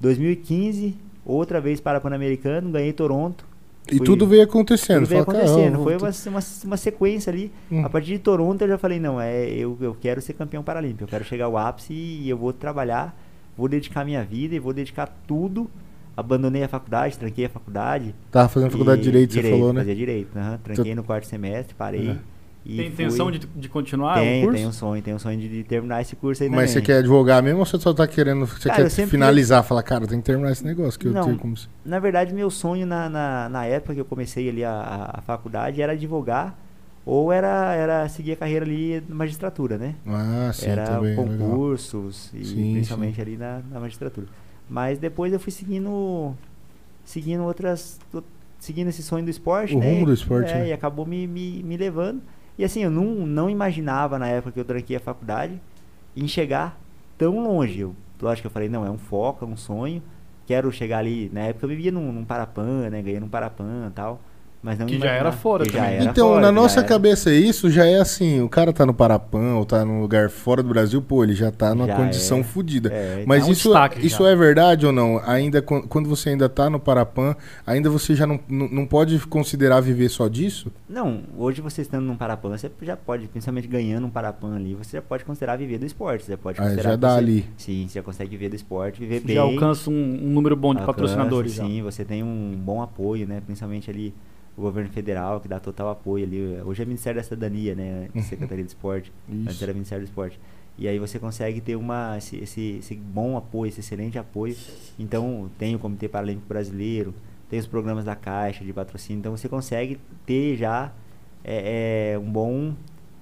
C: 2015, outra vez para Pan-Americano, ganhei Toronto.
B: E
C: Foi-
B: tudo veio acontecendo. é,
C: Tudo veio
B: Fala,
C: acontecendo.
B: "Caramba,
C: Foi
B: tu-
C: uma, uma- uma sequência ali.
B: Hum.
C: A partir de Toronto eu já falei, não, é, eu, eu quero ser campeão paralímpico, eu quero chegar ao ápice e eu vou trabalhar, vou dedicar minha vida e vou dedicar tudo. Abandonei a faculdade, tranquei a faculdade.
B: Tava fazendo faculdade
C: e-
B: de direito, você falou, né? É.
C: Fazia direito, aham, tranquei no quarto semestre, parei.
B: Aham.
C: e
A: Tem
C: fui-
A: intenção de, de continuar
C: tem,
A: o curso?
C: tem um sonho, tem um sonho de, de terminar esse curso aí né,
B: Mas você
C: também.
B: quer advogar mesmo ou você só tá querendo. Você
C: Cara,
B: quer
C: eu sempre-
B: finalizar? Falar, cara, tem que terminar esse negócio que eu
C: Não.
B: tenho como. se-"
C: Na verdade, meu sonho na, na, na época que eu comecei ali a- a, a faculdade era advogar ou era, era seguir a carreira ali na magistratura, né?
B: Ah, sim,
C: era
B: também. Legal.
C: concursos e
B: Sim,
C: principalmente ali na, na magistratura. Mas depois eu fui seguindo seguindo outras o- seguindo esse sonho do esporte,
B: O
C: né?
B: rumo do esporte,
C: É,
B: né?
C: e acabou me, me, me levando. E assim, eu não, não imaginava na época que eu tranquei a faculdade em chegar tão longe. Eu, lógico que eu falei, não, é um foco, é um sonho. Quero chegar ali, na época eu vivia num, num Parapan, né? Ganhei num Parapan e tal. Mas não
A: Que já era
C: imaginava-
A: fora
C: que já
A: também.
C: era
B: Então,
C: fora,
B: na
C: que já
B: nossa
C: era-
B: cabeça, isso já é assim: o cara tá no Parapã ou tá num lugar fora do Brasil, pô, ele já tá numa
C: Já
B: condição
C: é.
B: fodida.
C: É,
B: Mas
A: é um
B: isso,
A: destaque
B: isso
A: já.
B: é verdade ou não? Ainda quan- quando você ainda tá no Parapan, ainda você já não, não, não pode considerar viver só disso?
C: Não, hoje você estando num parapan, você já pode, principalmente ganhando um parapan ali, você já pode considerar viver do esporte. Você pode
B: Ah, já
C: considerar que
B: dá
C: você-
B: ali.
C: Sim, você já consegue viver do esporte, viver
A: Já
C: bem.
A: alcança um, um número bom de
C: alcança,
A: patrocinadores. já.
C: Sim, você tem um bom apoio, né? Principalmente ali o governo federal, que dá total apoio ali. Hoje é Ministério da Cidadania, né? Secretaria de Esporte. Antes
B: Isso.
C: era Ministério do Esporte. E aí você consegue ter uma, esse, esse, esse bom apoio, esse excelente apoio. Então, tem o Comitê Paralímpico Brasileiro, tem os programas da Caixa, de patrocínio. Então, você consegue ter já é, é, um, bom,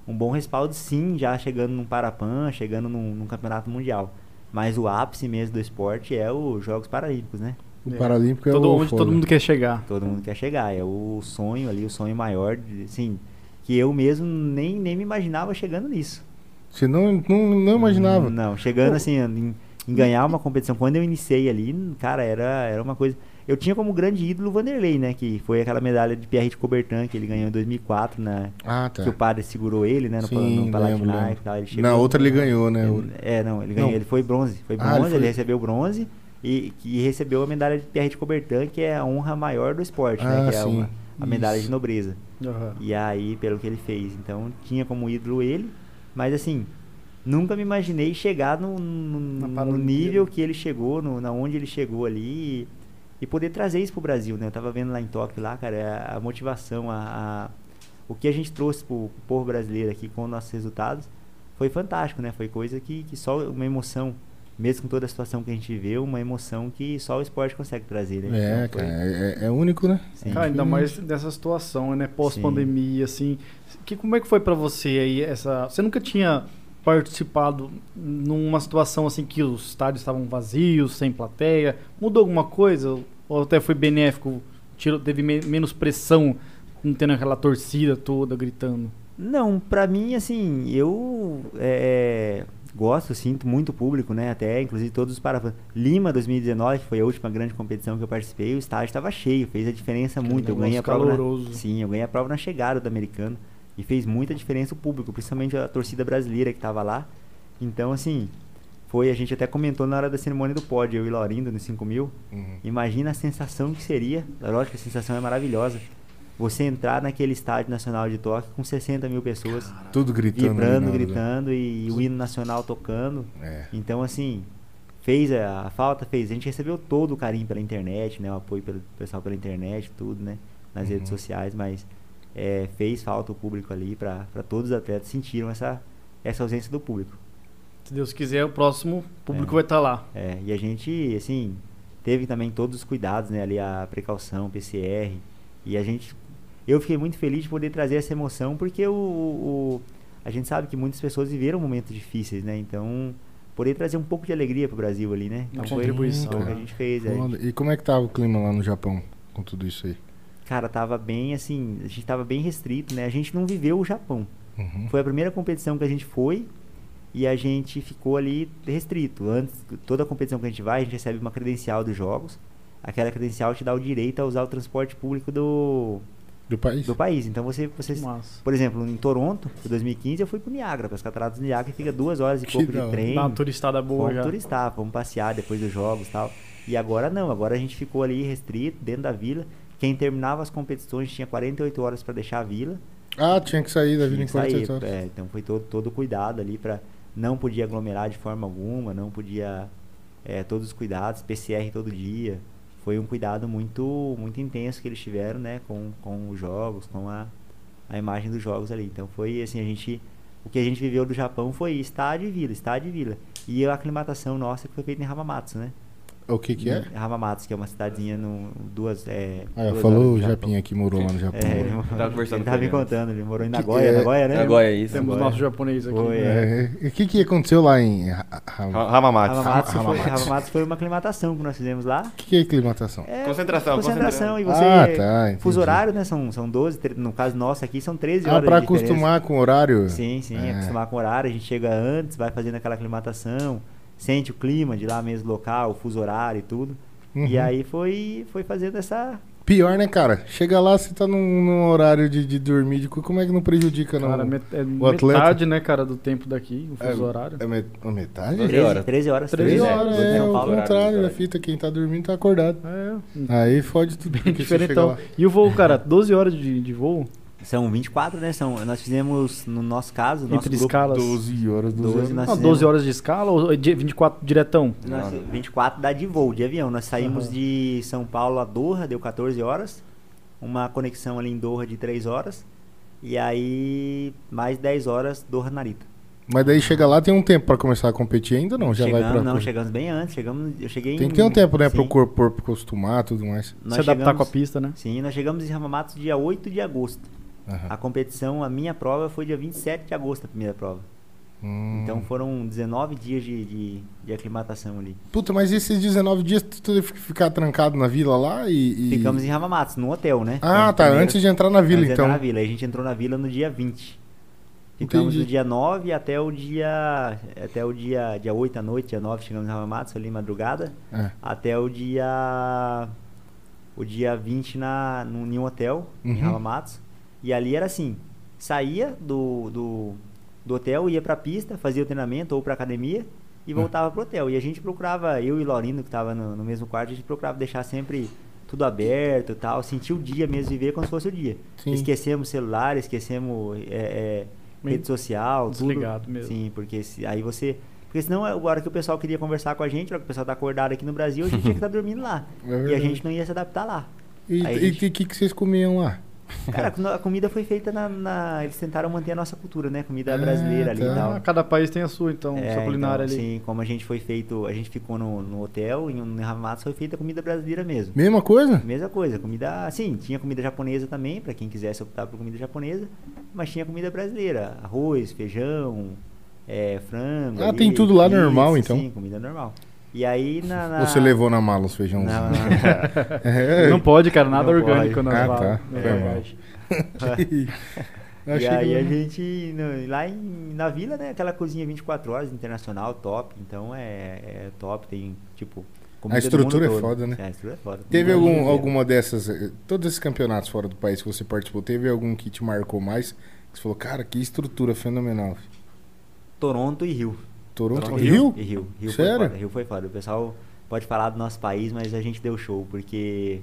C: um bom respaldo, sim, já chegando num Parapan, chegando num, num campeonato mundial. Mas o ápice mesmo do esporte é os Jogos Paralímpicos, né?
B: O
A: É. né?
B: Paralímpico é
A: Todo,
B: o
A: onde
B: foda.
A: todo mundo quer chegar.
C: Todo mundo quer chegar. É o sonho ali, o sonho maior, de- assim, que eu mesmo nem, nem me imaginava chegando nisso.
B: Você não, não, não imaginava.
C: Não, chegando assim, em, em ganhar uma competição. Quando eu iniciei ali, cara, era, era uma coisa. Eu tinha como grande ídolo o Vanderlei, né? Que foi aquela medalha de Pierre de Coubertin que ele ganhou em 2004, né?
B: Ah, tá.
C: Que o padre segurou ele, né? No,
B: Sim,
C: pa- no
B: lembro,
C: Palatinai e
B: lembro.
C: tal. Ele chegou,
B: Na outra ele ganhou, né? O-
C: É, não, ele ganhou.
B: Não.
C: Ele foi bronze. Foi
B: Ah, ele
C: bronze, ele,
B: foi-
C: recebeu bronze e, e recebeu a medalha de Pierre de Coubertin, que é a honra maior do esporte,
B: Ah,
C: né? Que é
B: sim.
C: uma- a medalha
B: Isso.
C: de nobreza. E aí, pelo que ele fez. Então, tinha como ídolo ele, mas assim, nunca me imaginei chegar no, no-
A: Na
C: no
A: Paralimpíada.
C: nível que ele chegou, no, na onde ele chegou ali e, e poder trazer isso pro Brasil, né? Eu tava vendo lá em Tóquio, lá, cara, é a, a motivação, a, a- o que a gente trouxe pro, pro povo brasileiro aqui com nossos resultados foi fantástico, né? Foi coisa que, que só uma emoção, mesmo com toda a situação que a gente viveu, uma emoção que só o esporte consegue trazer, né?
B: É,
C: Então, foi-
B: cara, é, é único, né?
C: Sim.
A: Cara, ainda mais nessa situação, né? Pós-pandemia, assim. Que, como é que foi pra você aí essa. Você nunca tinha participado numa situação assim que os estádios estavam vazios, sem plateia? Mudou alguma coisa? Ou até foi benéfico? Tiro, teve me- menos pressão, não tendo aquela torcida toda gritando?
C: Não, pra mim, assim, eu é, gosto, sinto muito o público, né? Até, inclusive, todos os parafãs. Lima 2019, que foi a última grande competição que eu participei, o estádio estava cheio, fez a diferença muito. Eu
A: negócio
C: ganhei a prova. na-
A: caloroso.
C: Sim, eu ganhei a prova na chegada do americano. E fez muita diferença o público, principalmente a torcida brasileira que estava lá. Então, assim, foi, a gente até comentou na hora da cerimônia do pódio, eu e Laurindo, nos 5 mil. Imagina a sensação que seria. Lógico que a sensação é maravilhosa. Você entrar naquele estádio nacional de Tóquio com 60 mil pessoas
B: Tudo gritando.
C: vibrando,
B: né?
C: gritando e, o hino nacional tocando.
B: É.
C: Então, assim, fez a, a falta, fez. A gente recebeu todo o carinho pela internet, né? O apoio pelo pessoal pela internet, tudo, né? Nas redes
B: Uhum.
C: sociais, mas é, fez falta o público ali para todos os atletas sentiram essa, essa ausência do público.
A: Se Deus quiser, o próximo público
C: É.
A: vai estar lá.
C: É, e a gente, assim, teve também todos os cuidados, né? Ali a precaução, PCR. E a gente. Eu fiquei muito feliz de poder trazer essa emoção, porque o, o- a gente sabe que muitas pessoas viveram momentos difíceis, né? Então, poder trazer um pouco de alegria pro Brasil ali, né? Então,
A: Uma
C: foi
A: contribuição,
C: o que
A: né?
C: a gente fez. é.
B: Foda. E como é que tava o clima lá no Japão com tudo isso aí?
C: Cara, tava bem, assim, a gente tava bem restrito, né? A gente não viveu o Japão.
B: Uhum.
C: Foi a primeira competição que a gente foi e a gente ficou ali restrito. Antes, toda competição que a gente vai, a gente recebe uma credencial dos jogos. Aquela credencial te dá o direito a usar o transporte público do,
B: Do país?
C: do país. Então você, você
A: Mas,
C: por exemplo, em Toronto, em 2015, eu fui pro Niagara, para as cataratas do Niagara, que fica duas horas e
B: Que
C: pouco
B: da hora.
C: de trem.
A: dá uma turistada boa
C: Vamos
A: já.
C: turistar, vamos passear depois dos jogos e tal. E agora não, agora a gente ficou ali restrito, dentro da vila. Quem terminava as competições tinha 48 horas para deixar a vila.
B: Ah, tinha que sair da vida
C: Tinha
B: em
C: que sair,
B: 48 horas.
C: é, então foi todo, todo cuidado ali para não podia aglomerar de forma alguma, não podia é, todos os cuidados, PCR todo dia. Foi um cuidado muito muito intenso que eles tiveram, né, com, com os jogos, com a, a imagem dos jogos ali. Então foi assim a gente o que a gente viveu do Japão foi estádio e vila, estádio e vila. E a aclimatação nossa que foi feita em Hamamatsu, né?
B: O que que é?
C: Hamamatsu, que é uma cidadezinha no duas é
B: Ah, eu
C: duas
B: falou
C: horas do
B: o
C: Japão.
B: Japinha que morou lá no Japão.
C: É, ele,
D: Tava conversando
C: ele
D: com
C: tava me
D: ele antes.
C: contando, ele morou em
B: Que-
C: Nagoya,
B: é-
C: Nagoya, né?
D: Agora é isso.
A: Temos
C: Agora.
A: nosso japonês aqui. né?
C: Foi, é.
B: É, e O que que aconteceu lá em... Ha- Ha- Ha-
D: Ramamatsu.
C: Hamamatsu foi,
B: Hamamatsu.
C: Hamamatsu foi uma aclimatação que nós fizemos lá.
B: O que que é aclimatação?
C: É,
D: Concentração,
C: Concentração.
D: concentração.
C: E você.
B: Ah, tá, entendi.
C: Fuso horário, né? São, são 12, tre- no caso nosso aqui, são 13
B: Ah,
C: horas.
B: pra
C: de diferença.
B: acostumar com o horário?
C: Sim, sim,
B: É.
C: acostumar com o horário. A gente chega antes, vai fazendo aquela aclimatação, sente o clima de lá mesmo, local, o fuso horário e tudo.
B: Uhum.
C: E aí foi, foi fazendo essa.
B: Pior, né, cara? Chega lá, você tá num, num horário de, de dormir, de co- como é que não prejudica, não?
A: Cara, met- é
B: O atleta-
A: metade, né, cara, do tempo daqui, o fuso
B: É,
A: horário.
B: É met- oh, metade?
D: Doze
C: 13
D: horas.
C: 13 horas. né?
A: 13
B: Três
D: é,
B: horas,
D: doze
B: é,
D: é
B: o
D: o horário,
B: contrário
D: horário.
B: da fita. Quem tá dormindo tá acordado.
A: É,
B: Aí fode tudo.
A: bem
B: porque você chega
A: diferentão.
B: lá.
A: E o voo, cara, 12 horas de, de voo,
C: São 24, né? São, nós fizemos, no nosso caso, nosso
A: entre
C: grupo,
A: escalas.
B: 12 horas, 12
C: 12
B: horas.
C: nós
A: Ah, 12 horas de escala ou de- 24 diretão?
C: Nós, 24 dá de voo, de avião. Nós saímos
A: Aham.
C: de São Paulo a Doha, deu 14 horas. Uma conexão ali em Doha de 3 horas. E aí, mais 10 horas, Doha-Narita.
B: Mas daí chega lá, tem um tempo pra começar a competir ainda ou não? Já vai pra...
C: Chegamos, não,
B: coisa?
C: chegamos bem antes. Chegamos, eu cheguei
B: Tem
C: em-
B: que ter um tempo, né, pro
C: sim.
B: corpo, corpo acostumar e tudo mais.
C: Nós
A: se adaptar
C: chegamos-
A: com a pista, né?
C: Sim, nós chegamos em Hamamatsu dia 8 de agosto.
B: Aham.
C: A competição, a minha prova foi dia 27 de agosto, a primeira prova.
B: Hum.
C: Então foram 19 dias de, de, de aclimatação ali.
B: Puta, mas esses 19 dias tu teve que ficar trancado na vila lá e. e-
C: Ficamos em Hamamatsu, num hotel, né?
B: Ah, tá.
C: Então, primeiro-
B: Antes de entrar na vila,
C: Antes de
B: então.
C: entrar na vila. Aí A gente entrou na vila no dia 20. Ficamos
B: Entendi.
C: do dia 9 até o dia. Até o dia, dia 8 à noite, dia 9, chegamos em Hamamatsu ali madrugada.
B: É.
C: Até o dia. O dia 20 na, num, em um hotel, em
B: Uhum.
C: Hamamatsu. E ali era assim: saía do, do, do hotel, ia pra pista, fazia o treinamento ou pra academia
B: Hum.
C: e voltava pro hotel. E a gente procurava, eu e Laurindo, que tava no, no mesmo quarto, a gente procurava deixar sempre tudo aberto e tal, sentir o dia mesmo, viver como se fosse o dia.
B: Sim.
C: Esquecemos celular, esquecemos é, é,
A: Bem
C: rede social, tudo.
A: desligado mesmo.
C: Sim, assim, porque se- aí você. Porque senão, a hora que o pessoal queria conversar com a gente, a hora que o pessoal tá acordado aqui no Brasil, a gente tinha que estar dormindo lá.
B: É
C: e a
B: verdade.
C: gente não ia se adaptar lá.
B: E
C: Aí a
B: e-
C: gente-
B: e o que, que vocês comiam lá?
C: Cara, a comida foi feita na, na- Eles tentaram manter a nossa cultura, né? Comida
B: Ah,
C: brasileira ali
B: tá.
C: e tal.
A: Ah, cada país tem a sua, É, então,
C: É,
A: sua culinária
C: então,
A: ali.
C: Sim, como a gente foi feito, a gente ficou no, no hotel, em um Hamamatsu foi feita comida brasileira mesmo.
B: Mesma coisa?
C: Mesma coisa, comida. Sim, tinha comida japonesa também, pra quem quisesse optar por comida japonesa, mas tinha comida brasileira: arroz, feijão, é, frango.
B: Ah, tem tudo lá normal, então.
C: Sim, comida normal. E aí na. na-
B: Ou Você levou na mala os
C: na-
B: feijãozinhos?
C: na-
B: É.
A: Não pode, cara, nada
C: Não
A: orgânico
C: pode.
A: nas
B: Ah,
A: valas,
B: tá.
A: nas
B: É.
A: lavagens.
B: Eu
C: e
B: achei
C: aí
B: que-
C: a gente. no- lá em- na vila, né? Aquela cozinha 24 horas internacional, top. Então é, é top, tem tipo. comida do
B: estrutura
C: mundo
B: é
C: todo.
B: foda, né?
C: É, a estrutura é foda.
B: Teve
C: Comida do mundo
B: algum,
C: inteiro.
B: alguma dessas, eh, todos esses campeonatos fora do país que você participou, teve algum que te marcou mais? Que você falou, cara, que estrutura fenomenal.
C: Toronto e Rio.
B: Toronto,
C: Toronto e
B: Rio?
C: E Rio. Rio
B: Sério?
C: Foi foda. Rio foi foda. O pessoal pode falar do nosso país, mas a gente deu show, porque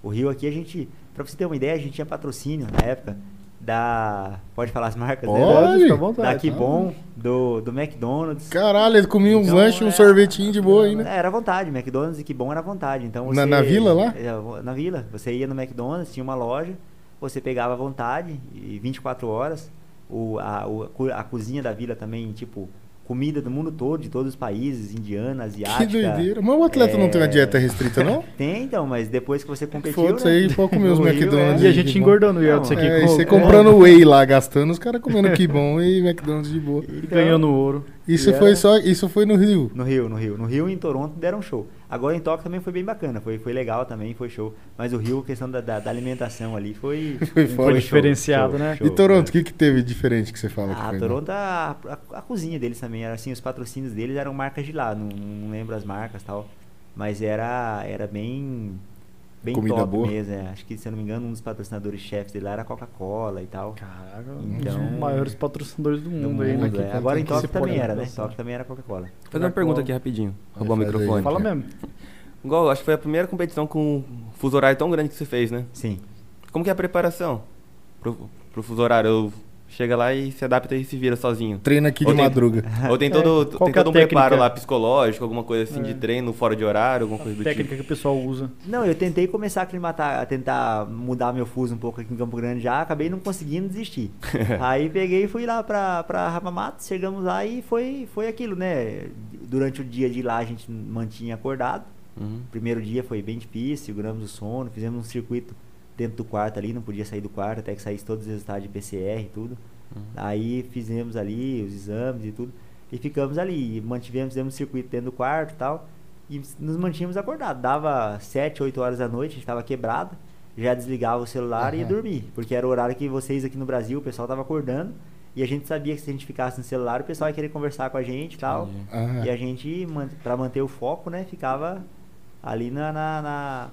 C: o Rio aqui a gente. Pra você ter uma ideia, a gente tinha patrocínio na época da. Pode falar as marcas, né?
B: Pode,
A: Pode,
B: fica
A: fica
B: à
A: à
C: Da
A: vontade.
C: Que Bom, do, do McDonald's.
B: Caralho, ele comia uns
C: Então,
B: lanches, um
C: é,
B: sorvetinho de boa aí, né?
C: Era à vontade, McDonald's e que bom era à vontade. Então
B: Na-
C: você-
B: na vila lá?
C: É, Na vila. Você ia no McDonald's, tinha uma loja, você pegava à vontade, e 24 horas. O, a, o- a co- a cozinha da vila também, tipo, comida do mundo todo, de todos os países, indiana, asiática.
B: Que doideira. Mas o atleta não tem uma
C: É,
B: dieta restrita, não?
C: Tem, então, mas depois que você competiu.
B: Foda-se
C: né?
B: aí, pode comer os
C: No Rio,
B: McDonald's.
A: E
C: é.
A: a gente
B: Que bom.
A: engordando o Yeltsin aqui.
B: É, e
A: com-
B: você comprando whey lá, gastando, os caras comendo que bom e McDonald's de boa.
A: e Então, ganhando ouro.
B: Isso
C: E é.
B: foi
C: era-
B: só, isso foi no Rio.
C: No Rio, no Rio. No Rio e em Toronto deram show. Agora em Tóquio também foi bem bacana, foi, foi legal também, foi show. Mas o Rio, a questão da, da- da alimentação ali foi.
B: Foi foda.
C: show,
A: Diferenciado,
C: show,
A: né?
C: show,
B: e Toronto, o
C: é.
B: que, que teve diferente que você fala que
C: Ah,
B: foi? né?
C: Toronto, a, a- a cozinha deles também era assim, os patrocínios deles eram marcas de lá, não, não lembro as marcas e tal, mas era era bem bem
B: Comida
C: top
B: boa.
C: mesmo, é. acho que se eu não me engano um dos patrocinadores chefes dele lá era a Coca-Cola e tal.
A: Caraca,
C: Então-
A: um dos maiores patrocinadores do
C: Do
A: mundo,
C: mundo,
A: aí, né?
B: que
C: é.
B: tem-
C: Agora
B: tem
C: em
B: que se
C: Tóquio também
B: pôr
C: era, né?
A: nessa.
C: Tóquio também era Coca-Cola.
D: Fazer uma pergunta aqui rapidinho. Roubar o
B: Vai, faz aí.
D: microfone.
A: Fala mesmo.
D: Igual, acho que foi a primeira competição com um fuso horário tão grande que você fez, né?
C: Sim.
D: Como que é a preparação pro, pro fuso horário? Ou Chega lá e se adapta e se vira sozinho.
B: Treina aqui de
D: Ou tem-
B: madruga.
D: Ou tem
A: É,
D: todo,
A: qual
D: tem
A: que é a
D: todo um
A: técnica?
D: preparo lá psicológico, alguma coisa assim
A: É.
D: de treino fora de horário, alguma coisa do tipo?
A: técnica que o pessoal usa.
C: Não, eu tentei começar a aclimatar, a tentar mudar meu fuso um pouco aqui em Campo Grande já, acabei não conseguindo desistir. Aí peguei e fui lá pra, pra Ramamato, chegamos lá e foi, foi aquilo, né? Durante o dia de lá a gente mantinha acordado.
D: tipo. Uhum.
C: O primeiro dia foi bem difícil, seguramos o sono, fizemos um circuito dentro do quarto ali, não podia sair do quarto até que saísse todos os resultados de PCR e tudo. Aí fizemos ali os exames e tudo e ficamos ali, e mantivemos, fizemos um circuito dentro do quarto e tal e nos mantínhamos acordados. Dava 7, 8 horas da noite, a gente estava quebrado, já desligava o celular e ia
B: Aham.
C: dormir, porque era o horário que vocês aqui no Brasil, o pessoal tava acordando e a gente sabia que se a gente ficasse no celular, o pessoal ia querer conversar com a gente e tal.
D: Entendi.
B: Ah,
A: É.
C: E a gente, para manter o foco, né, ficava ali na. na- na-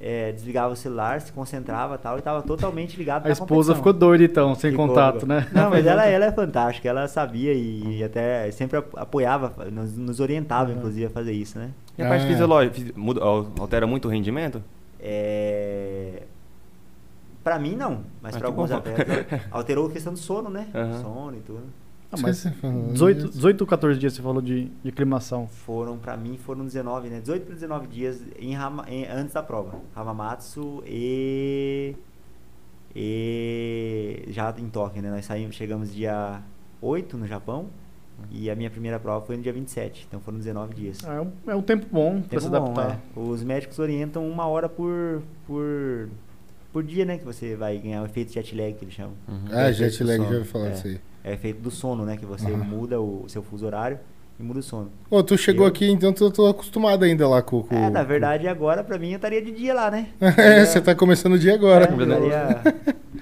C: é, desligava o celular, se concentrava e tal, e tava totalmente
A: A
C: ligado Tá na
A: esposa
C: competição.
A: ficou doida então, sem
C: Ficou.
A: contato, né?
C: Não, mas ela, ela é fantástica, ela sabia e, e até sempre ap- apoiava, nos, nos orientava,
A: Uhum.
C: inclusive, a fazer isso, né?
D: E a parte
B: Ah.
D: fisiológica fisi- muda- al- altera muito o rendimento?
C: É... Pra mim, não, mas pra
D: Ah, que
C: alguns
D: bom.
C: atletas alterou a questão do sono, né?
D: Aham.
C: Sono e tudo.
A: Não, mas
B: Esqueci de falar.
A: 18, 18 14 dias você falou de, de aclimação.
C: Foram, pra mim, foram 19, né? 18 para 19 dias em Rama- em- antes da prova. Hamamatsu e. E. Já em Tóquio, né? Nós saímos, chegamos dia 8 no Japão. E a minha primeira prova foi no dia 27. Então foram 19 dias.
A: Ah, É um, é um tempo bom pra
C: Tempo
A: se
C: bom,
A: adaptar.
C: é. Os médicos orientam uma hora por, por, por dia, né? Que você vai ganhar o efeito jet lag, que eles chamam.
B: ah jet lag,
C: Sono.
B: já ouvi falar
C: É.
B: disso aí.
C: É o efeito do sono, né? Que você
B: Aham.
C: muda o seu fuso horário e muda o sono.
B: Ô, tu chegou
C: Eu-
B: aqui, então tu tô acostumado ainda lá com... com
C: É, na verdade, agora pra mim eu estaria de dia lá, né?
B: é, você tá começando o dia agora.
C: É, eu estaria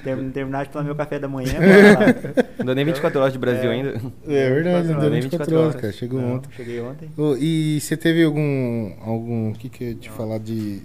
C: ter- terminar de tomar meu café da manhã. agora lá.
D: Não deu nem 24 horas de Brasil
C: É.
D: ainda.
B: É verdade, não deu
D: Nem
B: 24 horas, cara. Chegou
C: Não,
B: ontem.
C: Cheguei ontem.
B: Ô, e você teve algum. algum. O que, que eu ia te falar de.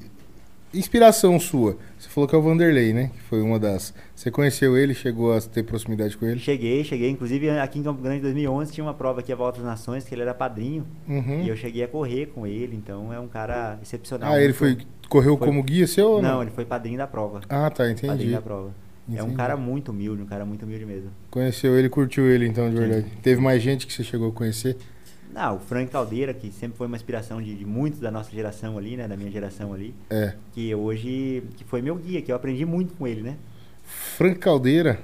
B: Inspiração sua. Você falou que é o Vanderlei, né? Que foi uma das. Você conheceu ele, chegou a ter proximidade com ele?
C: Cheguei, cheguei. Inclusive, aqui em Campo Grande, em 2011, tinha uma prova aqui, a Volta das Nações, que ele era padrinho.
B: Uhum.
C: E eu cheguei a correr com ele, então é um cara excepcional.
B: ah, ele
C: Muito-
B: foi. Correu
C: foi-
B: como guia seu ou não?
C: Não, ele foi padrinho da prova.
B: Ah, tá, entendi.
C: Padrinho da prova. É um
B: Entendi.
C: cara muito humilde, um cara muito humilde mesmo.
B: Conheceu ele, curtiu ele, então, de
C: Sim.
B: verdade. Teve mais gente que você chegou a conhecer?
C: Ah, o Frank Caldeira, que sempre foi uma inspiração de, de muitos da nossa geração ali, né? Da minha geração ali.
B: É.
C: Que hoje, que foi meu guia, que eu aprendi muito com ele, né?
B: Frank Caldeira.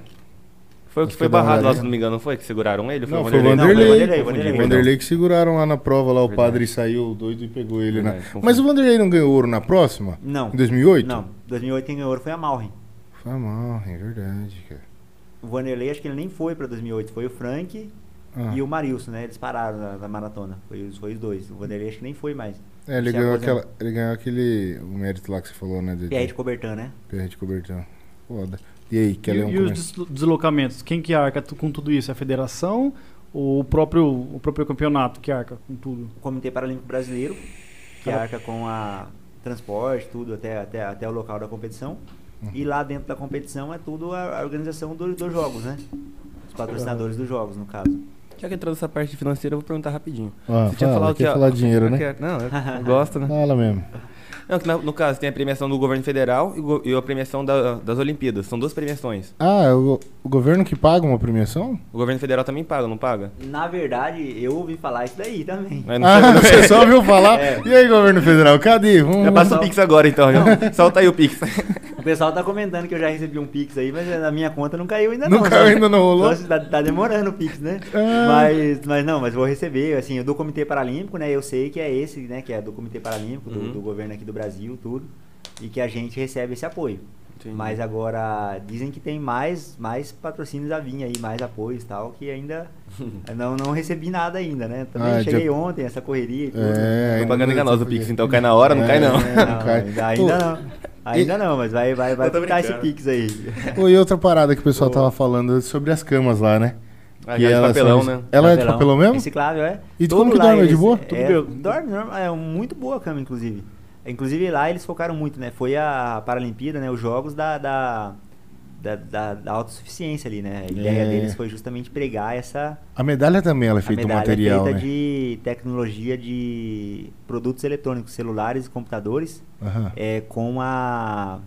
D: Foi o que
B: Acho
D: foi
B: que dá uma
D: barrado lá,
B: olhada.
D: se não me engano, não foi? Que seguraram ele?
B: Não, foi o
C: Vanderlei. Não, foi o Vanderlei,
D: Confundi,
C: Vanderlei.
D: perdão.
B: Vanderlei que seguraram lá na prova, lá o
D: Verdade.
B: padre saiu doido e pegou ele, né?
D: Verdade, confundi.
B: Mas o Vanderlei não ganhou ouro na próxima?
C: Não.
B: Em 2008?
C: Não, 2008 quem ganhou ouro foi a Malrin.
B: Foi mal, é verdade, cara.
C: O Vanderlei acho que ele nem foi pra 2008, foi o Frank
B: Ah,
C: e o Marilson, né? Eles pararam na, na maratona, foi, os- foi os dois. O Vanderlei acho que nem foi mais.
B: é, ele,
C: se
B: ganhou
C: aposentou.
B: aquela, ele ganhou aquele o mérito lá que você falou, né? De,
C: Pierre de
B: de,
C: Coubertin, né?
B: PR de cobertão. Foda. E aí, quer
A: e
C: é
B: ler um
A: e os
B: comentário?
A: deslo- deslocamentos? Quem que arca tu- com tudo isso? É a federação ou o próprio, o próprio campeonato que arca com tudo?
C: o Comitê Paralímpico Brasileiro, que
B: Ah.
A: Cara.
C: arca com a transporte, tudo até, até, até o local da competição.
B: Uhum.
C: E lá dentro da competição é tudo a, a organização do- dos jogos, né? Os patrocinadores dos jogos, no caso.
D: Já que entrou nessa parte financeira, eu vou perguntar rapidinho.
B: Ah, fala, quer
D: ó,
B: falar de dinheiro,
D: eu
B: né?
D: quero- Não, eu gosto, né?
B: Fala mesmo.
D: Não, que na- no caso, tem a premiação do governo federal e, go- e a premiação da- das Olimpíadas. São duas premiações.
B: Ah, é o, o governo que paga uma premiação?
D: O governo federal também paga, não paga?
C: Na verdade, eu ouvi falar isso daí também.
D: Mas não
B: Ah,
D: sei- É
B: você só ouviu falar?
C: É.
B: E aí, governo federal, cadê? Vamos,
D: Já passa o Pix agora, então. Já. Solta aí o Pix. é
C: O pessoal tá comentando que eu já recebi um Pix aí, mas na minha conta não caiu ainda
B: Não
C: não.
B: caiu
C: né?
B: ainda, não rolou?
C: Então, tá, tá demorando o Pix, né?
B: Ah.
C: Mas, mas não, mas vou receber, assim, eu do Comitê Paralímpico, né? Eu sei que é esse, né? Que é do Comitê Paralímpico, do,
D: Uhum.
C: do governo aqui do Brasil, tudo. E que a gente recebe esse apoio.
D: Entendi.
C: Mas agora, dizem que tem mais, mais patrocínios a vir aí, mais apoios e tal, que ainda não, não recebi nada ainda, né? Também
B: Ah,
C: cheguei
B: já-
C: ontem, essa correria e tudo.
B: É, ainda
D: Propaganda
B: não-
D: enganosa o Pix, então cai na hora, não cai não.
B: É,
C: Não,
B: não cai.
C: ainda, ainda
B: Ô,
C: não. Ainda não, mas vai, vai, vai
D: Eu tô
C: ficar esse
D: brincando.
C: Pix aí.
B: Pô, e outra parada que o pessoal tava falando sobre as camas lá, né?
D: Ah,
B: Que
D: já de
B: elas
D: papelão,
B: são-
D: né?
B: Ela é de papelão mesmo?
C: Reciclável, é.
B: E tu
C: Todo
B: como que
C: lá
B: dorme? É de
C: eles-
B: boa?
C: É,
A: Tudo bem.
C: dorme, normal, é muito boa a cama, inclusive. Inclusive lá eles focaram muito, né? Foi a Paralimpíada, né? Os jogos da, da, da, da, da autossuficiência ali, né? A ideia
B: É.
C: deles foi justamente pregar essa
B: A medalha também ela é
C: a
B: feita do
C: medalha
B: material,
C: feita
B: né?
C: de tecnologia de produtos eletrônicos, celulares e computadores,
B: Aham.
C: é, com a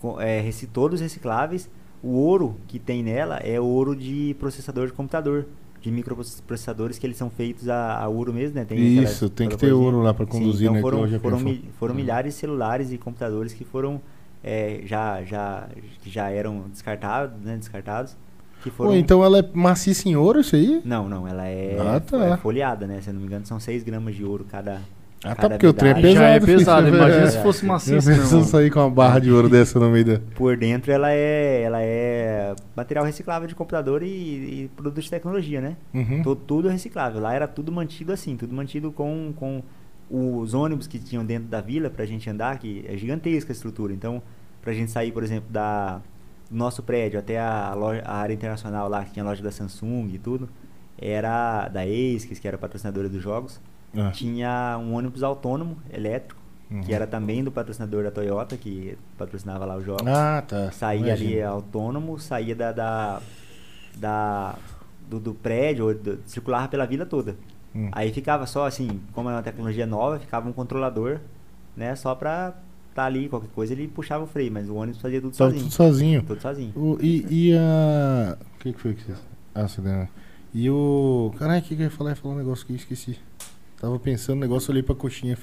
C: com, é, reci- todos recicláveis. O ouro que tem nela é ouro de processador de computador, de microprocessadores que eles são feitos a, a ouro mesmo, né? Tem aquela-
B: Isso, tem que
C: aquela
B: ter
C: coisinha.
B: ouro lá pra
C: Sim,
B: conduzir,
C: então
B: né? que
C: Foram,
B: hoje é
C: foram,
B: perfil.
C: mi- foram milhares de celulares e computadores que foram é, já já que já eram descartados, né? Descartados. Que
B: Pô,
C: foram.
B: então ela é maciça em ouro isso aí?
C: Não, não, ela é,
B: Ah, tá.
C: é folheada, né? Se eu não me engano, são 6 gramas de ouro cada.
B: Ah, tá,
C: cada
B: porque o trem é
C: medalha.
B: pesado.
A: Já é pesado,
B: filho.
A: imagina
B: É.
A: se fosse
B: Eu
A: maciço, meu
B: preciso
A: irmão.
B: sair com uma barra de ouro dessa no meio da...
C: Por dentro ela é, ela é material reciclável de computador e, e produto de tecnologia, né?
B: Uhum.
C: Tu- tudo é reciclável. Lá era tudo mantido assim, tudo mantido com, com os ônibus que tinham dentro da vila pra gente andar, que é gigantesca a estrutura. Então, pra gente sair, por exemplo, da, do nosso prédio até a, loja- a área internacional lá, que tinha a loja da Samsung e tudo, era da ASICS, que era a patrocinadora dos jogos,
B: Ah.
C: tinha um ônibus autônomo, elétrico, que
B: Uhum.
C: era também do patrocinador da Toyota, que patrocinava lá os jogos
B: Ah, tá.
C: saía ali
B: Imagina.
C: autônomo, saía da, da, da- do, do prédio, ou do- circulava pela vila toda.
B: Hum.
C: Aí ficava só assim, como é uma tecnologia nova, ficava um controlador, né, só pra tá ali, qualquer coisa ele puxava o freio, mas o ônibus fazia tudo
B: Tava
C: sozinho.
B: tudo sozinho.
C: Tudo sozinho.
B: O, e, e a... O que que foi que você... Ah, você deu... E o... Caralho, o que que eu ia falar? Eu ia falar um negócio que eu esqueci. Tava pensando no negócio, olhei pra coxinha.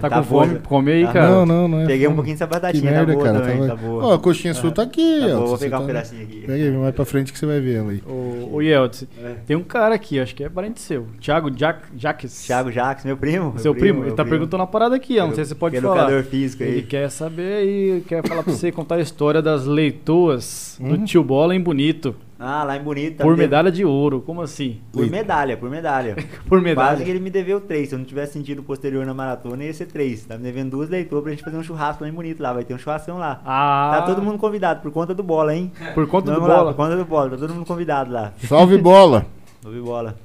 A: Tá
C: Tá
A: com fome?
C: boa.
A: Come aí,
C: Tá.
A: cara.
B: não, não, não é
C: Peguei um
B: fome.
C: pouquinho dessa
B: Que
C: batatinha,
B: merda,
C: tá boa
B: cara.
C: também,
B: tava-
C: tá boa.
B: Ó, a coxinha sua tá aqui, ó.
C: Tá boa,
B: se
C: vou
B: você
C: pegar
B: tá-
C: um pedacinho aqui.
B: Pega aí, mais pra frente que você vai ver ela aí.
A: O, o Yeltsin, tem um cara aqui, acho que é parente seu. Thiago Jac, Jaques.
C: Thiago Jacques, meu primo. meu
A: Seu primo? Ele
C: meu
A: tá perguntando uma parada aqui, ó. Não sei se você pode
C: Pelo
A: falar.
C: Educador físico aí. Uhum.
A: Ele quer saber aí, quer falar pra você, contar a história das leitoas
B: Hum.
A: do tio Bola em Bonito.
C: Ah, lá em Bonito.
A: por
C: me deve-
A: medalha de ouro. Como assim?
C: Por medalha, por medalha.
A: Por medalha.
C: Quase que ele me deveu três. Se eu não tivesse sentido posterior na maratona, ia ser três. Tá me devendo duas leituras pra gente fazer um churrasco bem bonito lá. Vai ter um churrascão lá.
A: Ah,
C: Tá todo mundo convidado, por conta do bola, hein?
A: Por conta do
C: Vamos lá,
A: bola.
C: Por conta do bola, tá todo mundo convidado lá.
B: Salve bola!
C: Ouvi bola.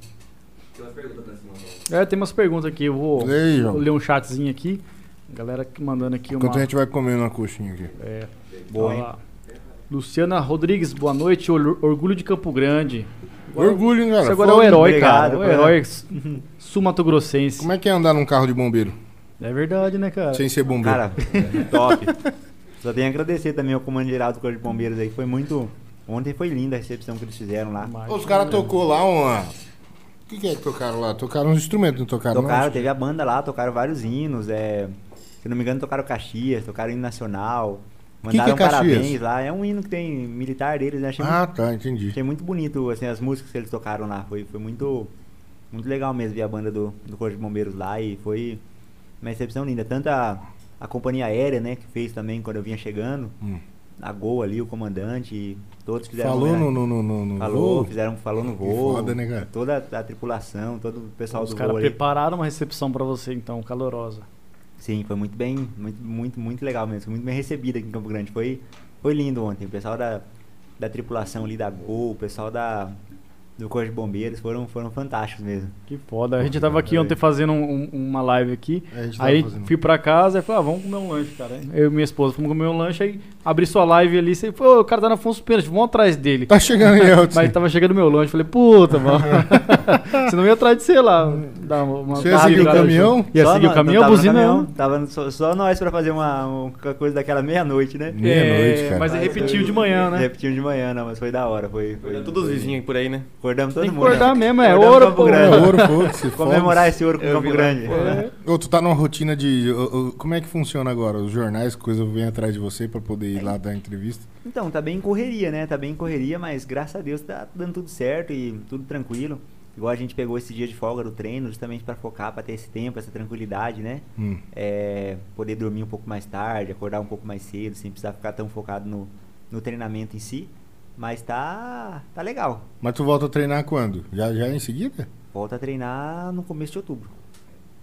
A: É, tem umas perguntas aqui. Eu vou,
B: Ei, João. é
A: vou ler um chatzinho aqui. Galera que mandando aqui uma.
B: Enquanto a gente vai comendo uma coxinha aqui.
A: É,
C: Boa,
A: ó
C: hein?
A: lá. Luciana Rodrigues, boa noite. Or- Orgulho de Campo Grande.
B: Orgulho, hein, galera?
A: Você agora é o
B: Foda.
A: herói,
C: obrigado,
A: cara. O
C: um cara.
A: herói su- sumatogrossense.
B: Como é que é andar num carro de bombeiro?
A: É verdade, né, cara?
B: Sem ser bombeiro.
C: Cara, top. Só tenho a agradecer também ao comando geral do Corpo de Bombeiros aí, que foi muito. Ontem foi linda a recepção que eles fizeram lá.
A: Mas-
B: Os caras tocou lá uma... O que, que é que tocaram lá? Tocaram uns instrumentos, não tocaram?
C: Tocaram,
B: não?
C: teve a banda lá, tocaram vários hinos, é, se não me engano, tocaram Caxias, tocaram hino nacional,
B: Que que é
C: mandaram
B: Caxias?
C: parabéns lá. É um hino que tem militar deles, né? Achei,
B: Ah,
C: muito,
B: tá, entendi.
C: achei muito bonito assim, as músicas que eles tocaram lá. Foi, foi muito, muito legal mesmo ver a banda do, do Corpo de Bombeiros lá e foi uma recepção linda. Tanto a, a companhia aérea, né, que fez também quando eu vinha chegando,
B: Hum.
C: a Gol ali, o comandante, e todos fizeram.
B: Falou no,
C: homenagem.
B: no, no, no, no
C: Falou,
B: voo?
C: fizeram, falou no
B: Que
C: voo.
B: foda, né, cara?
C: Toda a tripulação, todo o pessoal
A: Os
C: do
A: caras
C: voo ali.
A: prepararam uma recepção pra você, então, calorosa.
C: Sim, foi muito bem, muito, muito, muito legal mesmo. Foi muito bem recebido aqui em Campo Grande. Foi, foi lindo ontem. O pessoal da, da tripulação ali da Gol, o pessoal da, do Corpo de Bombeiros foram, foram fantásticos mesmo.
A: Que foda. A gente tava aqui ontem fazendo um- um- uma live aqui.
B: É, a gente tava
A: Aí
B: fazendo.
A: fui pra casa e falei, ah, vamos comer um lanche, cara. Eu e minha esposa fomos comer um lanche, aí abri sua live ali, você falou, "Ô, o cara tá na Afonso Pênalti, vamos atrás dele.
B: Tá chegando aí, Elton.
C: então,
A: Mas tava chegando meu lanche, falei, puta, mano. você não ia atrás de, sei lá, dar uma.
B: Você ia seguir o
A: cara,
B: caminhão?
A: Ia
C: Só
A: seguir assim, o
C: nós-
A: caminhão,
C: tava no
A: buzina. né?
C: caminhão, Tava no- só, só nós pra fazer uma, uma coisa daquela meia-noite, né?
B: Meia-noite,
A: É,
B: cara.
A: Mas aí repetiu de manhã, né?
C: Repetimos de manhã, não, mas foi da hora. Foi, foi,
D: Olha todos os
C: foi-
D: vizinhos por aí, né?
C: Acordamos todo
A: Tem que
C: mundo.
A: acordar mesmo, é
C: Acordamos
A: ouro,
C: Campo
A: pô.
B: É
C: Grande.
B: ouro, foda-se.
C: Comemorar
B: foda-se.
C: esse ouro com
D: Eu
C: Campo
D: vi lá.
C: Grande.
A: É.
B: Ô, tu tá numa rotina de... ô, ô, como é que funciona agora? Os jornais, coisa, vem atrás de você pra poder
C: É.
B: ir lá dar entrevista?
C: Então, tá bem em correria, né? Tá bem em correria, mas graças a Deus tá dando tudo certo e tudo tranquilo. Igual a gente pegou esse dia de folga do treino, justamente pra focar, pra ter esse tempo, essa tranquilidade, né?
B: Hum.
C: É, poder dormir um pouco mais tarde, acordar um pouco mais cedo, sem precisar ficar tão focado no, no treinamento em si. Mas tá, tá legal.
B: Mas tu volta a treinar quando? Já, já em seguida?
C: Volta a treinar no começo de outubro.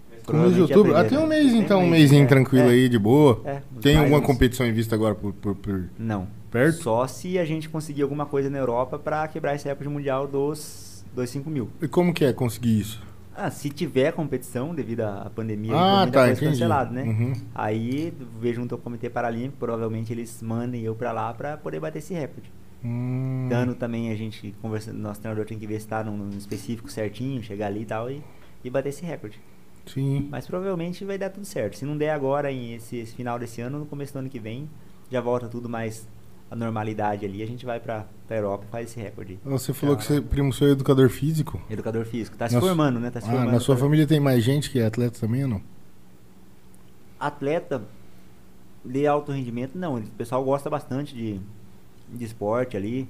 B: Começo
C: Provavelmente
B: de outubro?
C: é a
B: Ah, tem um
C: primeira.
B: mês
C: Tem
B: então, um
C: mês,
B: mêsinho
C: é.
B: tranquilo
C: É.
B: aí, de boa.
C: É,
B: Tem
C: mais
B: alguma
C: uns-
B: competição em vista agora por, por- por-
C: Não.
B: perto?
C: Só se a gente conseguir alguma coisa na Europa pra quebrar esse recorde mundial dos, dos 5 mil.
B: E como que é conseguir isso?
C: Ah, se tiver competição devido à à pandemia,
B: Ah,
C: muita
B: tá,
C: coisa
B: entendi.
C: cancelada, né?
B: Uhum.
C: Aí vejo um comitê paralímpico, provavelmente eles mandem eu pra lá pra poder bater esse recorde.
B: Hum.
C: Dando também a gente conversando, nosso treinador tem que ver se tá num, num específico certinho, chegar ali e tal e, e bater esse recorde.
B: Sim.
C: Mas provavelmente vai dar tudo certo. Se não der agora, em esse, esse final desse ano, no começo do ano que vem, já volta tudo mais à normalidade ali. A gente vai pra, pra Europa e faz esse recorde.
B: Você falou
C: tá.
B: que seu primo seu é educador físico?
C: Educador físico. Tá se
B: Nossa.
C: formando, né? Tá se
B: Ah,
C: formando.
B: na sua
C: pra-
B: família tem mais gente que é atleta também ou não?
C: atleta de alto rendimento, não. O pessoal gosta bastante de, de esporte ali.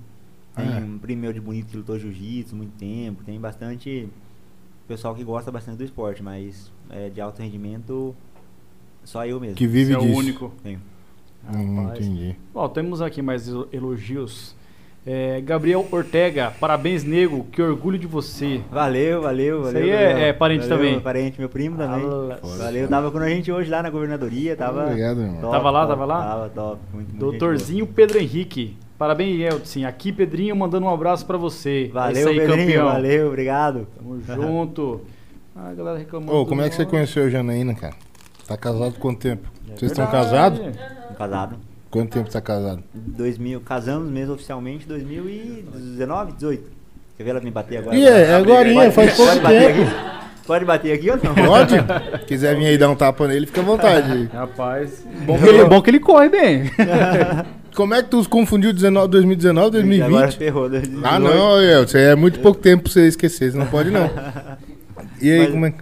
C: Tem
B: Ah, é.
C: um primo meu de bonito que lutou jiu-jitsu muito tempo. Tem bastante pessoal que gosta bastante do esporte, mas é, de alto rendimento só eu mesmo.
B: Que vive
A: Você é o
B: disso.
A: único.
C: Tenho.
B: Hum,
A: Rapaz.
B: entendi.
A: Ó, temos aqui mais elo- elogios. É, Gabriel Ortega, parabéns, nego. Que orgulho de você.
C: Valeu, valeu, valeu.
A: Isso aí é-
C: Gabriel.
A: é parente
C: Valeu,
A: também.
C: Parente, meu primo também.
A: Fala-
C: Valeu, tava com a gente hoje lá na governadoria, tava.
B: Obrigado, meu irmão.
C: top,
A: Tava lá,
C: top,
A: tava lá?
C: Tava top, muito, muito gente boa.
A: Doutorzinho Pedro Henrique. Parabéns, Yeltsin. Aqui, Pedrinho, mandando um abraço pra você. é
C: Valeu,
A: isso aí,
C: Pedrinho,
A: campeão.
C: valeu, obrigado.
A: Tamo junto. Ah, a galera reclamando.
B: Ô, como é que você
A: do-
B: conheceu a Janaína, cara? Tá casado quanto tempo?
C: É
B: Vocês estão
A: Verdade.
B: casados?
C: Casado.
B: Quanto tempo tá casado?
C: 2000, casamos mesmo oficialmente em 2019, 18. Você vê ela me bater agora?
B: E é, é agorinha, faz pouco
C: pode bater
B: tempo.
C: aqui? Pode bater aqui ou não?
B: Pode? Quiser vir aí dar um tapa nele, fica à vontade.
A: Rapaz.
B: Bom
A: Bom
B: que
A: que,
B: ele-
A: ele, bom que ele corre bem.
B: Como é que tu confundiu 19, 2019
C: Agora
B: 2020?
C: ferrou.
B: Ah,
C: 2018.
B: não, eu, você é muito pouco tempo pra você esquecer, você não pode não. E aí,
C: Mas-
B: como é que.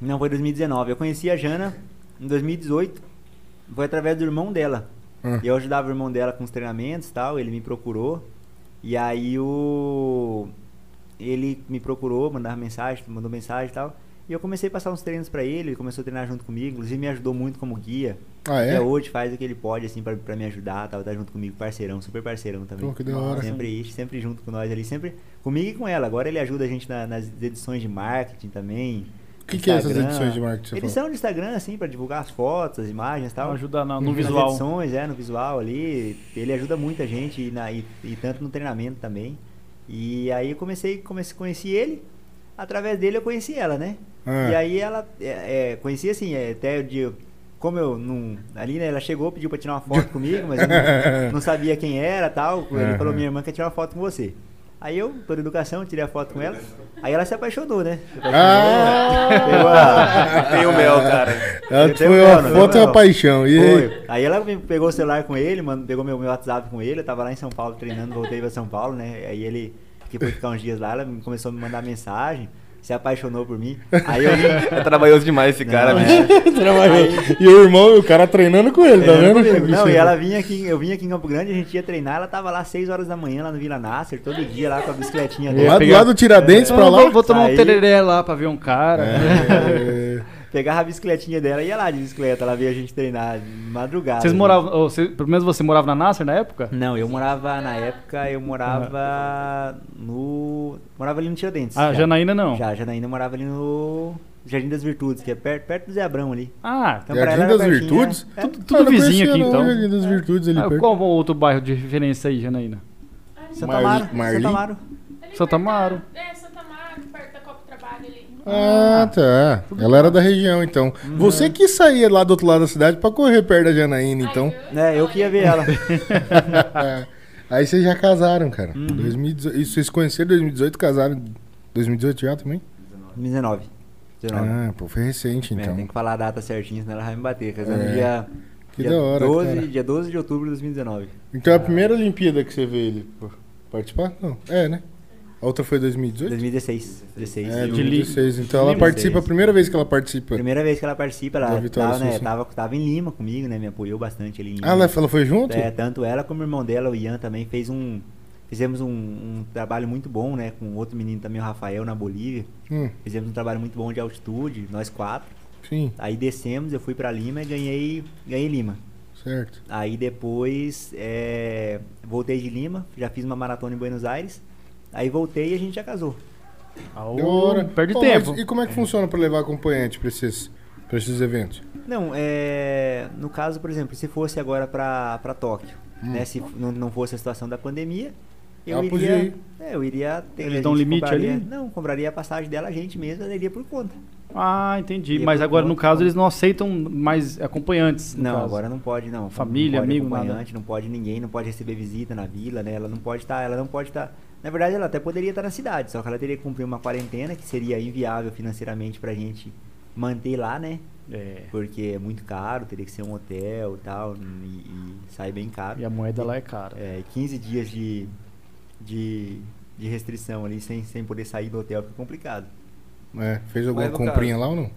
C: Não, foi 2019. Eu conheci a Jana em 2018. Foi através do irmão dela.
B: Ah.
C: E eu ajudava o irmão dela com os treinamentos e tal. Ele me procurou. E aí o. Ele me procurou, mandava mensagem, mandou mensagem e tal. E eu comecei a passar uns treinos pra ele, ele começou a treinar junto comigo, inclusive me ajudou muito como guia.
B: Ah, é?
C: Até hoje faz o que ele pode, assim, pra, pra me ajudar, tal, tá junto comigo, parceirão, super parceirão também.
B: Pô, que da hora.
C: Sempre, sempre junto com nós ali, sempre comigo e com ela. Agora ele ajuda a gente na- nas edições de marketing também.
B: O que, que é essas
C: Instagram.
B: edições de marketing? que Você
C: Edição de Instagram, assim, pra divulgar as fotos, as imagens e tal.
A: Ajuda na- no
C: Nas
A: visual.
C: edições, é, no visual ali. Ele ajuda muita gente e, na- e- e tanto no treinamento também. E aí eu comecei, comecei conheci ele. Através dele eu conheci ela, né?
B: Ah.
C: E aí ela é, é, conheci assim, é, até o dia. Como eu não. Ali, né, ela chegou, pediu pra tirar uma foto comigo, mas eu não, não sabia quem era tal. Ele
B: Aham.
C: falou, minha irmã quer tirar uma foto com você. Aí eu, por educação, tirei a foto com ela. Aí ela se apaixonou, né? Se apaixonou,
B: Ah!
C: pegou a-
D: Tem o mel, cara.
B: Ela
C: Eu tenho
B: É, foi uma foto e
C: plano, eu
B: uma
C: tenho
B: paixão. E aí?
C: Foi. Aí ela me pegou o celular com ele, mano, pegou meu, meu WhatsApp com ele, eu tava lá em São Paulo treinando, voltei pra São Paulo, né? Aí ele, que foi ficar uns dias lá, ela me- começou a me mandar mensagem, se apaixonou por mim. Aí eu
D: É trabalhoso demais esse cara, né?
C: Não,
D: bicho.
B: E o irmão, o cara treinando com ele, tá
C: Treinando
B: vendo?
C: comigo. é, Não,
B: Isso.
C: e ela vinha aqui, eu vinha aqui em Campo Grande, a gente ia treinar, ela tava lá 6 horas da manhã lá no Vila Nasser, todo dia lá com a bicicletinha
B: Lá do
A: pegar-
B: lado do
C: né?
B: Tiradentes pra
A: Eu
B: lá.
A: Vou, vou tomar
C: Aí-
A: um tereré lá pra ver um cara.
B: É,
C: Pegava a bicicletinha dela e ia lá de bicicleta, ela veio a gente treinar de madrugada.
A: Vocês
C: né?
A: moravam. ou você- pelo menos você morava na Nasser na época?
C: Não, eu morava na época, eu morava no. Morava ali no Tiradentes.
A: Ah, Janaína não.
C: Já, Janaína morava ali no Jardim das Virtudes, que é per- perto do Zé Abrão ali.
A: Ah,
C: Então,
B: é
C: pra
B: Jardim
C: ela era
B: das
C: pertinho,
B: Virtudes?
C: né? É.
A: Tudo-
B: Ah, eu não
A: vizinho
B: conhecia,
A: aqui,
B: não,
A: então.
B: Jardim das Virtudes ali
A: Ah,
B: perto.
A: qual o outro bairro de referência aí, Janaína?
C: É. Santa
B: Marli-
C: Amaro,
B: Marli?
C: Santa Amaro.
E: Ali
A: Santa
E: perto da-
A: Amaro.
E: É, Santa Amaro, perto da Copa do Trabalho ali.
B: Ah, tá. Ela era da região, então. Você que saía lá do outro lado da cidade pra correr perto da Janaína, então. É.
E: Ai,
C: É, eu que ia ver ela.
B: Aí vocês já casaram, cara. 2018. E vocês se conheceram em 2018, casaram em 2018 já também?
C: 2019. 19.
B: Ah, pô, foi recente,
C: É, tem
B: então.
C: que falar a data certinha, senão ela vai me bater. Casando
B: É.
C: dia,
B: Que
C: dia
B: da hora,
C: 12,
B: cara.
C: dia 12 de outubro de 2019.
B: Então é a primeira Olimpíada que você vê ele pô, participar? Não. É, né? A outra foi 2018?
C: 2016. 16.
B: É,
A: De
B: 2016. Então ela
A: Lima.
B: participa, a primeira vez que ela participa.
C: Primeira vez que ela participa,
B: Da
C: ela
B: Vitória
C: tava, né,
B: Sul, sim.
C: tava, tava em Lima comigo, né? Me apoiou bastante ali em Lima.
B: Ah, ela, ela foi junto?
C: É, tanto ela como o irmão dela, o Ian, também fez um. Fizemos um, um trabalho muito bom, né? Com outro menino também, o Rafael, na Bolívia.
B: Hum,
C: Fizemos um trabalho muito bom de altitude, nós quatro.
B: sim,
C: Aí descemos, eu fui pra Lima e ganhei, ganhei Lima.
B: certo.
C: Aí depois é, voltei de Lima, já fiz uma maratona em Buenos Aires. Aí voltei e a gente já casou.
A: Aô,
B: Da hora.
A: Perde
B: Pô, mas
A: tempo.
B: e como é que funciona pra levar acompanhante pra esses, pra esses eventos?
C: Não, é, no
A: Hum.
C: caso, por exemplo, se fosse agora pra pra Tóquio, né, se f- não, não fosse a situação da pandemia, Eu
B: Ela podia
C: iria.
B: ir.
C: É, eu iria. ter-
A: Eles
C: a
A: dão
C: gente
A: limite
C: compraria-
A: ali?
C: Não, compraria a passagem dela a gente mesmo, ela iria por conta.
A: Ah, entendi.
C: E
A: Mas
C: por
A: agora, no
C: conta-
A: caso, eles não aceitam mais acompanhantes. no
C: Não,
A: caso.
C: agora não pode, não.
A: Família,
C: não pode
A: amigo,
C: acompanhante, não pode ninguém, não pode receber visita na vila, né? Ela não pode estar, ela não pode estar. Na verdade, ela até poderia estar na cidade, só que ela teria que cumprir uma quarentena que seria inviável financeiramente pra gente manter lá, né?
A: É.
C: Porque é muito caro, teria que ser um hotel e tal, e, e sai bem caro.
A: E a moeda lá é cara.
C: É, 15 dias de, de, de restrição ali, sem, sem poder sair do hotel, fica complicado.
B: É, fez alguma
D: Mas, no
B: comprinha lá ou não?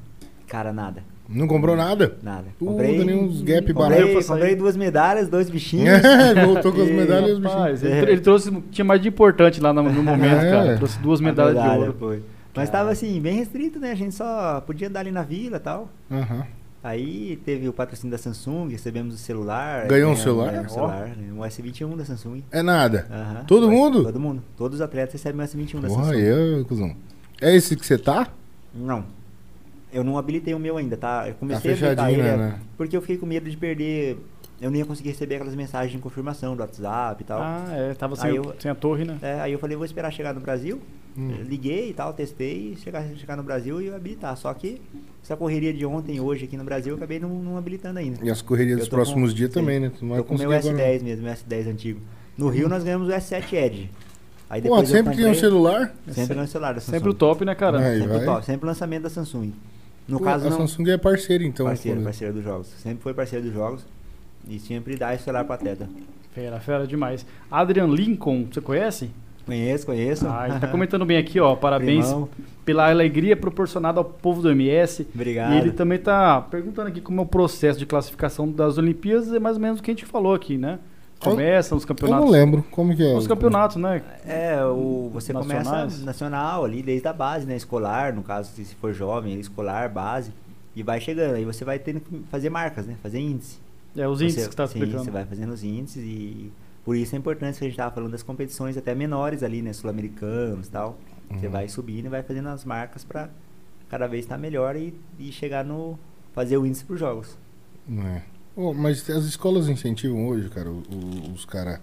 C: Cara, nada,
B: Não comprou nada?
C: nada.
B: Tudo, nem uns gap barato
C: comprei,
B: pra
C: comprei
B: sair.
C: duas medalhas, dois bichinhos.
B: É, voltou com as
C: E-
B: medalhas e os bichinhos.
A: Rapaz, ele, tro- ele trouxe. Tinha mais de importante lá no, no momento,
B: É.
A: cara. Trouxe duas
C: A
A: medalhas de
C: medalha,
A: ouro.
C: foi. Mas tava assim, bem restrito, né? A gente só podia andar ali na vila e tal.
B: Aham.
C: Aí teve o patrocínio da Samsung, recebemos o celular.
B: Ganhou um
C: ganhamos-
B: celular?
C: ganhamos
A: Ó.
C: Um celular, né? Um S21 da Samsung.
B: É nada.
C: Aham.
B: Todo
C: Mas-
B: mundo?
C: Todo mundo. Todos os atletas recebem um S21 da
B: Porra,
C: Samsung.
B: eu, cuzão. É esse que você tá?
C: Não. Eu não habilitei o meu ainda, tá? Eu
B: Tá
C: comecei a habilitar
B: fechadinho,
C: ele
B: né?
C: é,
B: né?
C: porque eu fiquei com medo de perder. Eu não ia conseguir receber aquelas mensagens de confirmação do WhatsApp e tal.
A: Ah, é. Tava sem,
C: Aí
A: o-
C: eu-
A: sem a torre, né?
C: É, aí eu falei, vou esperar chegar no Brasil.
B: Hum.
C: Liguei e tal, testei, chegar, chegar no Brasil e habilitar. Só que essa correria de ontem, hoje aqui no Brasil, eu acabei não, não habilitando ainda.
B: E as correrias
C: Eu
B: dos
C: tô
B: próximos
C: com- um
B: dias
C: sim.
B: também, né? Tu não vai
C: eu com o meu
B: conseguir agora.
C: S10 mesmo, meu S10 antigo. No Rio nós ganhamos o S7 Edge. Aí
B: não. Pô,
C: depois eu
B: sempre tinha um
C: comprei-
B: celular.
C: Sempre ganhei o celular da Samsung.
A: Sempre o top, né, cara?
B: É. Aí
C: Sempre
B: vai.
C: o top, sempre o lançamento da Samsung. No
B: Pô,
C: caso
B: a
C: não,
B: Samsung é parceira, então.
C: parceiro,
B: quando-
C: parceiro dos jogos. Sempre foi parceiro dos jogos e sempre dá esse celular pro atleta.
A: Fera, fera demais. Adrian Lincoln, você conhece?
C: Conheço, conheço.
A: Ah, ele tá comentando bem aqui, ó. Parabéns
C: Primão.
A: pela alegria proporcionada ao povo do MS.
C: Obrigado.
A: E ele também tá perguntando aqui como é o processo de classificação das Olimpíadas, é mais ou menos o que a gente falou aqui, né? Começam os
B: Eu não
A: campeonatos.
B: lembro como que é.
A: Os campeonatos, né?
C: É, o, você
A: Nacionais?
C: começa nacional ali, desde a base, né? Escolar, no caso, se se for jovem, escolar, base, e vai chegando. Aí você vai tendo que fazer marcas, né? Fazer índice.
A: É os índices
C: Você-
A: que você tá
C: sim,
A: explicando.
C: você vai fazendo os índices e por isso a importância que a gente estava falando das competições até menores ali, né? Sul-americanos e tal. Você
B: Uhum.
C: vai subindo e vai fazendo as marcas para cada vez estar melhor e, e chegar no... Fazer o índice para os jogos.
B: Não é. Ô, mas as escolas incentivam hoje, cara, o- o- os cara,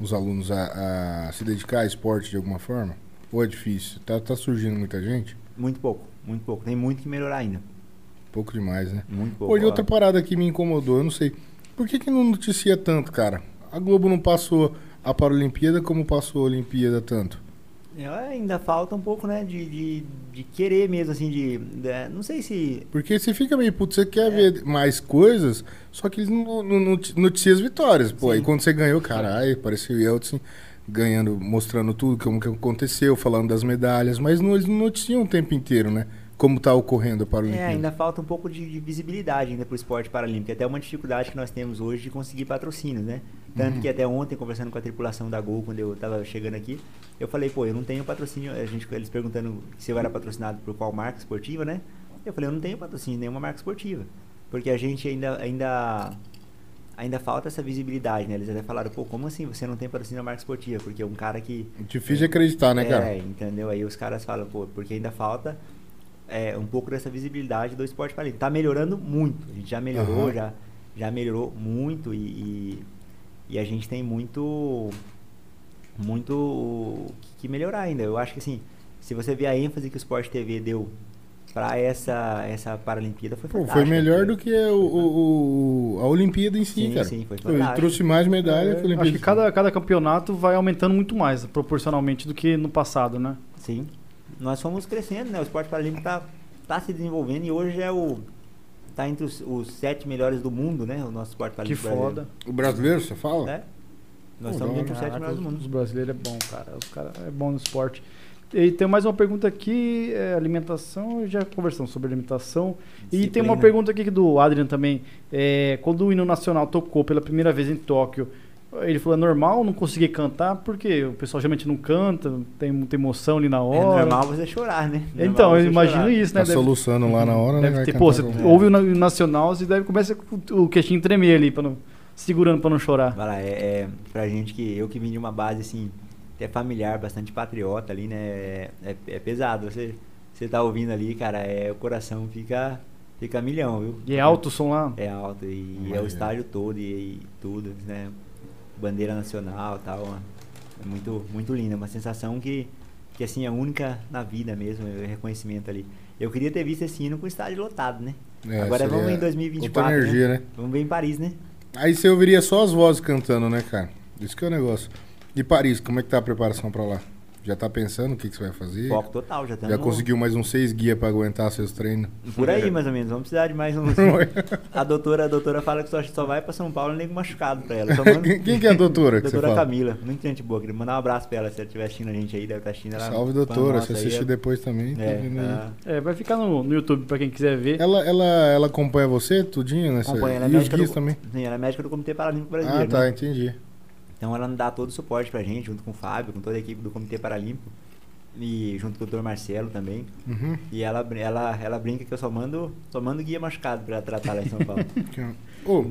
B: os alunos a, a se dedicar a esporte de alguma forma? Ou é difícil? Tá, tá surgindo muita gente?
C: Muito pouco, muito pouco. Tem muito que melhorar ainda.
B: Pouco demais, né?
C: Muito pouco.
B: Pô, e
C: ó.
B: outra parada que me incomodou, eu não sei. Por que, que não noticia tanto, cara? A Globo não passou a Paralimpíada como passou a Olimpíada tanto?
C: É, Ainda falta um pouco, né? De, de, de querer mesmo, assim, de. de- não sei se.
B: Porque você fica meio, putz, você quer ver mais coisas, só que eles não, não noti- noticiam as vitórias. Pô,
C: Sim.
B: aí quando você ganhou, caralho, parecia o Yeltsin ganhando, mostrando tudo, como que aconteceu, falando das medalhas, mas não, eles não noticiam o tempo inteiro, né? Como tá ocorrendo a
C: É,
B: Paralimpíada.
C: ainda falta um pouco de, de visibilidade ainda para o esporte paralímpico. Até uma dificuldade que nós temos hoje de conseguir patrocínio, né? Tanto que até ontem, conversando com a tripulação da Gol, quando eu tava chegando aqui, eu falei, pô, eu não tenho patrocínio. A gente, eles perguntando se eu era patrocinado por qual marca esportiva, né? Eu falei, eu não tenho patrocínio de nenhuma marca esportiva. Porque a gente ainda. ainda Ainda falta essa visibilidade, né? Eles até falaram, pô, como assim você não tem patrocínio da marca esportiva? Porque um cara que
B: Difícil de acreditar, né, cara?
C: É, entendeu? Aí os caras falam, pô, porque ainda falta é, um pouco dessa visibilidade do esporte para Tá melhorando muito. A gente já melhorou,
B: Aham.
C: já, já melhorou muito e, e, e a gente tem muito muito o que- que melhorar ainda. Eu acho que assim, se você ver a ênfase que o Sport TV deu para essa essa Paralimpíada foi
B: Pô, foi
C: fantástica.
B: melhor do que o, o- o- a Olimpíada em si,
C: Sim,
B: cara.
C: sim, foi
B: Pô, ele
C: fantástico.
B: trouxe mais medalha que a
A: É,
B: Olimpíada.
A: acho que cada, cada campeonato vai aumentando muito mais proporcionalmente do que no passado, né?
C: Sim. Nós fomos crescendo, né? O esporte paralímpico tá, tá se desenvolvendo e hoje é o. tá entre os, os sete melhores do mundo, né? O nosso esporte
A: que
C: paralímpico.
A: foda.
B: O brasileiro, você fala?
C: brasileiro, né? Nós
B: Pô,
C: estamos
B: da
C: entre os
A: Caraca,
C: sete melhores do
A: os, os
C: mundo.
A: brasileiros é bom, cara. Os caras é bom no esporte. E tem mais uma pergunta aqui, é, alimentação, já conversamos sobre alimentação. E tem uma
C: Disciplina.
A: pergunta aqui do Adrian também. É, quando o hino nacional tocou pela primeira vez em Tóquio, ele falou, é normal não conseguir cantar, porque o pessoal geralmente não canta, tem muita emoção ali na
C: É
A: hora.
C: normal você chorar, né? Normal
A: Então, eu
C: você
A: imagino
C: chorar.
A: isso, né?
B: Tá
A: Deve-
B: soluçando lá na hora, né?
A: Deve
B: Vai
A: ter,
B: cantar
A: pô, você
B: com-
A: ouve o na- o nacional, você deve começa com o queixinho tremer ali, pra não, segurando pra não chorar.
C: Vai lá, é, é pra gente que. Eu que vim de uma base assim, até familiar, bastante patriota ali, né? É, é- é pesado. Você, você tá ouvindo ali, cara, é, o coração fica, fica milhão, viu?
A: E é alto o som lá?
C: É alto e é
B: Olha.
C: o estádio todo e, e tudo, né? Bandeira nacional e tal. uma- É muito, muito lindo, é uma sensação que, que assim, é única na vida mesmo, é o reconhecimento ali. Eu queria ter visto esse hino com o estádio lotado, né?
B: É,
C: Agora
B: seria
C: vamos em 2024.
B: Outra energia, né?
C: Vamos ver em Paris, né?
B: Aí você ouviria só as vozes cantando, né, cara? Isso que é o negócio. E Paris, como é que tá a preparação pra lá? Já tá pensando o que, que você vai fazer?
C: Foco total, já estamos.
B: Já conseguiu mais uns seis guias pra aguentar seus treinos?
C: Por aí, mais ou menos. Vamos precisar de mais um. a doutora, a doutora fala que só, só vai pra São Paulo nego machucado pra ela. Só manda-
B: Quem- quem que é a doutora que você
C: doutora
B: fala?
C: Camila. Muito gente boa, queria mandar um abraço pra ela se ela estiver assistindo a gente aí, deve estar assistindo ela.
B: Salve,
C: fã
B: doutora.
C: nossa
B: Você
C: né? aí,
B: assistiu
C: ela-
B: depois também. tá
C: É,
B: vendo aí.
C: ela-
A: É, vai ficar no, no YouTube pra quem quiser ver.
B: Ela, ela, ela acompanha você, tudinho, nessa...
C: acompanha, ela é
B: E os
C: médica
B: guias
C: do,
B: também?
C: Sim, ela é médica do Comitê Paralímpico Brasileiro.
B: Ah, tá,
C: né?
B: entendi.
C: Então ela dá todo o suporte pra gente, junto com o Fábio, com toda a equipe do Comitê Paralímpico. E junto com o doutor Marcelo também.
B: Uhum.
C: E ela, brin- ela, ela brinca que eu só mando, só mando guia machucado pra tratar lá em São Paulo.
B: Ô,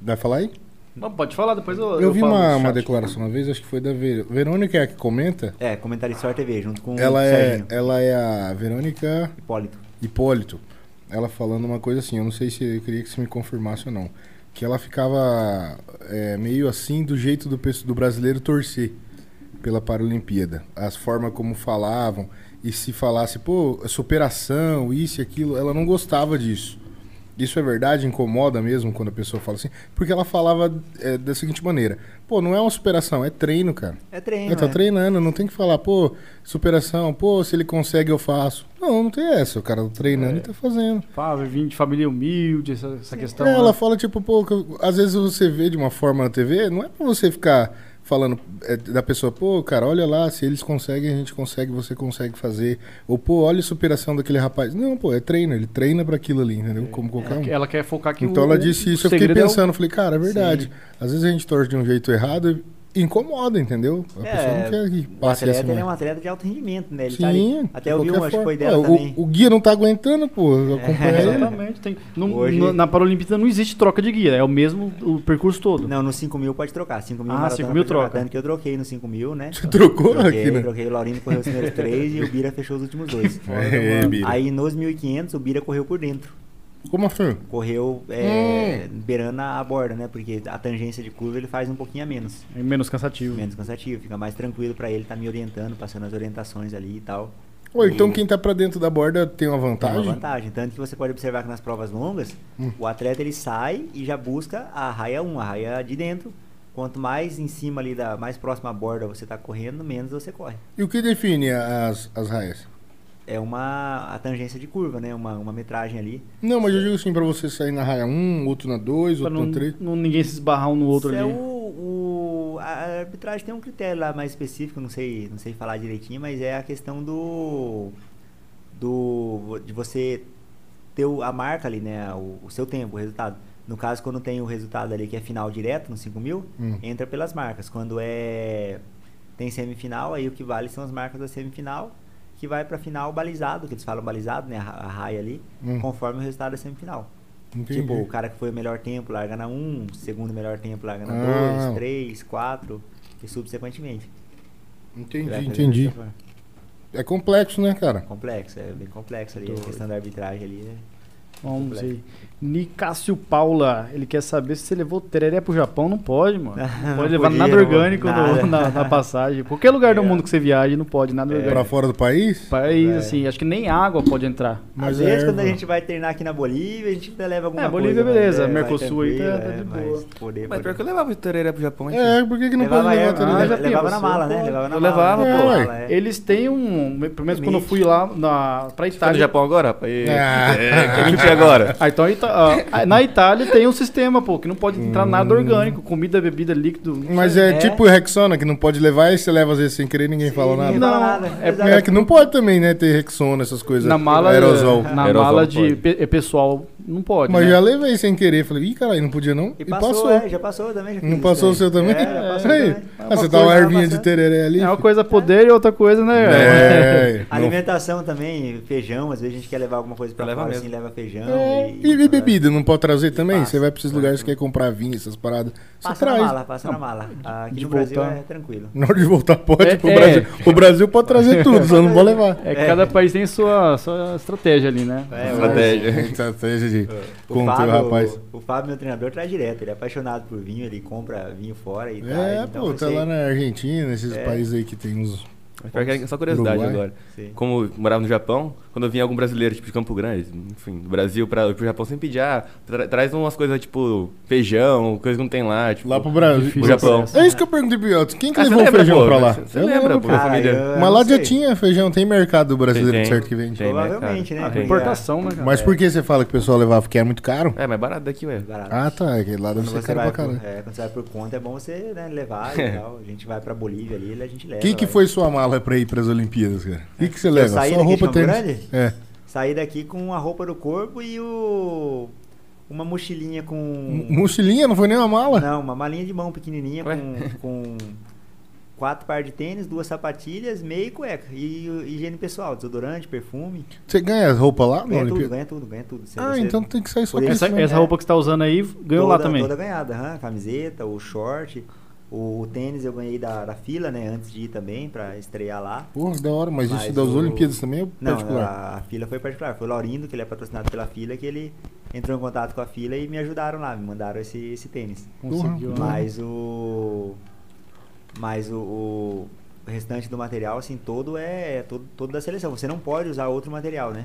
B: vai falar aí?
A: Mas pode falar, depois eu
B: Eu, vi
A: falo no
B: uma,
A: chat.
C: né?
B: uma declaração uma vez, acho que foi da Ver... Verônica é a que comenta.
C: é, comentarista Sor TV, junto com
B: Ela
C: o
B: é,
C: Serginho
B: ela é a Verônica
C: Hipólito.
B: Hipólito. Ela falando uma coisa assim, eu não sei se eu queria que você me confirmasse ou não. Que ela ficava é, meio assim do jeito do, pesso- do brasileiro torcer pela Paralimpíada. As formas como falavam. E se falasse, pô, é superação, isso e aquilo, ela não gostava disso. Isso é verdade? Incomoda mesmo quando a pessoa fala assim? Porque ela falava é, da seguinte maneira: pô, não é uma superação, é treino, cara.
C: É treino.
B: É, tá
C: né?
B: treinando, não tem que falar, pô, superação, pô, se ele consegue eu faço. Não, não tem essa, o cara tá treinando e
A: É.
B: tá fazendo.
A: Fala, vim de família humilde, essa, essa questão.
B: É,
A: né?
B: ela fala, tipo, pô, que eu- às vezes você vê de uma forma na TV, não é pra você ficar falando é, da pessoa, pô, cara, olha lá, se eles conseguem, a gente consegue, você consegue fazer. Ou, pô, olha a superação daquele rapaz. Não, pô, é treino, ele treina pra aquilo ali, entendeu? Como qualquer um.
A: ela, ela quer focar É. que é
B: Então
A: o-
B: ela disse isso,
A: o
B: eu fiquei
A: segredo é o-
B: pensando, falei, cara, é verdade. Às vezes a gente torce de um jeito errado e incomoda, entendeu? A pessoa
A: É.
B: não quer que
C: o
B: passe essa
C: atleta ele é
B: imagem.
C: um atleta de alto rendimento, né?
B: né?
C: Ele
B: Sim,
C: tá ali.
B: de
C: Até eu vi
B: qualquer
C: um, acho que
B: forma.
C: foi dela
B: Ué, o-
C: também. É.
B: O, guia não tá aguentando, pô. Eu acompanhei.
A: É, Exatamente. Tem, não-
C: Hoje-
A: na- na Paralimpíada não existe troca de guia, é o mesmo o percurso todo.
C: Não, no 5 mil pode trocar. 5 mil
A: Ah,
C: maratona
A: 5.000
C: pode trocar,
A: troca.
C: Tanto que eu troquei no 5 mil, né?
B: Você trocou
C: Troquei,
B: aqui, né?
C: troquei. O Laurino correu os primeiros três e o Bira fechou os últimos dois.
B: É, Bira.
C: Aí nos 1500 o Bira correu por dentro.
B: Como assim?
C: Correu é, beirando a borda, né? Porque a tangência de curva ele faz um pouquinho a menos.
A: É menos cansativo.
C: Menos cansativo, fica mais tranquilo pra ele, tá me orientando, passando as orientações ali e tal.
B: Ou então quem tá pra dentro da borda tem uma
C: Tem uma
B: vantagem?
C: vantagem. Tanto que você pode observar que nas provas longas, o atleta ele sai e já busca a raia 1, a raia de dentro. Quanto mais em cima ali, da, mais próxima à borda você tá correndo, menos você corre.
B: E o que define as, as raias?
C: É uma a tangência de curva, né? Uma, uma metragem ali.
B: Não, mas eu digo assim, pra você sair na raia 1, outro na 2,
A: Pra
B: outro
A: não,
B: na 3.
A: não ninguém se esbarrar um no outro
C: Isso
A: ali.
C: é o, o- a arbitragem tem um critério lá mais específico, não sei, não sei falar direitinho, mas é a questão do do de você ter o- a marca ali, né, o, o seu tempo, o resultado. No caso, quando tem o resultado ali que é final direto no 5 mil,
B: Hum.
C: entra pelas marcas. Quando é tem semifinal, aí o que vale são as marcas da semifinal, que vai pra final balizado, que eles falam balizado, né, a, ra- a raia ali,
B: Hum.
C: conforme o resultado da semifinal.
B: Entendi.
C: Tipo, o cara que foi o melhor tempo larga na 1, o segundo melhor tempo larga na
B: Ah.
C: 2, 3, 4 e subsequentemente.
B: Entendi,
C: Vai fazer
B: entendi.
C: dessa forma.
B: É complexo, né, cara?
C: Complexo, é bem complexo ali.
A: Doido.
C: A questão da arbitragem ali, né?
A: Vamos aí. Nicácio Paula, ele quer saber se você levou tereré pro Japão. Não pode, mano. Não pode levar
C: podia,
A: nada
C: não,
A: orgânico no-
C: nada.
A: na, na passagem. Qualquer lugar do
C: É.
A: mundo que você viaje, não pode nada
B: Pra
A: orgânico.
B: fora do país?
A: País,
C: É.
A: assim, acho que nem água pode entrar.
B: Mas
C: Às vezes,
B: é,
C: quando a
B: mano.
C: gente vai treinar aqui na Bolívia, a gente ainda leva alguma
A: É,
C: coisa.
A: Bolívia,
C: mas
A: beleza,
C: é, vai
A: Mercosul aí tá-
C: tranquilo,
A: tá de
C: é,
A: boa.
C: mas Poder,
D: Mas pior
C: poder.
D: que eu levava o Torreira pro Japão, hein?
B: É, por que, que não
C: Levava,
B: pode levar
C: erva,
A: tudo, né?
B: tudo?
C: ah,
A: Já
C: levava,
A: tinha,
C: na
A: você
C: mala, né?
A: pode.
C: Levava na
D: Eu
C: mala.
D: levava,
C: né?
B: pô.
C: Levava, é.
A: Eles têm um. Pelo menos quando eu
C: Limite.
A: fui lá na, pra
D: Tá no
A: Itália.
D: Japão agora? rapaz? É,
B: Ah.
D: é, que eu menti agora.
A: Ah, então, a Ita- ah, na Itália tem um sistema, pô, que não pode entrar
B: Hum.
A: nada orgânico, comida, bebida, líquido.
B: Mas é,
C: É.
B: tipo o Rexona, que não pode levar e você leva às vezes sem querer ninguém fala nada.
C: ninguém
A: Não,
C: fala nada.
A: é
C: Exato.
B: É que não pode também, né, ter Rexona, essas coisas.
A: Na mala, é,
B: Aerosol.
C: é.
A: na
D: Aerosol
A: mala
D: não
A: de
D: pode.
A: pe- é pessoal não pode.
B: Mas
A: né?
B: já levei sem querer. Falei, ih, caralho, não podia não.
C: E passou, é, já passou também. Já fiz
B: Não
C: isso
B: passou o
C: aí.
B: seu também?
C: É, já passou
B: Aí.
C: também.
B: Ah, você
C: Uma coisa
B: tá uma
C: tava
B: ervinha de
C: passando.
B: tereré ali.
A: É uma coisa poder e outra coisa, né?
B: É.
C: Alimentação também, feijão, às vezes a gente quer levar alguma coisa pra
D: Leva
C: fora,
D: mesmo.
C: assim, leva feijão.
B: É, E, e bebida, não pode trazer também?
C: passa,
B: você vai pra esses
C: passa.
B: lugares que quer comprar vinho, essas paradas. Você
C: Passa
B: traz.
C: na mala, passa na mala. Aqui
A: de
C: no Brasil
A: voltar.
C: é tranquilo.
B: Na hora de voltar, pode
A: É,
B: pro
A: é.
B: Brasil. O Brasil pode trazer tudo, só não pode levar.
A: É, cada país tem sua, sua estratégia ali, né?
C: É,
D: Estratégia.
B: Estratégia hoje contra o, rapaz.
C: o Fábio, meu treinador, traz direto. Ele é apaixonado por vinho, ele compra vinho fora e tal.
B: É,
C: então,
B: pô,
C: você-
B: tá lá na Argentina, nesses
C: É.
B: países aí que tem uns.
D: Mas pior que é Só curiosidade
B: Uruguai.
D: agora.
C: você-
D: Como eu morava no Japão, quando eu vinha algum brasileiro, tipo, de Campo Grande, enfim, do Brasil pra, pro Japão, sempre pedia, ah, tra- traz umas coisas, tipo, feijão, coisa que não tem lá, tipo...
B: Lá pro Brasil.
A: Difícil
D: O Japão.
A: acesso.
B: É isso que eu perguntei pro Yotos. Quem que
D: Ah, você
B: levou o
D: lembra,
B: feijão
D: pô?
B: pra lá?
D: Você- você
B: Eu
D: lembra,
B: lembro,
D: pô?
B: pô.
D: Família.
C: eu
B: Mas
C: É, não
B: lá já
C: sei.
B: tinha feijão, tem mercado brasileiro de certo que vende.
D: tem, né,
C: Provavelmente,
D: cara?
C: né?
D: Ah,
C: Porque-
A: Importação, né, cara?
B: Mas por que você fala que o pessoal levava? Porque é muito caro?
D: É, mas barato daqui, ué.
C: Barato.
B: Ah, tá. é que Lá deve
C: Quando
B: ser
C: você,
B: caro
C: vai
B: pra
C: por,
B: caralho.
C: é, quando você vai por conta, é bom você né, levar e tal. A gente vai pra Bolívia ali, a gente leva.
B: O que, que
C: é, vai.
B: foi sua mala pra ir pras Olimpíadas, cara? O que, que você leva?
C: saí
B: Só
C: daqui de
B: roupa
C: Campo
B: tênis?
C: Grande?
B: É.
C: Saí daqui com a roupa do corpo e o... uma mochilinha com...
B: Mo- Mochilinha, não foi nem uma mala?
C: Não, uma malinha de mão pequenininha
D: Ué?
C: com, com quatro par de tênis, duas sapatilhas, meia e cueca. E o- higiene pessoal, desodorante, perfume.
B: Você ganha as roupas lá na
C: Ganha tudo,
B: Olimpíada?
C: ganha tudo, ganha tudo. Se
B: Ah,
C: você-
B: então tem que sair só
C: Por
B: com
A: Essa,
B: isso, né?
A: essa roupa que você tá usando aí ganhou lá
C: toda-
A: também.
C: Toda ganhada, aham, camiseta, o short, o, o tênis eu ganhei da, da fila, né? Antes de ir também, pra estrear lá.
B: Porra, da hora, mas, isso
C: Mas
B: das
C: o-
B: Olimpíadas também é
C: Não,
B: particular.
C: a, a fila foi particular. Foi o Laurindo, que ele é patrocinado pela fila, que ele entrou em contato com a fila e me ajudaram lá, me mandaram esse, esse tênis.
A: Conseguiu, né?
B: Uhum.
C: Mas o. Mas o, o restante do material, assim, todo é. é Todo, todo da seleção. Você não pode usar outro material, né?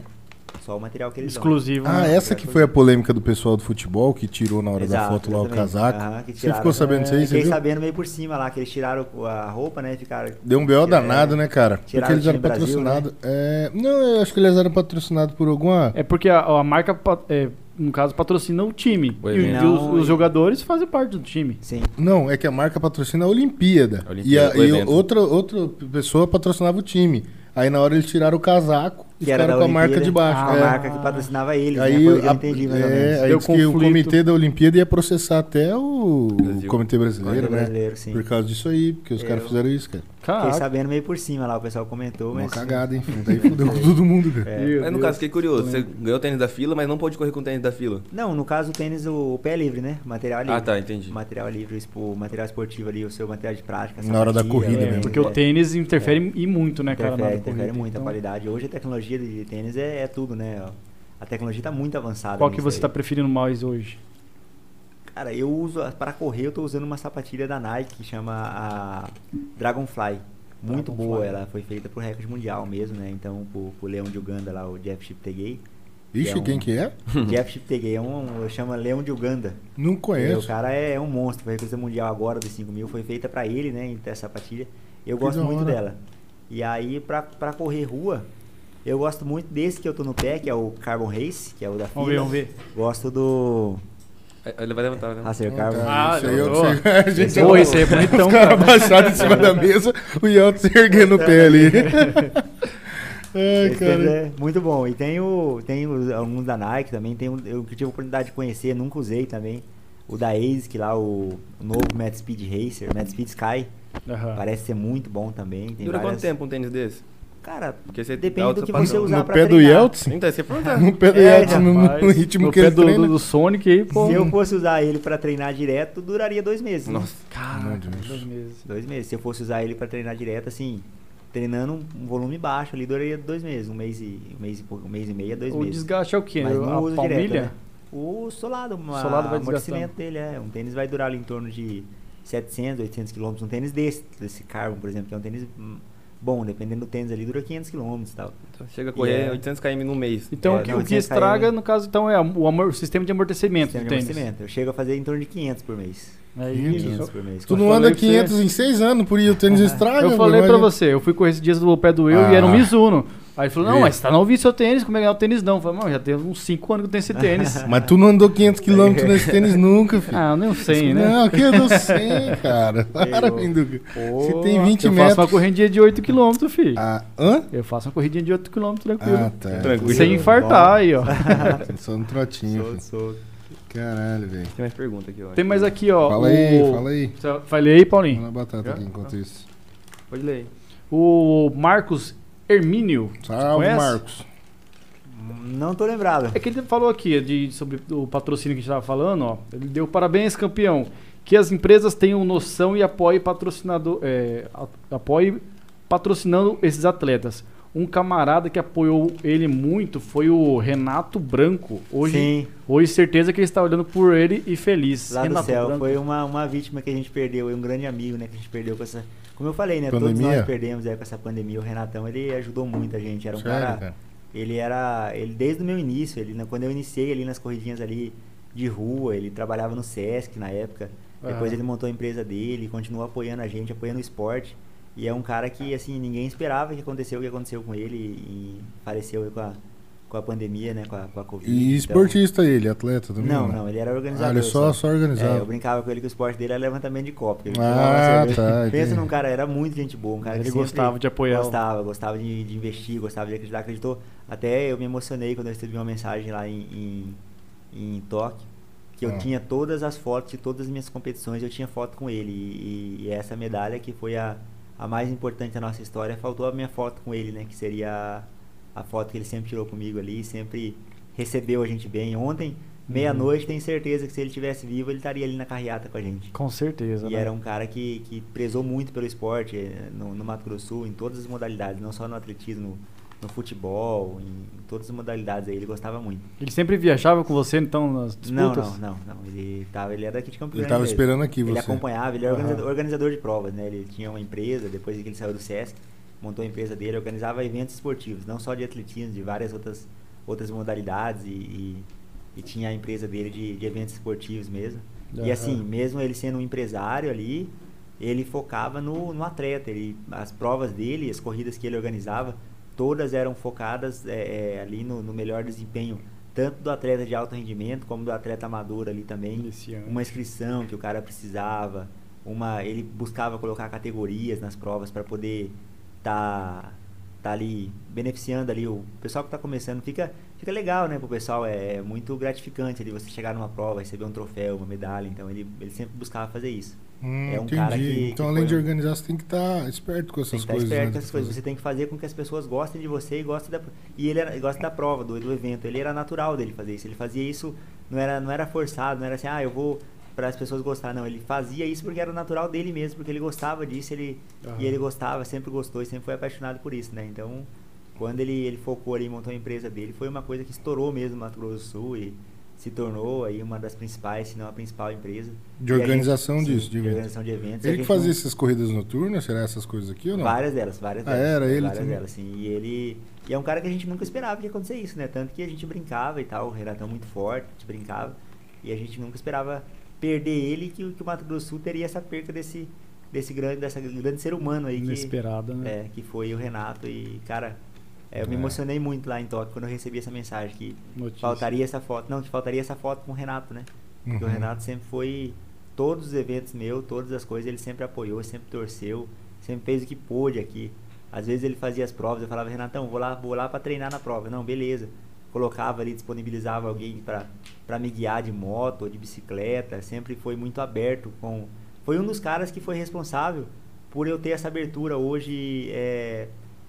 C: Só o material que eles dão.
A: Exclusivo.
B: Ah,
A: né?
B: essa que foi a polêmica do pessoal do futebol que tirou na hora da
C: Exato,
B: foto lá o
C: exatamente.
B: casaco.
C: Aham, que
B: Você
C: tiraram. É,
B: ficou sabendo disso aí? Você
C: Fiquei
B: viu?
C: sabendo meio por cima lá, que eles tiraram a roupa, né? e Ficaram.
B: Deu um B.O. danado, né, cara?
C: Tiraram
B: Porque eles
C: o
B: eram
C: time Brasil, né?
B: patrocinados. É... Não, eu acho que eles eram patrocinados por alguma.
A: É porque a, a marca, pa- é, no caso, patrocina o time.
D: O
A: E, e
C: evento.
A: os, os jogadores fazem parte do time.
C: Sim.
B: Não, é que a marca patrocina a Olimpíada. e
D: A Olimpíada,
B: a,
D: o
B: e
D: evento.
B: outra, outra pessoa patrocinava o time. Aí na hora eles tiraram o casaco e
C: Que era
B: ficaram
C: da
B: com a marca
C: Olimpíada.
B: de baixo.
A: Ah,
C: A
B: é.
C: marca que patrocinava eles, né?
B: Aí,
C: Foi o que eu
B: a-
C: entendi, mais ou
B: é,
C: menos.
B: aí
A: Deu
B: diz que o
A: conflito.
B: comitê da Olimpíada ia processar até o
D: Brasil.
B: comitê brasileiro,
C: Comitê
B: né?
C: brasileiro, sim. É,
B: Por causa disso aí, porque os
C: Eu-
B: caras fizeram isso, cara.
A: Caraca.
C: Fiquei sabendo meio por cima lá, o pessoal comentou,
B: Uma
C: mas.
B: cagada, hein? filho? Daí fudeu com todo mundo, cara.
C: É.
A: Meu
D: Mas no
A: Deus.
D: caso, fiquei curioso. Você ganhou o tênis da fila, mas não pôde correr com o tênis da fila.
C: Não, no caso o tênis, o o pé é livre, né? O Material é livre.
D: Ah, tá, entendi.
C: O Material é livre, o espo- o material esportivo ali, o seu material de prática.
B: Na hora da
C: sapatilha,
B: corrida
A: É,
B: mesmo.
A: porque o tênis interfere e muito, né, cara?
C: É.
A: na
C: interfere,
A: hora da
C: interfere
A: corrida.
C: muito a
A: Então,
C: qualidade. Hoje a tecnologia de tênis é, é tudo, né? ó. A tecnologia tá muito avançada.
A: Qual que
C: nisso
A: você
C: aí.
A: tá preferindo mais hoje?
C: Cara, eu uso, para correr, eu tô usando uma sapatilha da Nike que chama a Dragonfly. Muito
A: Dragonfly.
C: boa, ela foi feita pro recorde mundial mesmo, né? Então, pro, pro leão de Uganda lá, o Jeff Chiptegei.
B: Ixi,
C: É um-
B: quem que é?
C: Jeff Chiptegei é um, chama leão de Uganda.
B: Não
C: E O
B: conheço.
C: cara é um monstro, foi recorde mundial agora dos 5 mil, foi feita pra ele, né, em essa sapatilha. Eu
B: Que
C: gosto
B: da
C: muito
B: hora.
C: dela. E aí, pra, pra correr rua, eu gosto muito desse que eu tô no pé, que é o Carbon Race, que é o da fila.
A: Vamos ver, vamos ver.
C: Gosto do
D: Ele vai levantar, né?
C: Racer
B: Não,
C: Carbon.
B: cara,
A: Ah,
B: isso aí é o
A: levantou.
B: que você- a gente
A: Pô,
B: é
A: esse aí é bonitão,
B: Os caras
A: cara.
B: abaixados em cima da mesa, o Yotos erguendo o pé ali. Ai,
C: Esse tênis
B: cara.
C: é muito bom. E tem, o, tem os, alguns da Nike também, tem um, eu que tive a oportunidade de conhecer, nunca usei também. O da ASIC lá, o, o novo Mad Speed Racer, Mad Speed Sky,
A: Aham.
C: parece ser muito bom também. Tem
D: Dura quanto
C: várias-
D: tempo um tênis desse?
C: Cara,
D: Porque você
C: depende do que você usar
B: No
C: pra
B: pé do
C: treinar.
B: Yotos?
D: Então, você perguntar.
B: No pé do
C: É,
B: Yotos, no, no
A: Rapaz,
B: ritmo
A: no
B: que
A: pé
B: ele
A: do,
B: treina.
A: do, do Sonic aí, pô.
C: Se eu fosse usar ele pra treinar direto, duraria dois meses. né?
D: Nossa,
A: Caraca,
B: Meu Deus.
A: dois meses.
C: Dois meses. Se eu fosse usar ele pra treinar direto, assim, treinando um um volume baixo ali, duraria dois meses. Um mês e, um mês e, pouco- um mês e meio, a dois
A: O
C: meses.
A: desgaste é o quê?
C: Mas não
A: a
C: uso
A: palmilha?
C: direto, né? O solado, uma,
A: Solado vai
C: o amortecimento dele, é. Um tênis vai durar ali em torno de 700, 800 quilômetros. Um tênis desse, desse Carbon, por exemplo, que é um tênis hum, bom, dependendo do tênis ali, dura 500 quilômetros e é. tal.
D: então Chega a correr
C: Yeah.
D: 800 km no mês.
A: Então
C: É,
A: o que-
C: não,
A: o que
C: sem
A: estraga,
C: sair, né?
A: no caso, então, é a- o, amor- o sistema de amortecimento
C: Sistema
A: do
C: de
A: tênis. É
C: amortecimento. Eu chego a fazer em torno de 500 por mês.
A: Aí,
B: 500.
A: eu-
C: 500 por mês.
B: Tu
A: Eu
B: não anda
A: falei pra você.
B: 500 em 6 anos, por aí o tênis estraga.
A: eu
B: mano,
A: falei pra
C: é
B: olha.
A: você, eu fui correr esses dias do pé do eu e era um
B: Ah.
A: Mizuno. Aí ele falou, não,
B: Viu?
A: mas você tá novinho seu tênis, como é que é o tênis não? Eu falei, mano, já tem uns 5 anos que eu tenho esse tênis.
B: Mas tu não andou 500 quilômetros nesse tênis nunca, filho.
A: ah, eu nem sei, né?
B: Não, que andou 100, cara. Para, Pinduca. Você tem 20
A: eu
B: metros.
A: faço uma corridinha de 8km, filho.
B: Ah, hã?
A: Eu faço uma corridinha de 8km tranquilo.
B: Ah, tá.
D: Tranquilo.
A: né? Sem infartar aí, ó.
B: Só no trotinho, filho. Caralho, velho.
D: Tem mais pergunta aqui, ó.
A: Tem mais aqui, ó.
B: Fala
A: o-
B: aí, fala aí.
A: Você- Falei aí, Paulinho.
B: Fala a batata
D: Já?
B: aqui enquanto isso.
D: Pode ler aí.
A: O Marcos Hermínio.
B: Salve,
A: Conhece?
B: Marcos.
C: Não tô lembrado.
A: É que ele falou aqui de, sobre o patrocínio que a gente estava falando, ó. Ele deu parabéns, campeão. Que as empresas tenham noção e apoie patrocinador. é, a- apoie patrocinando esses atletas. Um camarada que apoiou ele muito foi o Renato Branco. Hoje,
C: Sim.
A: hoje certeza que ele está olhando por ele e feliz.
C: Lá do
A: Renato
C: céu,
A: Branco.
C: foi uma, uma vítima que a gente perdeu, e um grande amigo, né, que a gente perdeu com essa... Como eu falei, né, todos
B: Pandemia?
C: nós perdemos aí com essa pandemia. O Renatão, ele ajudou muito a gente, era um
B: Sério,
C: cara...
B: cara?
C: Ele era... Ele, desde o meu início, ele, né, quando eu iniciei ali nas corridinhas ali de rua, ele trabalhava no Sesc na época. Depois
A: Aham.
C: ele montou a empresa dele, continuou apoiando a gente, apoiando o esporte. E é um cara que, assim, ninguém esperava que aconteceu o que aconteceu com ele e faleceu aí com a, com a pandemia, né, com a, com a Covid.
B: E
C: então-
B: esportista ele, atleta também?
C: não, não, ele era organizador.
B: Ah, ele só- só organizava.
C: É, eu brincava com ele que o esporte dele era levantamento de copo. que ele
B: Ah,
C: tomava cerveja.
B: tá,
C: Pensa
B: entendi.
C: num cara, era muito gente boa, um cara
A: Ele
C: que sempre
A: gostava de apoiar.
C: Gostava, gostava de, de investir, gostava de acreditar, acreditou. Até eu me emocionei quando eu recebi uma mensagem lá em, em, em Tóquio, que eu
B: Ah.
C: tinha todas as fotos de todas as minhas competições, eu tinha foto com ele. E, e essa medalha que foi a, a mais importante da nossa história, faltou a minha foto com ele, né? Que seria a, a foto que ele sempre tirou comigo ali, sempre recebeu a gente bem. Ontem, meia-noite, tenho certeza que se ele tivesse vivo, ele estaria ali na carreata com a gente.
A: Com certeza.
C: E
A: né?
C: era um cara que, que prezou muito pelo esporte eh, no, no Mato Grosso, do Sul, em todas as modalidades, não só no atletismo, no futebol, em, em todas as modalidades aí, ele gostava muito.
A: Ele sempre viajava com você, então, nas
C: Não,
A: disputas?
C: não, não, não, ele tava, ele era daqui de Campo
B: Ele
C: Grande
B: tava
C: mesmo.
B: esperando aqui
C: Ele
B: você.
C: acompanhava, ele era
B: Aham.
C: organizador, organizador de provas, né? Ele tinha uma empresa, depois que ele saiu do SESC, montou a empresa dele, organizava eventos esportivos, não só de atletismo, de várias outras outras modalidades e, e, e tinha a empresa dele de, de eventos esportivos mesmo. E
A: Aham.
C: assim, mesmo ele sendo um empresário ali, ele focava no, no atleta. Ele, as provas dele, as corridas que ele organizava, todas eram focadas é, é, ali no, no melhor desempenho, tanto do atleta de alto rendimento como do atleta amador ali também.
A: Iniciante.
C: Uma inscrição que o cara precisava, uma ele buscava colocar categorias nas provas para poder tá tá ali beneficiando ali o pessoal que tá começando fica fica legal né pro pessoal é muito gratificante ali você chegar numa prova receber um troféu uma medalha então ele ele sempre buscava fazer isso
B: Hum,
C: É um
B: entendi.
C: cara que-
B: então,
C: que
B: além
C: foi
B: de
C: um-
B: organizar, você tem que estar esperto com
C: tem
B: essas
C: que estar
B: coisas.
C: esperto
B: né?
C: com essas coisas. Você tem que fazer com que as pessoas gostem de você e gostem da. E ele era, gosta da prova, do, do evento. Ele era natural dele fazer isso. Ele fazia isso, não era, não era forçado, não era assim, ah, eu vou para as pessoas gostar. Não, ele fazia isso porque era natural dele mesmo, porque ele gostava disso, ele
A: Aham.
C: e ele gostava, sempre gostou e sempre foi apaixonado por isso, né? Então, quando ele, ele focou ali, montou a empresa dele, foi uma coisa que estourou mesmo no Mato Grosso do Sul e se tornou aí uma das principais, se não a principal empresa.
B: De
C: E a gente-
B: organização
C: sim,
B: disso, de
C: de
B: evento.
C: organização de eventos. E a
B: Ele que
C: gente
B: fazia
C: não-
B: essas corridas noturnas, será essas coisas aqui ou não?
C: Várias delas, várias
B: Ah,
C: delas. né,
B: era ele
C: Várias
B: também?
C: delas, sim. E ele. E é um cara que a gente nunca esperava que ia acontecer isso, né? Tanto que a gente brincava e tal, o Renatão muito forte, a gente brincava. E a gente nunca esperava perder ele e que, que o Mato Grosso do Sul teria essa perca desse, desse grande, dessa grande ser humano aí. Que,
A: Inesperada, né?
C: é, que foi o Renato. E, cara, é, eu me
B: É.
C: emocionei muito lá em Tóquio quando eu recebi essa mensagem que
A: Notícia.
C: faltaria essa foto. Não, que faltaria essa foto com o Renato, né? Porque o
B: Uhum.
C: Renato sempre foi. Todos os eventos meus, todas as coisas, ele sempre apoiou, sempre torceu, sempre fez o que pôde aqui. Às vezes ele fazia as provas, eu falava, Renatão, vou lá, vou lá para treinar na prova. Não, beleza. Colocava ali, disponibilizava alguém para me guiar de moto ou de bicicleta. Sempre foi muito aberto com. Foi um dos caras que foi responsável por eu ter essa abertura hoje, é,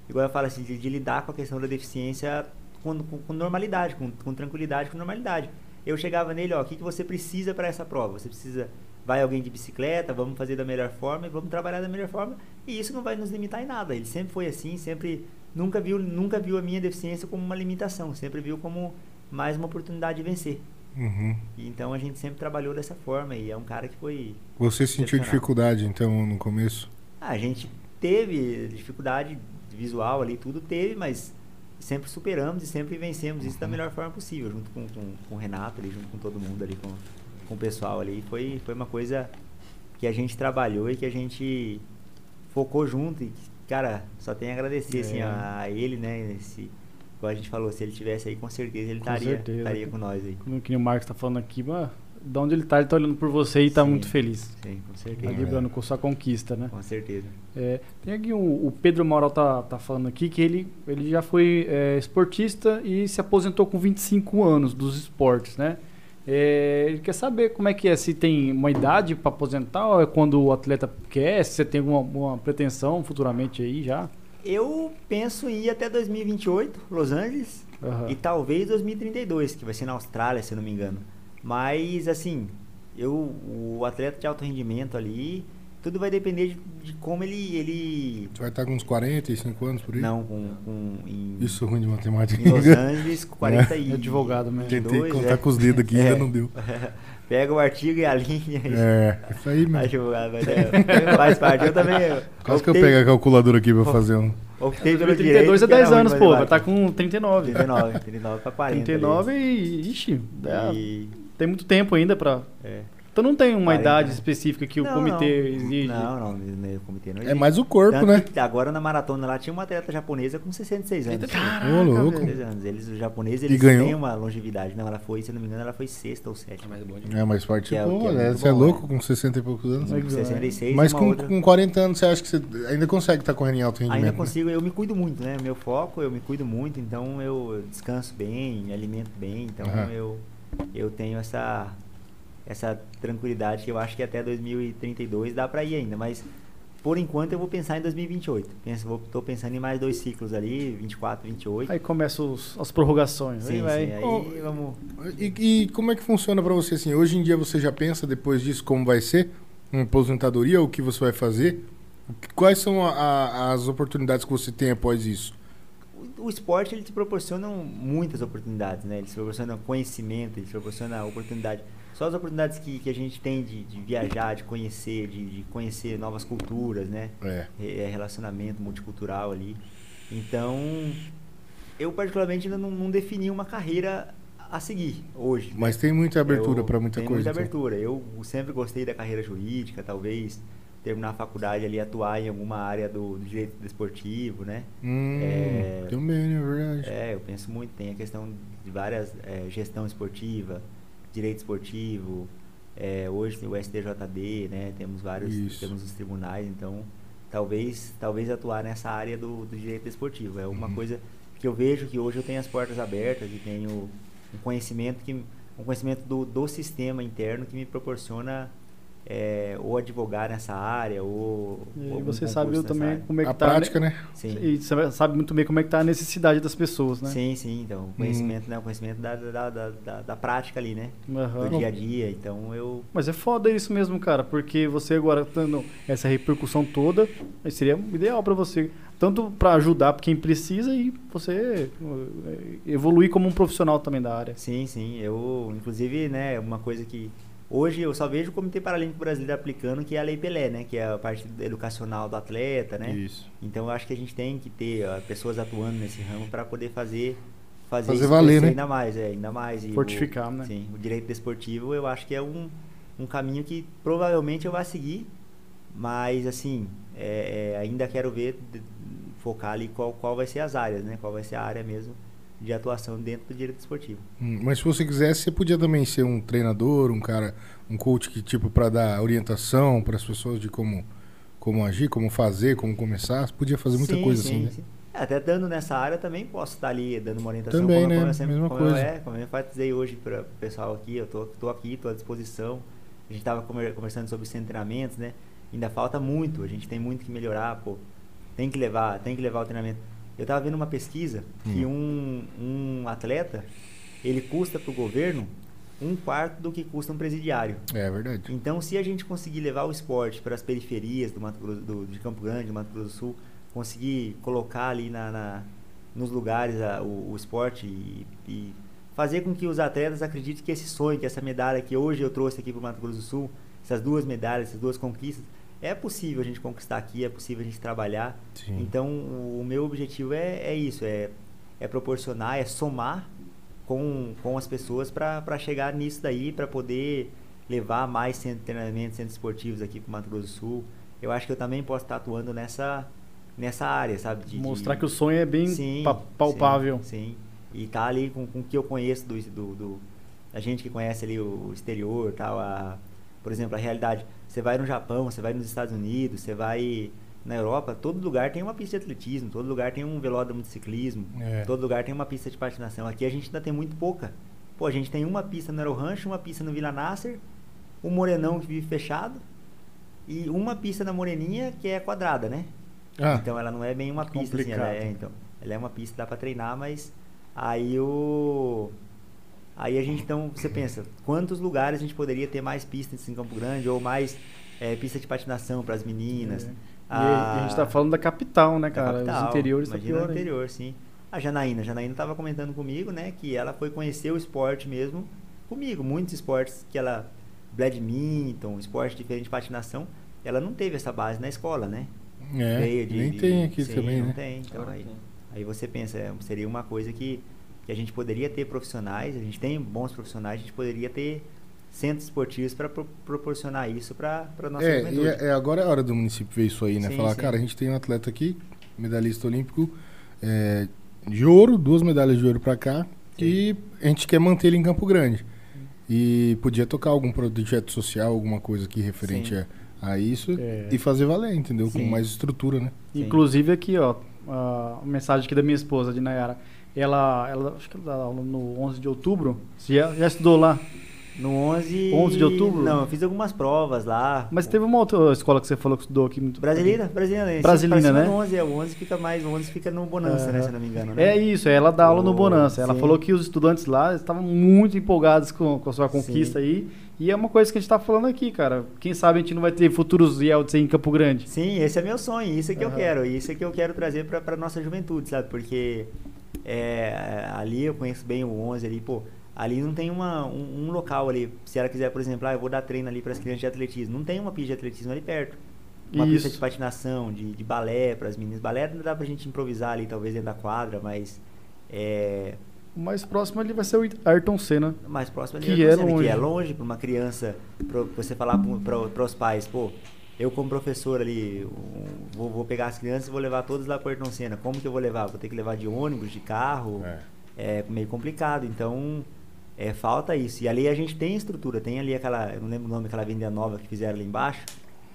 C: igual eu falo assim, de, de lidar com a questão da deficiência com, com- com normalidade, com, com tranquilidade, com normalidade. Eu chegava nele, ó, o que, que você precisa para essa prova? Você precisa, vai alguém de bicicleta, vamos fazer da melhor forma e vamos trabalhar da melhor forma. E isso não vai nos limitar em nada. Ele sempre foi assim, sempre nunca viu, nunca viu a minha deficiência como uma limitação, sempre viu como mais uma oportunidade de vencer.
B: Uhum.
C: E Então a gente sempre trabalhou dessa forma e é um cara que foi
B: Você sentiu
C: Excepcional.
B: dificuldade, então, no começo?
C: ah, A gente teve dificuldade visual ali, tudo teve, mas sempre superamos e sempre vencemos isso
A: Uhum.
C: da melhor forma possível, junto com, com, com o Renato ali, junto com todo mundo ali, com, com o pessoal ali. Foi, foi uma coisa que a gente trabalhou e que a gente focou junto e, cara, só tem a agradecer, assim,
A: É.
C: a, a ele, né, esse... Como a gente falou, se ele tivesse aí, com certeza ele
A: Com
C: estaria
A: certeza.
C: estaria com nós aí.
A: Como que o Marcos tá falando aqui, mas de onde ele tá, ele tá olhando por você e tá
C: Sim.
A: muito feliz.
C: Sim, com
A: Tá
C: certeza.
A: vibrando com sua conquista, né?
C: Com certeza.
A: É, tem aqui um- o Pedro Moral tá, tá falando aqui que ele, ele já foi é, esportista e se aposentou com 25 anos dos esportes, né? É, ele quer saber como é que é, se tem uma idade para aposentar ou é quando o atleta quer, se você tem alguma, alguma pretensão futuramente aí já.
C: Eu penso em ir até 2028, Los Angeles,
A: Aham.
B: Ah.
C: e talvez 2032, que vai ser na Austrália, se eu não me engano. Mas, assim, eu, o atleta de alto rendimento ali, Tudo vai depender de, de como ele. ele...
B: Você vai estar com uns 45 anos por aí?
C: Não, com. com em,
B: Isso é ruim de matemática.
C: em Los Angeles, 40 e.
A: É advogado mesmo.
B: Tentei
C: dois,
B: contar
C: é.
B: com os dedos aqui,
C: É.
B: ainda não deu.
C: Pega o artigo e a linha. e-
B: É, isso aí mesmo.
C: Advogado, mas é, faz parte. Eu também.
B: Quase que eu
C: optei-
B: pego a calculadora aqui pra fazer um.
C: Optei pelo direito.
A: 32 é
C: porque
A: 10
C: era
A: anos,
C: muito
A: pô. Vai
C: mais
A: estar
C: barato.
A: com 39.
C: 39, 39 pra 40.
A: 39 e. Ixi, dá-
C: E...
A: tem muito tempo ainda pra.
C: É.
A: Então não tem uma
C: 40.
A: idade específica que o
C: Não,
A: comitê
C: não.
A: exige.
C: Não, não, no- no comitê não
B: É
C: exige.
B: mais o corpo,
C: Tanto
B: né?
C: que Agora na maratona lá tinha uma atleta japonesa com 66 anos.
B: Ô, louco.
C: 66 anos. Eles, os japoneses, eles
B: ganhou?
C: têm uma longevidade. Não, ela foi, se eu não me engano, ela foi sexta ou sétima.
B: É, mas parte,
C: Que é-
B: pô,
C: que é
B: né,
C: muito
B: você é
C: bom,
B: louco com 60 e poucos anos.
A: Legal.
C: Com 66
B: Mas
C: e uma
B: com,
C: outra...
B: com 40 anos você acha que você ainda consegue estar correndo em alto rendimento?
C: Ainda
B: né?
C: consigo, eu me cuido muito, né? Meu foco, eu me cuido muito, então eu descanso bem, me alimento bem, então
B: Aham.
C: eu, eu tenho essa, essa tranquilidade que eu acho que até 2032 dá pra ir ainda, mas por enquanto eu vou pensar em 2028. Penso, vou, tô pensando em mais dois ciclos ali, 24, 28.
A: Aí começam os- as prorrogações.
C: sim,
A: aí
C: sim,
A: vai.
C: aí
B: Ô,
C: vamos...
B: E, e como é que funciona pra você assim? Hoje em dia você já pensa depois disso como vai ser uma aposentadoria, o que você vai fazer? Quais são a- a- as oportunidades que você tem após isso?
C: o- o esporte ele te proporciona um- muitas oportunidades, né? Ele te proporciona conhecimento, ele te proporciona oportunidade. Só as oportunidades que, que a gente tem de, de viajar, de conhecer, de, de conhecer novas culturas, né?
B: É.
C: É relacionamento multicultural ali. Então, eu particularmente ainda não, não defini uma carreira a seguir hoje.
B: Mas tem muita abertura
C: Eu-
B: pra muita
C: tem
B: coisa.
C: Muita
B: então.
C: abertura. Eu sempre gostei da carreira jurídica, talvez terminar a faculdade ali, atuar em alguma área do, do direito desportivo, né?
B: Hum,
C: É.
B: Também, é verdade.
C: É, eu penso muito. Tem a questão de várias é, gestão esportiva, direito esportivo. é, hoje tem o STJD, né? Temos vários,
B: Isso.
C: temos os tribunais. Então, talvez, talvez atuar nessa área do, do direito esportivo é uma
B: Uhum.
C: coisa que eu vejo que hoje eu tenho as portas abertas e tenho um conhecimento que um conhecimento do, do sistema interno que me proporciona é, ou advogar nessa área ou
A: E
C: ou
A: aí
C: algum
A: você sabe
C: concurso nessa
A: também
C: área.
A: como é que
B: A
A: tá.
B: prática,
A: né?
B: né?
C: Sim.
A: E você sabe muito bem como é que tá a necessidade das pessoas, né?
C: Sim, sim, então. Conhecimento,
B: Hum.
C: né? O conhecimento da, da, da, da, da prática ali, né?
A: Aham.
C: Do dia a dia. Então eu.
A: Mas é foda isso mesmo, cara, porque você agora tendo essa repercussão toda, aí seria ideal pra você, tanto pra ajudar quem precisa e você eh, evoluir como um profissional também da área.
C: Sim, sim. Eu, inclusive, né, uma coisa que. Hoje eu só vejo o Comitê Paralímpico Brasileiro aplicando, que é a Lei Pelé, né? Que é a parte educacional do atleta, né?
B: Isso.
C: Então eu acho que a gente tem que ter ó, pessoas atuando nesse ramo para poder fazer. Fazer,
B: Fazer
C: isso
B: valer,
C: crescer
B: né?
C: Ainda mais, é, ainda mais. E o-
A: Fortificar, né?
C: Sim, o direito desportivo eu acho que é um, um caminho que provavelmente eu vou seguir, mas assim, é, é, ainda quero ver, de- focar ali qual, qual vai ser as áreas, né? Qual vai ser a área mesmo de atuação dentro do direito desportivo.
B: Hum, Mas se você quisesse, você podia também ser um treinador, um cara, um coach que tipo pra dar orientação pras pessoas de como como agir, como fazer, como começar, você podia fazer muita
C: Sim,
B: coisa
C: sim,
B: assim, né?
C: sim. É, Até dando nessa área eu também posso estar ali dando uma orientação
B: Também,
C: como, eu-
B: né?
C: como eu sempre,
B: Mesma
C: como
B: coisa.
C: eu é, como eu enfatizei hoje para o pessoal aqui, eu tô, tô aqui, tô à disposição. A gente estava conversando sobre os treinamentos, né? Ainda falta muito, a gente tem muito que melhorar, pô. Tem que levar, tem que levar o treinamento. Eu estava vendo uma pesquisa que
B: Hum.
C: um, um atleta, ele custa para o governo um quarto do que custa um presidiário.
B: É verdade.
C: Então, se a gente conseguir levar o esporte para as periferias do Mato Grosso, do, de Campo Grande, do Mato Grosso do Sul, conseguir colocar ali na, na- nos lugares a- o, o esporte e, e fazer com que os atletas acreditem que esse sonho, que essa medalha que hoje eu trouxe aqui para o Mato Grosso do Sul, essas duas medalhas, essas duas conquistas, é possível a gente conquistar aqui, é possível a gente trabalhar.
B: Sim.
C: Então, o, o meu objetivo é, é isso, é, é proporcionar, é somar com, com as pessoas para chegar nisso daí, para poder levar mais centros de treinamento, centros esportivos aqui para Mato Grosso do Sul. Eu acho que eu também posso estar atuando nessa, nessa área, sabe? De,
A: Mostrar que o sonho é bem pa- palpável.
C: Sim, sim. E tá ali com, com o que eu conheço do, do, do- A gente que conhece ali o exterior tal. A, por exemplo, a realidade. Você vai no Japão, você vai nos Estados Unidos, você vai na Europa, todo lugar tem uma pista de atletismo, todo lugar tem um velódromo de ciclismo,
B: É.
C: todo lugar tem uma pista de patinação. Aqui a gente ainda tem muito pouca. Pô, a gente tem uma pista no Aero Rancho, uma pista no Vila Nasser, o Morenão que vive fechado e uma pista na Moreninha que é quadrada, né?
B: Ah,
C: Então ela não é bem uma pista assim, ela é,
A: Complicado.
C: então. Ela é uma pista, dá pra treinar, mas aí o. Aí a gente, então, você pensa, quantos lugares a gente poderia ter mais pistas assim, em Campo Grande ou mais eh, pista de patinação para as meninas?
A: É. E a gente tá falando da capital, né, cara? Os
C: Ah. capital,
A: interiores tá
C: imagina
A: pior.
C: o
A: ainda.
C: interior, sim. A Janaína, a Janaína estava comentando comigo, né, que ela foi conhecer o esporte mesmo comigo, muitos esportes que ela badminton, esporte diferente de patinação, ela não teve essa base na escola, né?
B: É,
C: Veio de-
B: nem
C: de-
B: tem aqui
C: sim,
B: também,
C: não
B: né?
C: tem, então
F: Agora
C: aí,
F: tem.
C: aí você pensa, é, seria uma coisa que, que a gente poderia ter profissionais, a gente tem bons profissionais, a gente poderia ter centros esportivos para proporcionar isso para a nossa
B: É, e
C: juventude.
B: é, é, agora é a hora do município ver isso aí, né?
C: Sim,
B: Falar,
C: sim.
B: cara, a gente tem um atleta aqui, medalhista olímpico é, de ouro, duas medalhas de ouro pra cá, e a gente quer manter ele em Campo Grande. E podia tocar algum projeto social, alguma coisa aqui referente
C: Sim.
B: a, a isso,
A: É.
B: e fazer valer, entendeu? Com
C: Sim.
B: mais estrutura, né?
F: Sim.
A: Inclusive aqui, ó, a mensagem aqui da minha esposa, de Nayara. Ela, ela acho que ela dá aula no 11 de outubro. Você já, já estudou lá.
C: No 11...
A: 11 de outubro?
C: Não, eu fiz algumas provas lá.
A: Mas teve uma outra escola que você falou que estudou aqui muito.
C: Brasileira? Brasileira. esse
A: Brasilina,
C: pra cima
A: né?
C: do 11, é, o 11 fica mais, o 11 fica no Bonança, né,
A: Aham.
C: se eu não me engano. né?
A: É isso, ela dá aula no
C: Oh,
A: Bonança. Ela
C: sim.
A: falou que os estudantes lá estavam muito empolgados com, com a sua conquista aí. E é uma coisa que a gente tá falando aqui, cara. Quem sabe a gente não vai ter futuros Yelts aí em Campo Grande.
C: Sim, esse é meu sonho, isso é que eu
A: Aham.
C: quero, isso é que eu quero trazer pra, pra nossa juventude, sabe? Porque é, ali eu conheço bem o 11 ali, pô, ali não tem uma, um, um local ali, se ela quiser, por exemplo, ah, eu vou dar treino ali para as crianças de atletismo, não tem uma pista de atletismo ali perto. Uma pista
A: Isso.
C: de patinação, de, de balé para as meninas. Balé não dá pra gente improvisar ali, talvez dentro da quadra, mas é,
A: O mais próximo ali vai ser o Ayrton Senna.
C: mais próximo ali
A: Que
C: da
A: é
C: Ayrton Senna,
A: longe.
C: que é longe para uma criança, pra você falar para os pais, pô, eu como professor ali, um, vou, vou pegar as crianças e vou levar todas lá para Ayrton Senna. Como que eu vou levar? Vou ter que levar de ônibus, de carro,
B: É.
C: é, meio complicado. Então, é, falta isso. E ali a gente tem estrutura, tem ali aquela, eu não lembro o nome, aquela avenida nova que fizeram ali embaixo.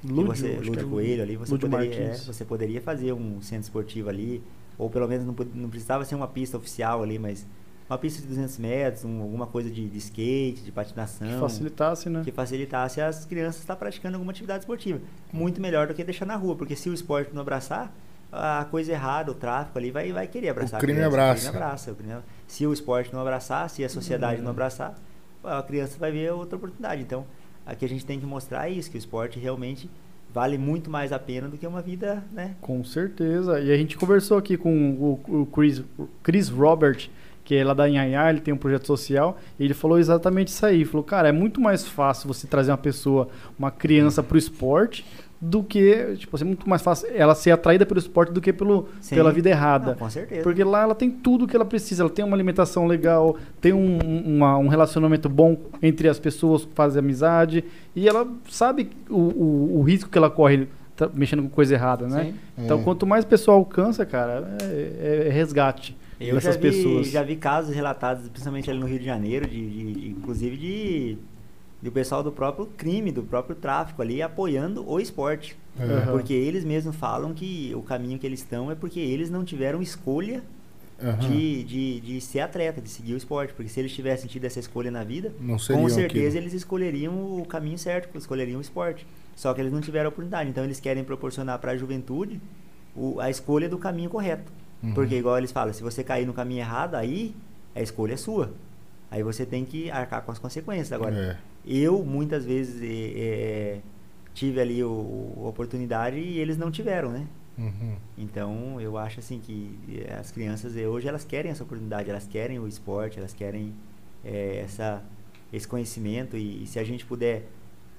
C: que
A: Lúdio,
C: você,
A: acho que
C: Lúdio
A: é
C: Coelho ali, você
A: Lúdio
C: poderia, é,
A: Martins.
C: você poderia fazer um centro esportivo ali, ou pelo menos não, pod- não precisava ser uma pista oficial ali, mas uma pista de 200 metros, um- alguma coisa de, de skate, de
A: Que
C: patinação,
A: facilitasse, né?
C: que facilitasse as crianças estar praticando alguma atividade esportiva. Muito melhor do que deixar na rua, porque se o esporte não abraçar, a coisa errada, o tráfico ali vai, vai querer abraçar. a
B: crime
C: criança,
B: abraça.
C: O crime abraça. o crime- Se o esporte não abraçar, se a sociedade
B: Hum.
C: não abraçar, a criança vai ver outra oportunidade. Então, aqui a gente tem que mostrar isso, que o esporte realmente vale muito mais a pena do que uma vida, né?
A: Com certeza. E a gente conversou aqui com o, o Chris, o Chris Robert, que é lá da Inhaiá, ele tem um projeto social, e ele falou exatamente isso aí. Ele Falou, cara, é muito mais fácil você trazer uma pessoa, uma criança pro esporte, do que, tipo, assim, é muito mais fácil ela ser atraída pelo esporte do que pelo,
C: Sim.
A: pela vida
C: Não,
A: errada.
C: com certeza.
A: Porque lá ela tem tudo que ela precisa. Ela tem uma alimentação legal, tem um, uma- um relacionamento bom entre as pessoas, faz amizade. E ela sabe o, o, o risco que ela corre tá mexendo com coisa errada, né? Então,
B: É.
A: quanto mais pessoa alcança, cara, é, é- é resgate
C: Eu já
A: dessas
C: vi,
A: pessoas.
C: já vi casos relatados, principalmente ali no Rio de Janeiro, de, de- de- inclusive de, de o pessoal do próprio crime, do próprio tráfico ali, apoiando o esporte.
A: Aham.
C: Porque eles mesmos falam que o caminho que eles estão é porque eles não tiveram escolha
B: Aham.
C: de, de, de ser atleta, de seguir o esporte. Porque se eles tivessem tido essa escolha na vida,
B: Não seriam
C: com certeza
B: aquilo.
C: eles escolheriam o caminho certo, escolheriam o esporte. Só que eles não tiveram a oportunidade. Então eles querem proporcionar para a juventude o- a escolha do caminho correto.
B: Uhum.
C: Porque, igual eles falam, se você cair no caminho errado, aí a escolha é sua. Aí você tem que arcar com as consequências. Agora,
B: É.
C: eu muitas vezes eh, eh, tive ali o, o- a oportunidade e eles não tiveram, né?
B: Uhum.
C: Então, eu acho assim que eh, as crianças eh, hoje elas querem essa oportunidade, elas querem o esporte, elas querem eh, essa, esse conhecimento e, e se a gente puder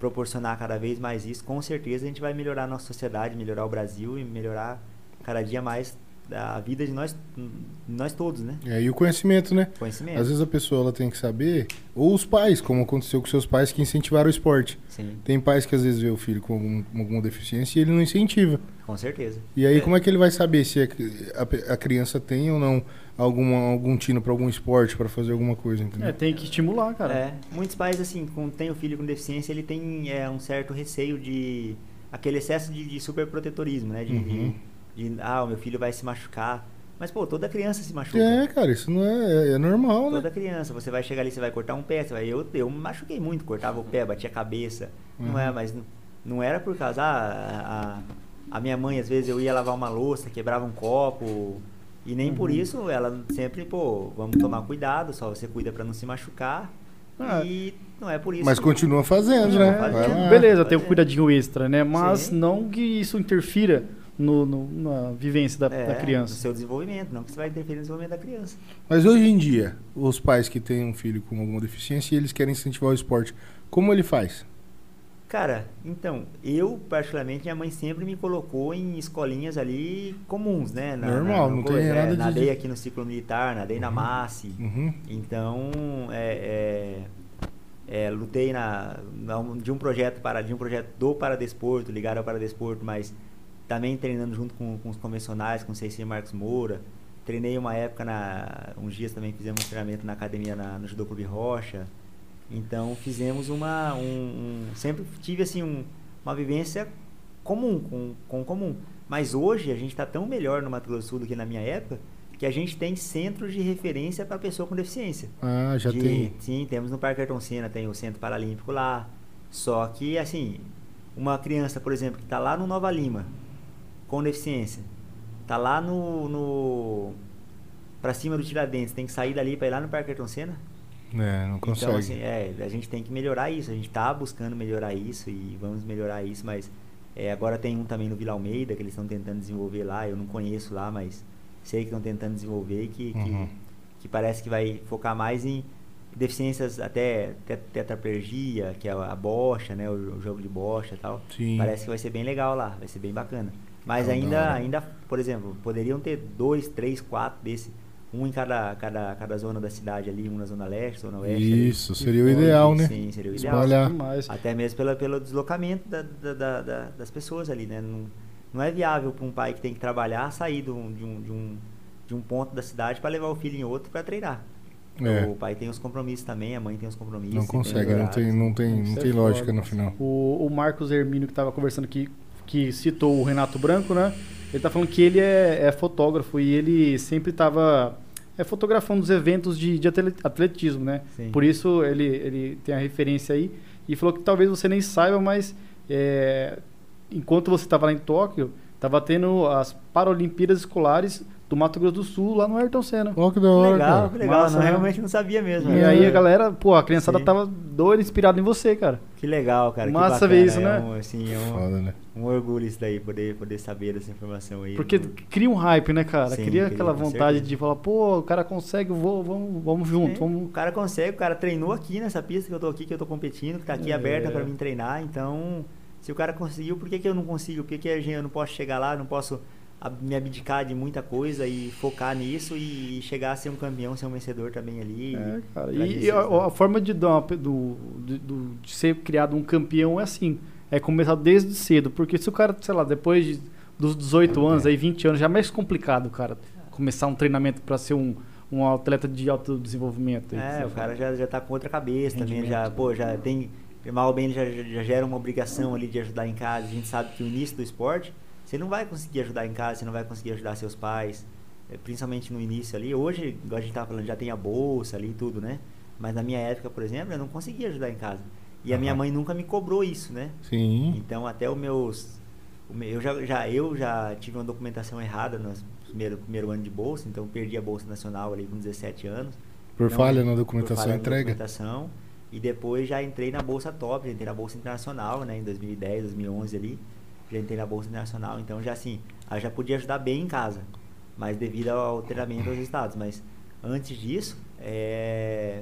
C: proporcionar cada vez mais isso, com certeza a gente vai melhorar a nossa sociedade, melhorar o Brasil e melhorar cada dia mais a vida de nós, nós todos, né?
B: É, e o conhecimento, né?
C: Conhecimento.
B: Às vezes a pessoa ela tem que saber, ou os pais, como aconteceu com seus pais que incentivaram o esporte.
C: Sim,
B: Tem pais que às vezes vê o filho com algum- com alguma deficiência e ele não incentiva.
C: com certeza.
B: E aí como é que ele vai saber se a, a pe- a criança tem ou não alguma, algum tino pra algum esporte, pra fazer alguma coisa, entendeu?
A: É, tem que estimular, cara.
C: É, muitos pais, assim, quando tem o filho com deficiência, ele tem é, um certo receio de... Aquele excesso de, de superprotetorismo, né? De,
B: Uhum.
C: de, de, ah, o meu filho vai se machucar. Mas, pô, toda criança se machuca.
B: É, cara, isso não é, é normal, né?
C: Toda criança. Você vai chegar ali, você vai cortar um pé. Você vai, eu, eu me machuquei muito, cortava o pé, batia a cabeça.
B: Uhum.
C: Não é, mas não, não era por causa... Ah, a, a minha mãe, às vezes, eu ia lavar uma louça, quebrava um copo... E nem
B: Uhum.
C: por isso ela sempre, pô, vamos tomar cuidado, só você cuida pra não se machucar.
A: Ah.
C: E não é por isso.
B: Mas
C: que-
B: continua fazendo, né?
C: fazendo.
B: Vai lá.
A: Beleza, tem um
C: Pode ser.
A: cuidadinho extra, né? Mas
C: Sim.
A: não que isso interfira no, no- na vivência da,
C: é,
A: da
C: No
A: criança.
C: seu desenvolvimento, não que você vai interferir no desenvolvimento da criança.
B: Mas hoje em dia, os pais que têm um filho com alguma deficiência e eles querem incentivar o esporte, como ele faz?
C: Cara, então, eu, particularmente, minha mãe sempre me colocou em escolinhas ali comuns, né?
B: Normal,
C: no
B: não
C: coisa,
B: tem
C: é,
B: nada de-
C: Nadei
B: de-
C: aqui no ciclo militar, nadei na MASSE.
B: Uhum.
C: Então, é, é, é, lutei na, na um- de um projeto para de um projeto do Paradesporto, ligado ao Paradesporto, mas também treinando junto com, com os convencionais, com o Ceci Marcos Moura. Treinei uma época, na, uns dias também fizemos um treinamento na academia na, no Judô Clube Rocha. Então fizemos uma. Um, um- sempre tive assim um- uma vivência comum, com, com o comum. Mas hoje a gente está tão melhor no Mato Grosso do Sul do que na minha época que a gente tem centros de referência para pessoa com deficiência.
B: Ah, já
C: De-
B: tem.
C: Sim, temos no Parque Ayrton Senna, tem o Centro Paralímpico lá. Só que, assim, uma criança, por exemplo, que está lá no Nova Lima, com deficiência, está lá no. no para cima do Tiradentes, tem que sair dali para ir lá no Parque Ayrton Senna?
B: É, não consegue.
C: Então, assim, é, a gente tem que melhorar isso. A gente tá buscando melhorar isso e vamos melhorar isso, mas é, agora tem um também no Vila Almeida que eles estão tentando desenvolver lá. Eu não conheço lá, mas sei que estão tentando desenvolver e que, que-
B: Uhum.
C: que parece que vai focar mais em deficiências até te- tetraplegia, que é a bocha, né? O, o jogo de bocha e tal.
B: Sim.
C: Parece que vai ser bem legal lá, vai ser bem bacana. Mas
B: Então, da
C: ainda,
B: hora.
C: ainda, por exemplo, poderiam ter dois, três, quatro desse. Um em cada, cada, cada zona da cidade ali, um na zona leste, zona oeste. ali.
B: Isso, seria o ideal, né?
C: Sim, seria o ideal.
B: Espalhar.
A: Mas,
C: Até mesmo pela, pelo deslocamento da, da- da- da- das pessoas ali, né? Não, não é viável para um pai que tem que trabalhar sair de um, de um, de um, de um ponto da cidade para levar o filho em outro para treinar.
B: É.
C: O né? pai tem os compromissos também, a mãe tem os compromissos.
B: Não
C: tem os
B: consegue, não tem,
C: horários.
B: não tem, não
A: Isso é
B: tem lógica
A: foda.
B: no final.
A: O, o Marcos Hermínio, que estava conversando aqui, que citou o Renato Branco, né? Ele tá falando que ele é, é fotógrafo e ele sempre estava é, fotografando os eventos de, de atlet- atletismo, né?
C: Sim.
A: Por isso ele, ele tem a referência aí e falou que talvez você nem saiba, mas é, enquanto você estava lá em Tóquio, estava tendo as Paralimpíadas Escolares do Mato Grosso do Sul lá no Ayrton Senna.
B: Ó, que da hora,
C: Legal,
B: cara.
C: que legal.
A: Massa,
C: Só
A: né?
C: realmente não sabia mesmo.
A: E
C: né?
A: aí a galera, pô, a criançada
C: Sim.
A: tava doida inspirada em você, cara.
C: Que legal, cara. que
A: Massa
C: bacana,
A: ver isso, né?
C: É um, assim, é um,
B: Foda, né?
C: um orgulho isso daí, poder, poder saber dessa informação aí.
A: Porque cria um hype, né, cara?
C: Sim,
A: cria
C: cria,
A: aquela
C: com
A: vontade
C: certeza.
A: de falar, pô, o cara consegue, eu vou, vamos, vamos junto,
C: É, O
A: vamos.
C: cara consegue, o cara treinou aqui nessa pista que eu tô aqui, que eu tô competindo, que tá aqui
A: É.
C: aberta pra mim treinar. Então, se o cara conseguiu, por que, que eu não consigo? Por que, que a gente- eu não posso chegar lá, não posso ab- me abdicar de muita coisa e focar nisso e chegar a ser um campeão, ser um vencedor também ali?
A: É, cara.
C: Pra
A: E,
C: isso,
A: e a,
C: né?
A: a forma de, dar uma pe- do, de, do- de ser criado um campeão é assim. É começar desde cedo. Porque se o cara, sei lá, depois de- dos 18 anos, aí 20 anos, já é mais complicado, cara. Começar um treinamento pra ser um, um atleta de alto desenvolvimento. aí, que
C: É,
A: você
C: o
A: fala.
C: cara já, já tá com outra cabeça também, já, pô, já tem. Mal ou bem ele já, já- já gera uma obrigação ali de ajudar em casa. A gente sabe que o início do esporte, você não vai conseguir ajudar em casa, você não vai conseguir ajudar seus pais, eh, principalmente no início ali. Hoje, igual a gente tava falando, já tem a bolsa ali e tudo, né? Mas na minha época, por exemplo, eu não conseguia ajudar em casa. E a minha
B: Aham.
C: mãe nunca me cobrou isso, né?
B: Sim.
C: Então até os meus. o meu- Eu já, já- eu já tive uma documentação errada no primeiro, primeiro ano de bolsa, então eu perdi a Bolsa Nacional ali com 17 anos.
B: Por
C: Não,
B: falha na
C: por
B: documentação
C: falha na
B: entrega.
C: documentação. E depois já entrei na Bolsa Top, já entrei na Bolsa Internacional, né? Em 2010, 2011 ali. Já entrei na Bolsa Internacional. Então já assim, ah, já podia ajudar bem em casa. Mas devido ao treinamento aos estados. Mas antes disso, é...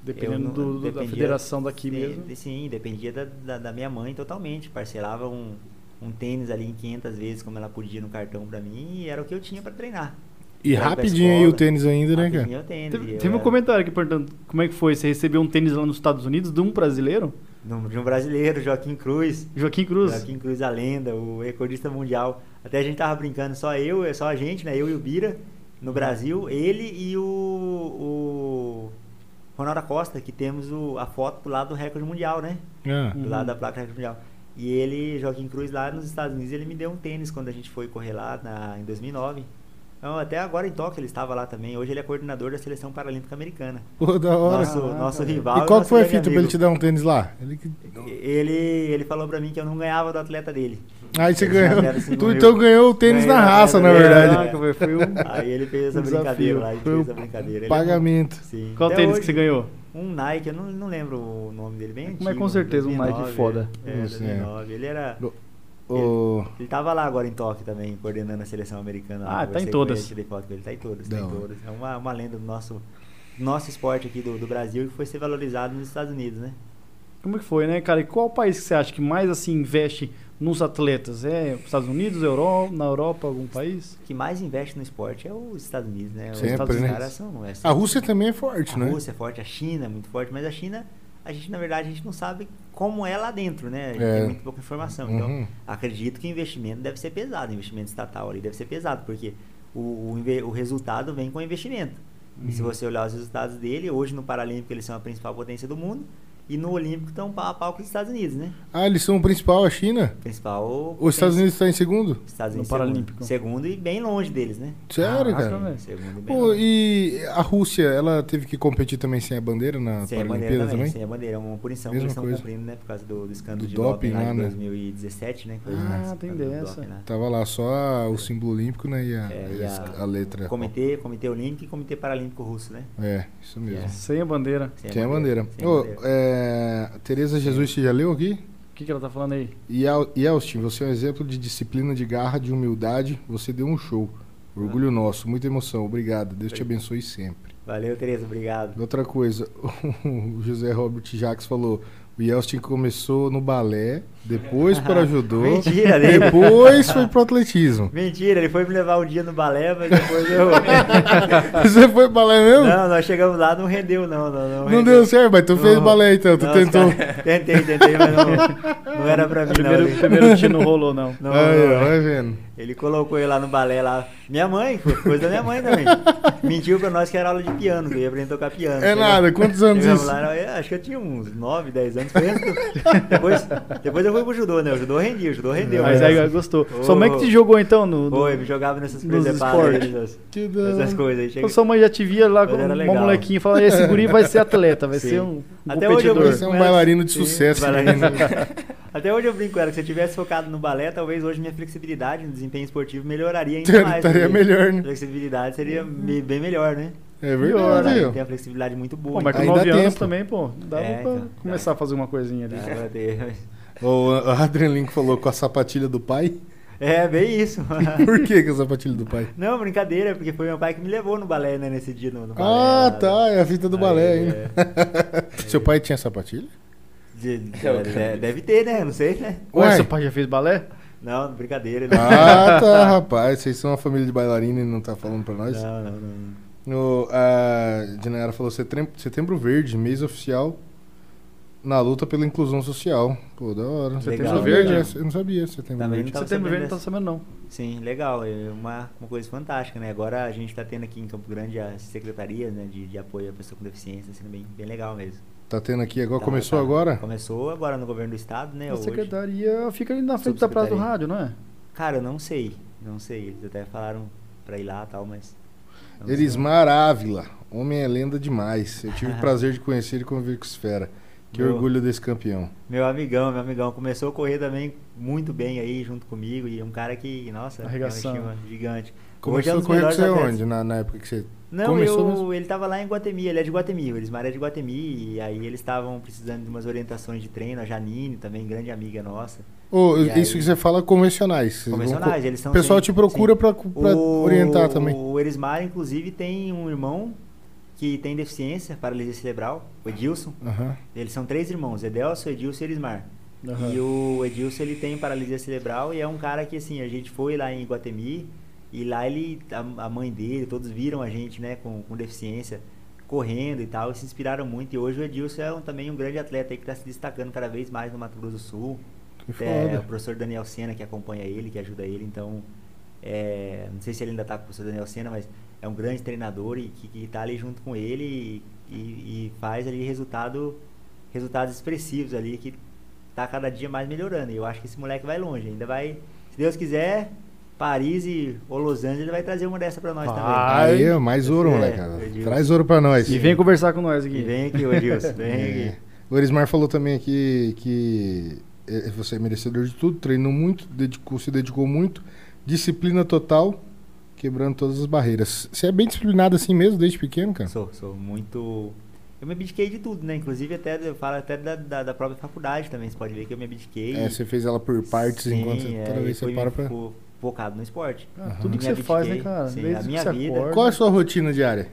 C: eu
A: Dependendo
C: não-
A: do- do- da
C: dependia-
A: federação daqui
C: sim,
A: mesmo.
C: de- Sim, dependia da, da, da minha mãe totalmente. Parcelava um, um tênis ali em 500 vezes, como ela podia no cartão pra mim. E era o que eu tinha pra treinar.
B: E
C: Era da
B: rapidinho aí o
C: escola,
B: tênis ainda, né, cara?
C: rapidinho eu tênis,
A: Teve,
C: eu
A: teve um
C: era-
A: comentário aqui perguntando como é que foi? Você recebeu um tênis lá nos Estados Unidos de um brasileiro?
C: no- de um brasileiro, Joaquim Cruz.
A: Joaquim Cruz.
C: Joaquim Cruz, a lenda, o recordista mundial. Até a gente tava brincando, só eu, é só a gente, né? Eu e o Bira, no Brasil. Ele e o, o Ronaldo Acosta, que temos o- a foto pro lado do recorde mundial, né?
B: Ah,
A: Uhum.
C: Do lado da placa do recorde mundial. E ele, Joaquim Cruz, lá nos Estados Unidos, ele me deu um tênis quando a gente foi correr lá na, em 2009. Então, até agora em Tóquio ele estava lá também. Hoje ele é coordenador da seleção paralímpica americana.
B: Pô, da hora.
C: Nosso,
A: Caraca,
C: nosso
A: velho.
C: rival.
B: Ah, e qual
C: é nosso
B: que foi a
C: grande
B: fita pra ele
C: amigo.
B: te dar um tênis lá? Ele que-
C: Ele, ele falou pra mim que eu não ganhava do atleta dele.
B: Aí você
C: Ele
B: ganhou.
C: já era assim,
B: Tu
C: morreu.
B: então ganhou o tênis
C: Ganhei
B: na
C: a
B: raça, na
C: medalha,
B: É verdade.
A: Caraca, velho, foi um
C: Aí ele fez essa
A: Um desafio.
C: brincadeira lá. Ele
A: Foi
C: fez
A: um
C: a brincadeira. Ele- é
B: Pagamento.
C: Sim.
A: Qual
C: Até
A: tênis que
C: hoje,
A: você ganhou?
C: Um Nike, eu não, não lembro o nome dele bem
A: Mas
C: antigo,
A: com certeza um Nike
C: 2009,
A: foda.
C: É,
B: Não sei.
C: 2009. Ele era...
B: Ô,
C: Ele tava lá agora em Tóquio também, coordenando a seleção americana.
A: Ah,
C: lá,
A: tá
C: conversei
A: em
C: com
A: todas.
C: Ele, tirei foto com ele, tá em todas,
B: Da
C: tá em
B: hora.
C: todas. É uma, uma lenda do nosso, nosso esporte aqui do, do Brasil que foi ser valorizado nos Estados Unidos, né?
A: Como que foi, né, cara? E qual país que você acha que mais assim investe nos atletas? É os Estados Unidos, Euro... na Europa, algum país?
C: O que mais investe no esporte é os Estados Unidos, né? Os
B: Sempre,
C: Estados
B: né?
C: caras são... É,
B: A Rússia também é forte,
C: a
B: né?
C: Rússia é forte, a China é muito forte, mas a China, a gente, na verdade, a gente não sabe como é lá dentro, né? A gente
B: É.
C: tem muito pouca informação. Então,
B: Uhum.
C: acredito que o investimento deve ser pesado, o investimento estatal ali deve ser pesado, porque o, o, inve- o resultado vem com o investimento. E
B: Uhum.
C: se você olhar os resultados dele, hoje no Paralímpico eles são a principal potência do mundo e no Olímpico estão pau a pau com os Estados Unidos, né?
B: Ah, eles são o principal, a China?
C: Principal.
B: Os
C: potência.
B: Estados Unidos estão em segundo?
C: Estados
A: No
C: Unidos
A: Paralímpico.
C: Segundo. segundo e bem longe deles, né?
B: Sério,
A: Caraca,
B: cara?
A: velho.
C: Segundo e bem
B: Pô,
C: longe.
B: e a Rússia, ela teve que competir também sem a bandeira na
C: Sem a bandeira
B: Paralimpíada
C: também,
B: também?
C: sem a bandeira. É uma punição
B: Mesma
C: que eles estão
B: coisa.
C: cumprindo, né? Por causa do, do escândalo
B: Do
C: de
B: doping
C: doping, lá
B: lá,
C: em
B: né?
C: 2017, né? que foi
A: Ah,
C: o
A: tem
C: escândalo do
A: dessa.
C: doping lá.
B: Tava lá só o símbolo olímpico, né? E a,
C: É, e a-
B: a letra.
C: Comitê, Comitê Olímpico e Comitê Paralímpico Russo, né? é
B: É, isso mesmo.
C: Yeah.
A: Sem a bandeira.
C: Sem
B: Sem a bandeira.
C: Sem a
B: é Ô,
C: bandeira.
B: é, Tereza Jesus, você já leu aqui?
A: O que, que ela tá falando aí?
B: E Al- e Elstin, você é um exemplo de disciplina, de garra, de humildade. Você deu um show. Orgulho
C: Ah.
B: nosso, muita emoção. Obrigado. Deus te abençoe sempre.
C: Valeu, Tereza, obrigado.
B: Outra coisa, o José Robert Jacques falou: o Elstin começou no balé, depois para judô,
C: Mentira dele.
B: depois foi pro atletismo.
C: Mentira, ele foi me levar o dia no balé, mas depois eu.
B: Você foi balé mesmo?
C: não, nós chegamos lá, não rendeu, não. Não,
B: Não,
C: não, rendeu.
B: deu certo, mas tu fez
C: Não.
B: balé então, tu
C: Não, os
B: tentou.
C: cara- Tentei, tentei, mas não, não era pra mim,
A: Primeiro,
C: não.
A: primeiro tiro não rolou, não.
C: Não,
B: Aí,
C: não, é.
B: ó, vai vendo.
C: Ele colocou eu lá no balé lá. Minha mãe, foi coisa da minha mãe também. Mentiu pra nós que era aula de piano, que eu ia aprender a tocar piano.
B: É
C: Chegamos-
B: nada, quantos anos
C: chegamos
B: isso?
C: lá, eu- acho que eu tinha uns 9, 10 anos. Foi antes do- depois, depois eu fui pro judô, né? O judô rendi, o judô rendeu.
A: Mas
C: né?
A: aí gostou.
C: Ô.
A: Sua mãe que te jogou então no. no-
C: Foi, me jogava nessas
A: Nos
C: presepadas,
A: esportes.
C: essas,
B: Que da
C: essas
B: hora.
C: coisas aí. Chega-
A: Então sua mãe já te via lá
C: Mas
A: com
C: era
A: uma
C: legal.
A: molequinha e falava: esse guri vai ser atleta, vai
C: Sim.
A: ser um
C: Até hoje eu
A: competidor.
B: Vai ser um bailarino de
C: Sim,
B: sucesso.
C: bailarino.
B: né?
C: Até hoje eu brinco com ela que se eu tivesse focado no balé, talvez hoje minha flexibilidade no desempenho esportivo melhoraria ainda mais.
B: Estaria
C: porque
B: melhor, né?
C: Flexibilidade seria me- bem melhor, né?
B: É
A: Pior,
B: verdade,
A: né?
B: ó.
C: Tem a flexibilidade muito boa.
A: Pô, mas com
B: Aí
C: então.
B: dá
A: 9 anos
B: tempo.
A: também, pô, dava
C: É,
A: pra
C: então, É. dá.
A: começar a fazer uma coisinha ali.
C: Dá pra ter.
B: O Adrian Link falou com a sapatilha do pai.
C: É, bem isso.
B: Por que, que a sapatilha do pai?
C: Não, brincadeira, porque foi meu pai que me levou no balé, né, nesse dia no, no balé.
B: Ah,
C: lá,
B: tá. É a fita do balé
C: Aí, é.
B: ainda. Seu pai tinha sapatilha?
C: de- de- de- deve ter, né? Não sei, né?
A: Ué,
B: Ué.
A: é, seu pai já fez balé?
C: Não, brincadeira. né?
B: Ah, tá, rapaz. Vocês são uma família de bailarina e não tá falando pra nós.
C: Não, não, não.
B: O, a Dinara falou: "Setem- Setembro Verde, mês oficial na luta pela inclusão social. Pô, da hora.
C: Setembro
A: Verde,
B: né? Eu não sabia Setembro
C: Também
B: Verde.
C: não tava
A: Você também
C: sabendo
A: não tá
C: dessa.
A: sabendo, não.
C: Sim, legal. É uma, uma coisa fantástica, né? Agora a gente está tendo aqui em Campo Grande as secretarias né, de, de apoio à pessoa com deficiência, sendo bem, bem legal mesmo.
B: Tá tendo aqui agora?
C: Tá,
B: começou
C: tá.
B: agora?
C: Começou agora no governo do estado, né?
A: A
C: hoje.
A: secretaria fica ali na frente da praça do rádio, não é?
C: Cara, eu não sei. Não sei. Eles até falaram pra ir lá e tal, mas. não sei.
B: Elismar Ávila, homem é lenda demais. Eu tive o prazer de conhecer ele e conviver com Esfera. Que
C: Boa.
B: orgulho desse campeão.
C: Meu amigão, meu amigão. Começou a correr também muito bem aí junto comigo. E é um cara que, nossa, tem uma
A: Arregaçando.
C: estima gigante. Hoje é
B: Começou
C: um
B: a
C: dos
B: correr com
C: melhores
B: você
C: atletas.
B: onde? Na, na época que você.
C: Não,
B: Começou
C: eu-
B: mesmo?
C: ele tava lá em Guatemi, ele é de Guatemi, o Elismar é de Guatemi, e aí eles estavam precisando de umas orientações de treino, a Janine também, grande amiga nossa.
B: Ô,
C: E aí?
B: isso que você fala convencionais. vocês vão
C: Convencionais,
B: co-
C: eles são
B: O pessoal
C: sim,
B: te procura
C: sim.
B: pra, pra
C: O-
B: orientar também.
C: O Elismar, inclusive, tem um irmão que tem deficiência, paralisia cerebral, o Edilson.
B: Aham.
C: Eles são três irmãos, Edelso, Edilson e Elismar. E o Edilson, ele tem paralisia cerebral e é um cara que, assim, a gente foi lá em Guatemi e lá ele, a, a mãe dele, todos viram a gente, né, com, com deficiência, correndo e tal, e se inspiraram muito. E hoje o Edilson é um- também um grande atleta aí que está se destacando cada vez mais no Mato Grosso do Sul.
B: Que
C: É, o
B: foda.
C: professor Daniel Sena que acompanha ele, que ajuda ele, então, é, não sei se ele ainda está com o professor Daniel Sena, mas é um grande treinador e que, que tá ali junto com ele e, e- e faz ali resultado, resultados expressivos ali, que tá cada dia mais melhorando. E eu acho que esse moleque vai longe, ainda vai, se Deus quiser, Paris e ou Los Angeles, ele vai trazer uma dessa pra nós
A: Vai.
B: Aí, ó, mais ouro,
C: É,
B: molecada.
C: eu digo.
B: Traz ouro pra nós.
A: E vem conversar com nós aqui.
C: também. E vem aqui, ô Edilson, vem
B: É.
C: aqui.
B: O Erismar falou também aqui que é, você é merecedor de tudo, treinou muito, dedicou- se dedicou muito, disciplina total, quebrando todas as barreiras. Você é bem disciplinado assim mesmo, desde pequeno, cara?
C: Sou, sou muito. Eu me abdiquei de tudo, né? Inclusive até eu falo até da, da, da própria faculdade também. Você pode ver que eu me abdiquei.
B: É, você fez ela por partes
C: Sim,
B: enquanto
C: é,
B: toda
C: e
B: vez você
C: fui
B: para pra.
C: fo- focado no esporte.
A: Ah, Tudo
C: Me
A: que você faz, né,
C: abdiquei,
A: cara?
C: sim,
A: Desde
C: a
A: que
C: minha
A: você
C: vida.
A: acorda.
B: Qual é a sua rotina diária?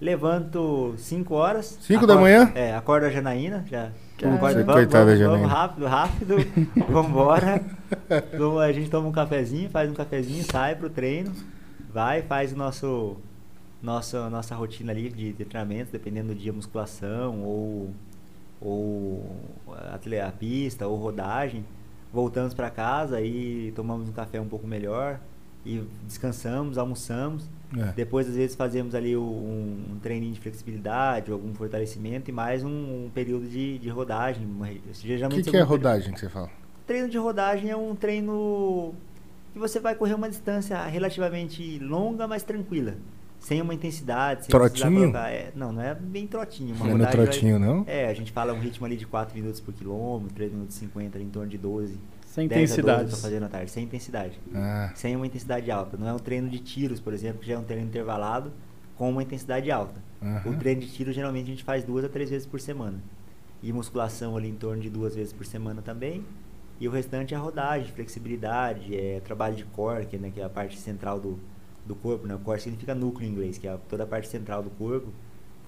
C: Levanto 5 horas.
B: Cinco da
C: acordo-
B: manhã?
C: É, acorda a Janaína. Já,
A: Caralho.
C: acorda, vamos,
B: Coitada
C: vamos,
B: da
C: vamos,
B: Janaína.
C: rápido, rápido. Vambora. Toma- a gente toma um cafezinho, faz um cafezinho, sai pro treino. Vai, faz o nosso, nosso, nossa rotina ali de, de treinamento, dependendo do dia, musculação ou, ou atle- a pista ou rodagem. Voltamos pra casa e tomamos um café um pouco melhor e descansamos, almoçamos.
B: É.
C: Depois, às vezes, fazemos ali o- um, um treininho de flexibilidade, algum fortalecimento e mais um, um período de, de rodagem. uma re-
B: O
C: Geralmente
B: que,
C: eu
B: que é
C: vou-
B: rodagem que você fala?
C: Treino de rodagem é um treino que você vai correr uma distância relativamente longa, mas tranquila. Sem uma intensidade. Sem precisar
B: Trotinho?
C: colocar- é, não, não é bem trotinho.
B: Não
C: Uma
B: é no
C: rodagem vai-
B: trotinho, não?
C: É, a gente fala um ritmo ali de 4 minutos por quilômetro, 3 minutos e 50, ali em torno de 12.
A: Sem
C: 10 a 12 eu tô
A: intensidades.
C: fazendo à tarde, sem intensidade
B: Ah,
C: sem uma intensidade alta. Não é um treino de tiros, por exemplo, que já é um treino intervalado com uma intensidade alta.
B: aham.
C: O treino de tiro geralmente a gente faz duas a três vezes por semana. E musculação ali em torno de duas vezes por semana também. E o restante é rodagem, flexibilidade, é trabalho de core, que, né, que é a parte central do, do corpo. Né? O core significa núcleo em inglês, que é a- toda a parte central do corpo.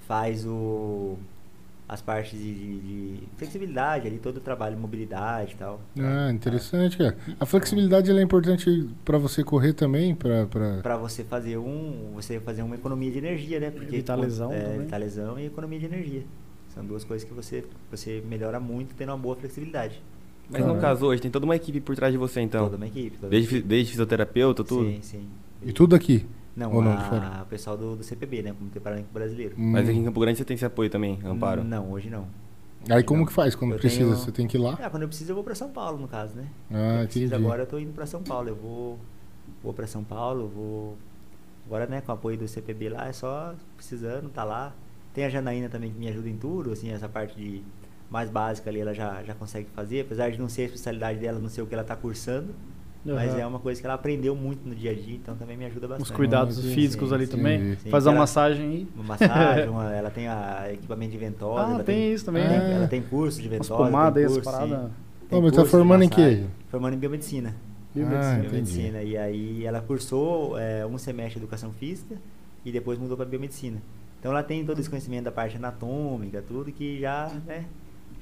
C: Faz o, as partes de, de- de flexibilidade ali, todo o trabalho, mobilidade e tal.
B: Ah, interessante, cara. A flexibilidade ela é importante pra você correr também, pra. pra...
C: para você fazer um você fazer uma economia de energia né porque
A: Evitar lesão
C: é,
A: também.
C: evitar lesão e economia de energia são duas coisas que você você melhora muito tendo uma boa flexibilidade
D: Mas no caso hoje, tem toda uma equipe por trás de você, então.
C: Tá toda uma equipe toda
D: Desde, fi- desde fisioterapeuta, tudo.
C: sim sim
B: E tudo aqui.
C: não,
B: ou não, de fora?
C: a, o pessoal do, do CPB né Comitê Paralímpico Brasileiro
D: Mas
B: Hum.
D: aqui em Campo Grande você tem esse apoio também, Amparo.
C: não hoje não
B: Aí como
C: Não.
B: que faz quando
C: Eu
B: precisa?
C: tenho-
B: Você tem que ir lá?
C: ah, quando eu preciso eu vou para São Paulo no caso né
B: Ah,
C: eu preciso
B: entendi.
C: agora eu tô indo para São Paulo eu vou vou para São Paulo eu vou agora né com o apoio do CPB lá é só precisando tá lá tem a Janaína também que me ajuda em tudo assim essa parte de mais básica ali ela já, já consegue fazer apesar de não ser a especialidade dela não sei o que ela tá cursando mas
A: Aham.
C: é uma coisa que ela aprendeu muito no dia a dia então também me ajuda bastante
A: Os cuidados
B: Entendi,
A: físicos ali
B: entendi.
A: também.
C: Sim,
A: Faz uma
C: ela-
A: massagem e.
C: uma massagem uma- ela tem a equipamento de ventosa
A: Ah,
C: ela
A: tem isso também,
C: tem- é,
B: né?
C: ela tem curso de
A: Umas
C: ventosa tem
A: pomadas e as
C: curso, sim.
A: paradas.
C: Tem
B: Ô, mas tá
C: curso de
B: formando em quê?
C: massagem. formando em biomedicina
B: Ah, entendi.
C: biomedicina. E aí ela cursou é, um semestre de educação física e depois mudou para biomedicina. Então ela tem todo esse conhecimento da parte anatômica, tudo que já, né,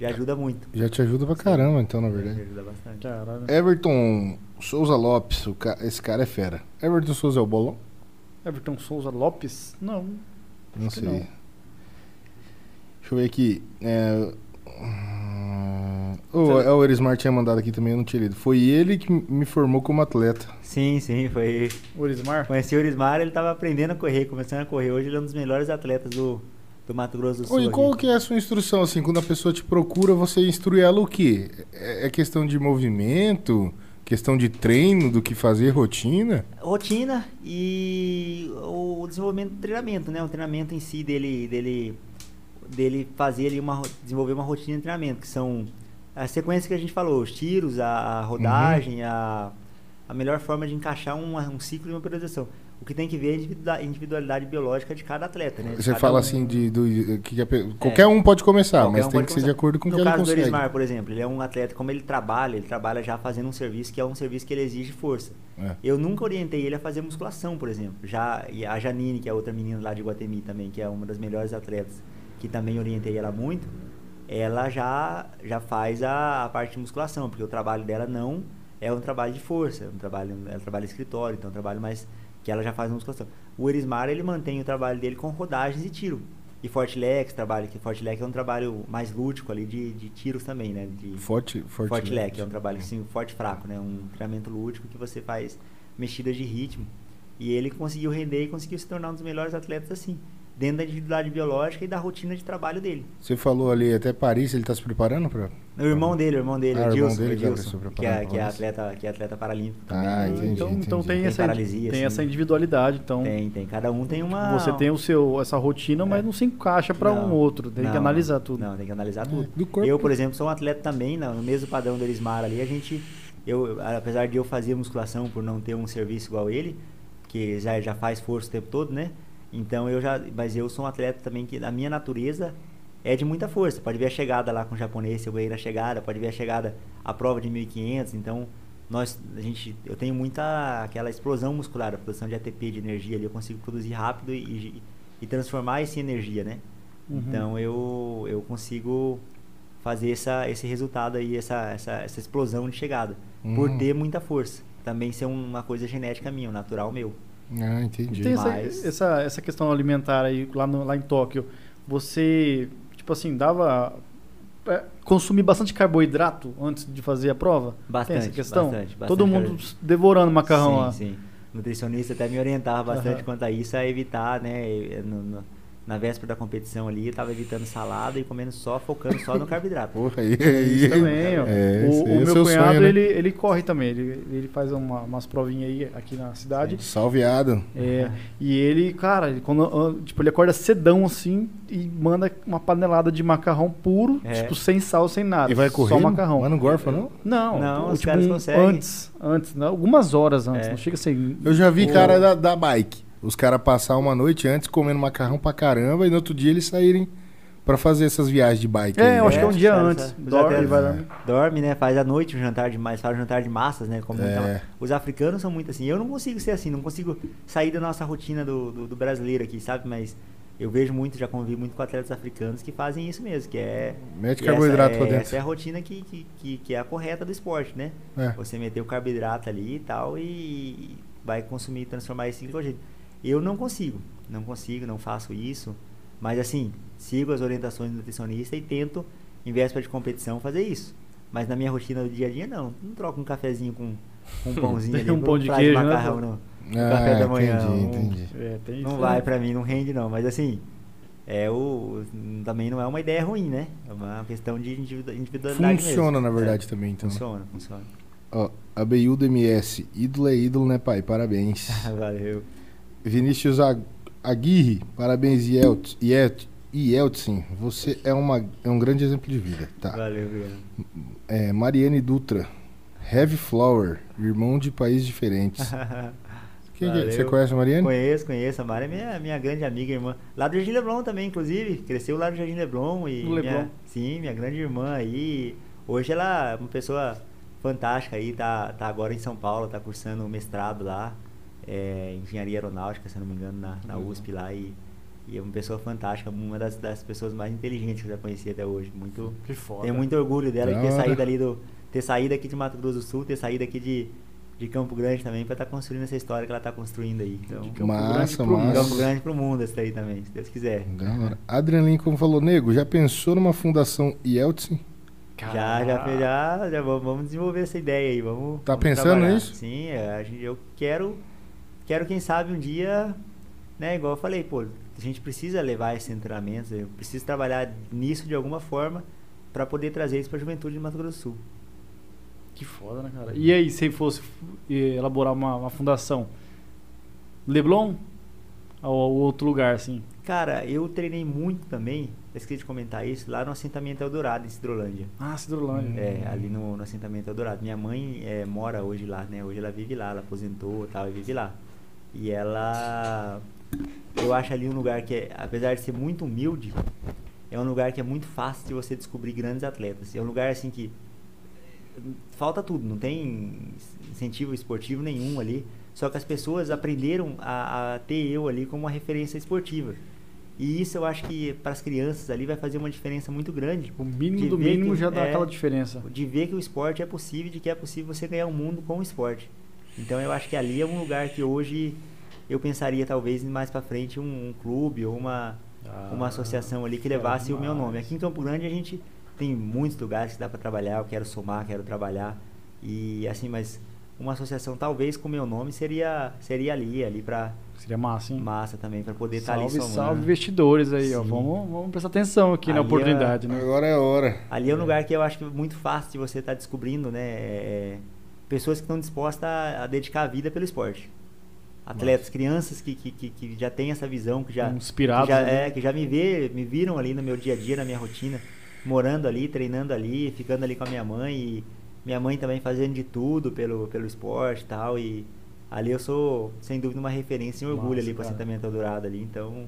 C: já ajuda muito.
B: Já te ajuda pra caramba, então, na
C: Já
B: verdade.
C: ajuda bastante.
A: Caralho.
B: Everton Souza Lopes, o ca- esse cara é fera. Everton Souza é o bolão?
A: Everton Souza um Lopes? Não.
B: Não
A: Acho que
B: sei.
A: não.
B: Deixa eu ver aqui. É... hum, ô, é, o Erismar tinha mandado aqui também, eu não tinha lido. Foi ele que me formou como atleta.
C: Sim, sim, foi.
A: Urismar?
C: Conheci o Orismar, ele estava aprendendo a correr, começando a correr. Hoje ele é um dos melhores atletas do, do Mato Grosso do Sul.
B: Ô, e qual
C: aqui.
B: que é a sua instrução, assim, quando a pessoa te procura, você instrui ela o quê? É, é questão de movimento? Questão de treino, do que fazer, rotina?
C: rotina e o desenvolvimento do treinamento, né? O treinamento em si dele, dele, dele fazer ali uma, ro- desenvolver uma rotina de treinamento, que são a sequência que a gente falou, os tiros, a, a
B: Uhum.
C: rodagem, a, a melhor forma de encaixar um, um ciclo e uma periodização. O que tem que ver é a individua- individualidade biológica de cada atleta, né? De
B: Você
C: cada
B: fala
C: um.
B: assim de, do- que a pe- qualquer um pode começar,
C: Qualquer
B: mas
C: um
B: tem
C: pode
B: que ser de
C: começar.
B: acordo com o
C: no
B: que ele
C: caso do
B: consegue.
C: Erismar, por exemplo, ele é um atleta, como ele trabalha, ele trabalha já fazendo um serviço que é um serviço que ele exige força.
B: É.
C: Eu nunca orientei ele a fazer musculação, por exemplo. Já e a Janine, que é outra menina lá de Guatemi também, que é uma das melhores atletas, que também orientei ela muito, ela já já faz a, a parte de musculação, porque o trabalho dela não é um trabalho de força, é um trabalho é um trabalho de escritório, então é um trabalho mais que ela já faz musculação. O Erismar, ele mantém o trabalho dele com rodagens e tiro. E Fortlex, trabalho que Fortlex é um trabalho mais lúdico ali de, de tiros também, né? De,
B: Forte, forte,
C: Forte
B: né?
C: leque, é um trabalho assim, forte e fraco, né? Um treinamento lúdico que você faz mexidas de ritmo. E ele conseguiu render e conseguiu se tornar um dos melhores atletas assim. dentro da individualidade biológica e da rotina de trabalho dele.
B: Você falou ali até Paris, ele tá se preparando pra.
C: O irmão dele, o irmão dele,
B: Ah,
C: o
B: o irmão
C: Gilson,
B: dele
C: o
B: que é a
C: Gilson,
B: pessoa
C: que, é, que, é
B: preparada.
C: atleta, que é atleta paralímpico também.
B: Ah,
A: Ah,
B: entendi.
A: então, então
B: entendi.
A: tem, essa,
C: paralisia,
A: tem
C: assim.
A: essa individualidade. Então,
C: Tem, tem. Cada um tem uma.
A: Tipo, você tem o seu, essa rotina, mas não se encaixa para um
C: Não,
A: outro. Tem que
C: não,
A: analisar tudo.
C: Não, tem que analisar tudo.
B: É, do corpo.
C: Eu, por exemplo, sou um atleta também, na- no mesmo padrão do Elismar ali, a gente, eu, apesar de eu fazer musculação por não ter um serviço igual ele, que já, já faz força o tempo todo, né? Então eu já, mas eu sou um atleta também que a minha natureza é de muita força. Pode ver a chegada lá com o japonês, eu ganhei na chegada, pode ver a chegada, a prova de 1500, então nós, a gente, eu tenho muita aquela explosão muscular, a produção de ATP, de energia ali, eu consigo produzir rápido e, e transformar isso em energia, né? Então eu, eu consigo fazer essa, esse resultado aí, essa, essa, essa explosão de chegada. Por
B: Hum.
C: ter muita força. Também ser uma coisa genética minha, um natural meu.
B: Ah, entendi.
A: Tem essa,
C: Mas-
A: essa, essa questão alimentar aí lá, no- lá em Tóquio. Você, tipo assim, dava. é, Consumir bastante carboidrato antes de fazer a prova?
C: Bastante,
A: Tem essa questão?
C: bastante, bastante
A: Todo mundo
C: carboidrato.
A: devorando macarrão lá.
C: Sim, sim. O nutricionista até me orientava bastante
A: Aham.
C: quanto a isso, a evitar, né? eh, no- no- na véspera da competição ali, eu tava evitando salada e comendo só, focando só no carboidrato.
B: Porra, aí.
A: Isso também, ó.
B: É,
A: o,
B: esse
A: o
B: aí é
A: meu
B: seu
A: cunhado,
B: sonho, né?
A: ele, ele corre também. Ele, ele faz uma- umas provinhas aí aqui na cidade.
B: Salve, Adam.
A: É, e ele, cara, ele, quando, ah, tipo, ele acorda cedão assim e manda uma panelada de macarrão puro,
C: É.
A: tipo, sem sal, sem nada.
B: E vai correr?
A: Só macarrão.
B: Mas não gorfa, não?
A: Não,
C: Não,
A: o-
C: os caras conseguem.
A: Antes, antes, né? algumas horas antes,
C: É.
A: não chega a ser.
B: Eu já vi
A: o-
B: cara da, da bike. Os caras passar uma noite antes comendo macarrão pra caramba e no outro dia eles saírem pra fazer essas viagens de bike.
A: É,
B: aí,
A: eu acho
B: né?
A: que é um
C: os
A: dia
C: caras
A: antes.
C: são- os
A: Dorme,
C: atletas-
A: vai lá.
C: Dorme, né? Faz à noite um jantar de mais, faz um jantar de massas, né? Como
B: É.
C: então, os africanos são muito assim. Eu não consigo ser assim, não consigo sair da nossa rotina do, do, do brasileiro aqui, sabe? Mas eu vejo muito, já convivi muito com atletas africanos que fazem isso mesmo, que é.
B: Mete
C: que essa
B: carboidrato
C: é-
B: pra dentro.
C: Essa é a rotina que, que, que, que é a correta do esporte, né?
B: É.
C: Você meter o carboidrato ali e tal e vai consumir, transformar isso em glicogênio. Eu não consigo, não consigo, não faço isso, mas assim, sigo as orientações do nutricionista e tento, em véspera de competição, fazer isso. Mas na minha rotina do dia a dia, não. Não troco um cafezinho com, com um pãozinho ali,
A: Um
C: com
A: pão de
C: prato
A: queijo, né?
C: macarrão no-
B: Ah,
C: café da manhã,
B: Entendi,
C: um-
B: entendi.
A: É, tem
C: Não
A: isso,
C: vai
A: né?
C: pra mim, não rende não. Mas assim, é o também não é uma ideia ruim, né? É uma questão de individu- individualidade
B: Funciona,
C: mesmo.
B: na verdade,
C: É,
B: também, então.
C: Funciona, funciona.
B: Ó, a BU do MS, ídolo é ídolo, né, pai? Parabéns.
C: Valeu.
B: Vinícius Ag- Aguirre, parabéns, Yelt- Yelt- Yeltsin. Você é, uma, é um grande exemplo de vida, tá?
C: Valeu, Guilherme.
B: É, Mariane Dutra, Heavy Flower, irmão de países diferentes. Quem que é?
C: Valeu.
B: Você conhece a Mariane?
C: Conheço, conheço. A Mari é minha, minha grande amiga, irmã. Lá do Jardim Leblon também, inclusive. Cresceu lá do Jardim Leblon. E
A: No Leblon.
C: Minha, sim, minha grande irmã aí. Hoje ela é uma pessoa fantástica aí, tá, tá agora em São Paulo, tá cursando um mestrado lá, é, engenharia aeronáutica, se eu não me engano, na, na
A: Uhum.
C: USP lá. E, e é uma pessoa fantástica, uma das, das pessoas mais inteligentes que eu já conheci até hoje. Muito,
A: Que foda.
C: tenho muito orgulho dela
B: Da
C: de ter
B: hora.
C: saído ali do. Ter saído aqui de Mato Grosso do Sul, ter saído aqui de, de Campo Grande também, pra estar construindo essa história que ela tá construindo aí. Então,
A: Campo Grande
B: massa,
A: pro mundo.
B: massa.
C: Campo Grande pro mundo essa aí também, se Deus quiser.
B: Da hora. Adrian Lincoln falou, nego, já pensou numa fundação Yeltsin?
C: Já, já, fe- já, já vamos, vamos desenvolver essa ideia aí, vamos.
B: Tá
C: vamos
B: pensando
C: trabalhar.
B: nisso?
C: Sim, é, a gente- eu quero, quero quem sabe um dia, né? Igual eu falei, pô, a gente precisa levar esses treinamentos, eu preciso trabalhar nisso de alguma forma pra poder trazer isso pra juventude de Mato Grosso do Sul.
A: Que foda, né, cara? E aí, se fosse eh, elaborar uma, uma fundação? Leblon? Ou, ou outro lugar, assim?
C: Cara, eu treinei muito também, esqueci de comentar isso, lá no assentamento Eldorado, em Cidrolândia.
A: Ah, Cidrolândia.
C: É, ali no, no assentamento Eldorado. Minha mãe é, mora hoje lá, né? Hoje ela vive lá, ela aposentou e tal, e vive lá. E ela. Eu acho ali um lugar que, é, apesar de ser muito humilde, é um lugar que é muito fácil de você descobrir grandes atletas. É um lugar assim que. eh, Falta tudo, não tem incentivo esportivo nenhum ali. Só que as pessoas aprenderam a, a ter eu ali como uma referência esportiva. E isso eu acho que para as crianças ali vai fazer uma diferença muito grande
A: O mínimo
C: De
A: do
C: ver
A: mínimo
C: que-
A: já dá
C: é.
A: aquela diferença.
C: de ver que o esporte é possível, de que é possível você ganhar o mundo com o esporte. Então eu acho que ali é um lugar que hoje eu pensaria talvez em mais pra frente um, um clube ou uma Ah,
A: Ah,
C: uma associação ali que levasse o meu nome. Aqui em Campo Grande a gente tem muitos lugares que dá pra trabalhar, eu quero somar, quero trabalhar e assim, mas uma associação talvez com o meu nome seria, seria ali, ali pra
A: Seria massa, hein?
C: massa também, pra poder estar ali
A: Hum. Salve,
C: somando. né?
A: salve investidores aí, ó.
C: Sim.
A: Vamos, vamos prestar atenção aqui na
C: Ali é-
A: oportunidade, né?
B: Agora é a hora.
C: Ali é um lugar que eu acho que é muito fácil de você estar descobrindo, né? é, pessoas que estão dispostas a, a dedicar a vida pelo esporte. Atletas, crianças que, que, que, que já têm essa visão, que já,
A: Estão inspirados
C: que já,
A: ali.
C: é, que já me, vê, me viram ali no meu dia a dia, na minha rotina, morando ali, treinando ali, ficando ali com a minha mãe e minha mãe também fazendo de tudo pelo, pelo esporte e tal. E ali eu sou, sem dúvida, uma referência e um orgulho
A: Massa,
C: ali para o
A: cara.
C: assentamento Eldorado ali. Então,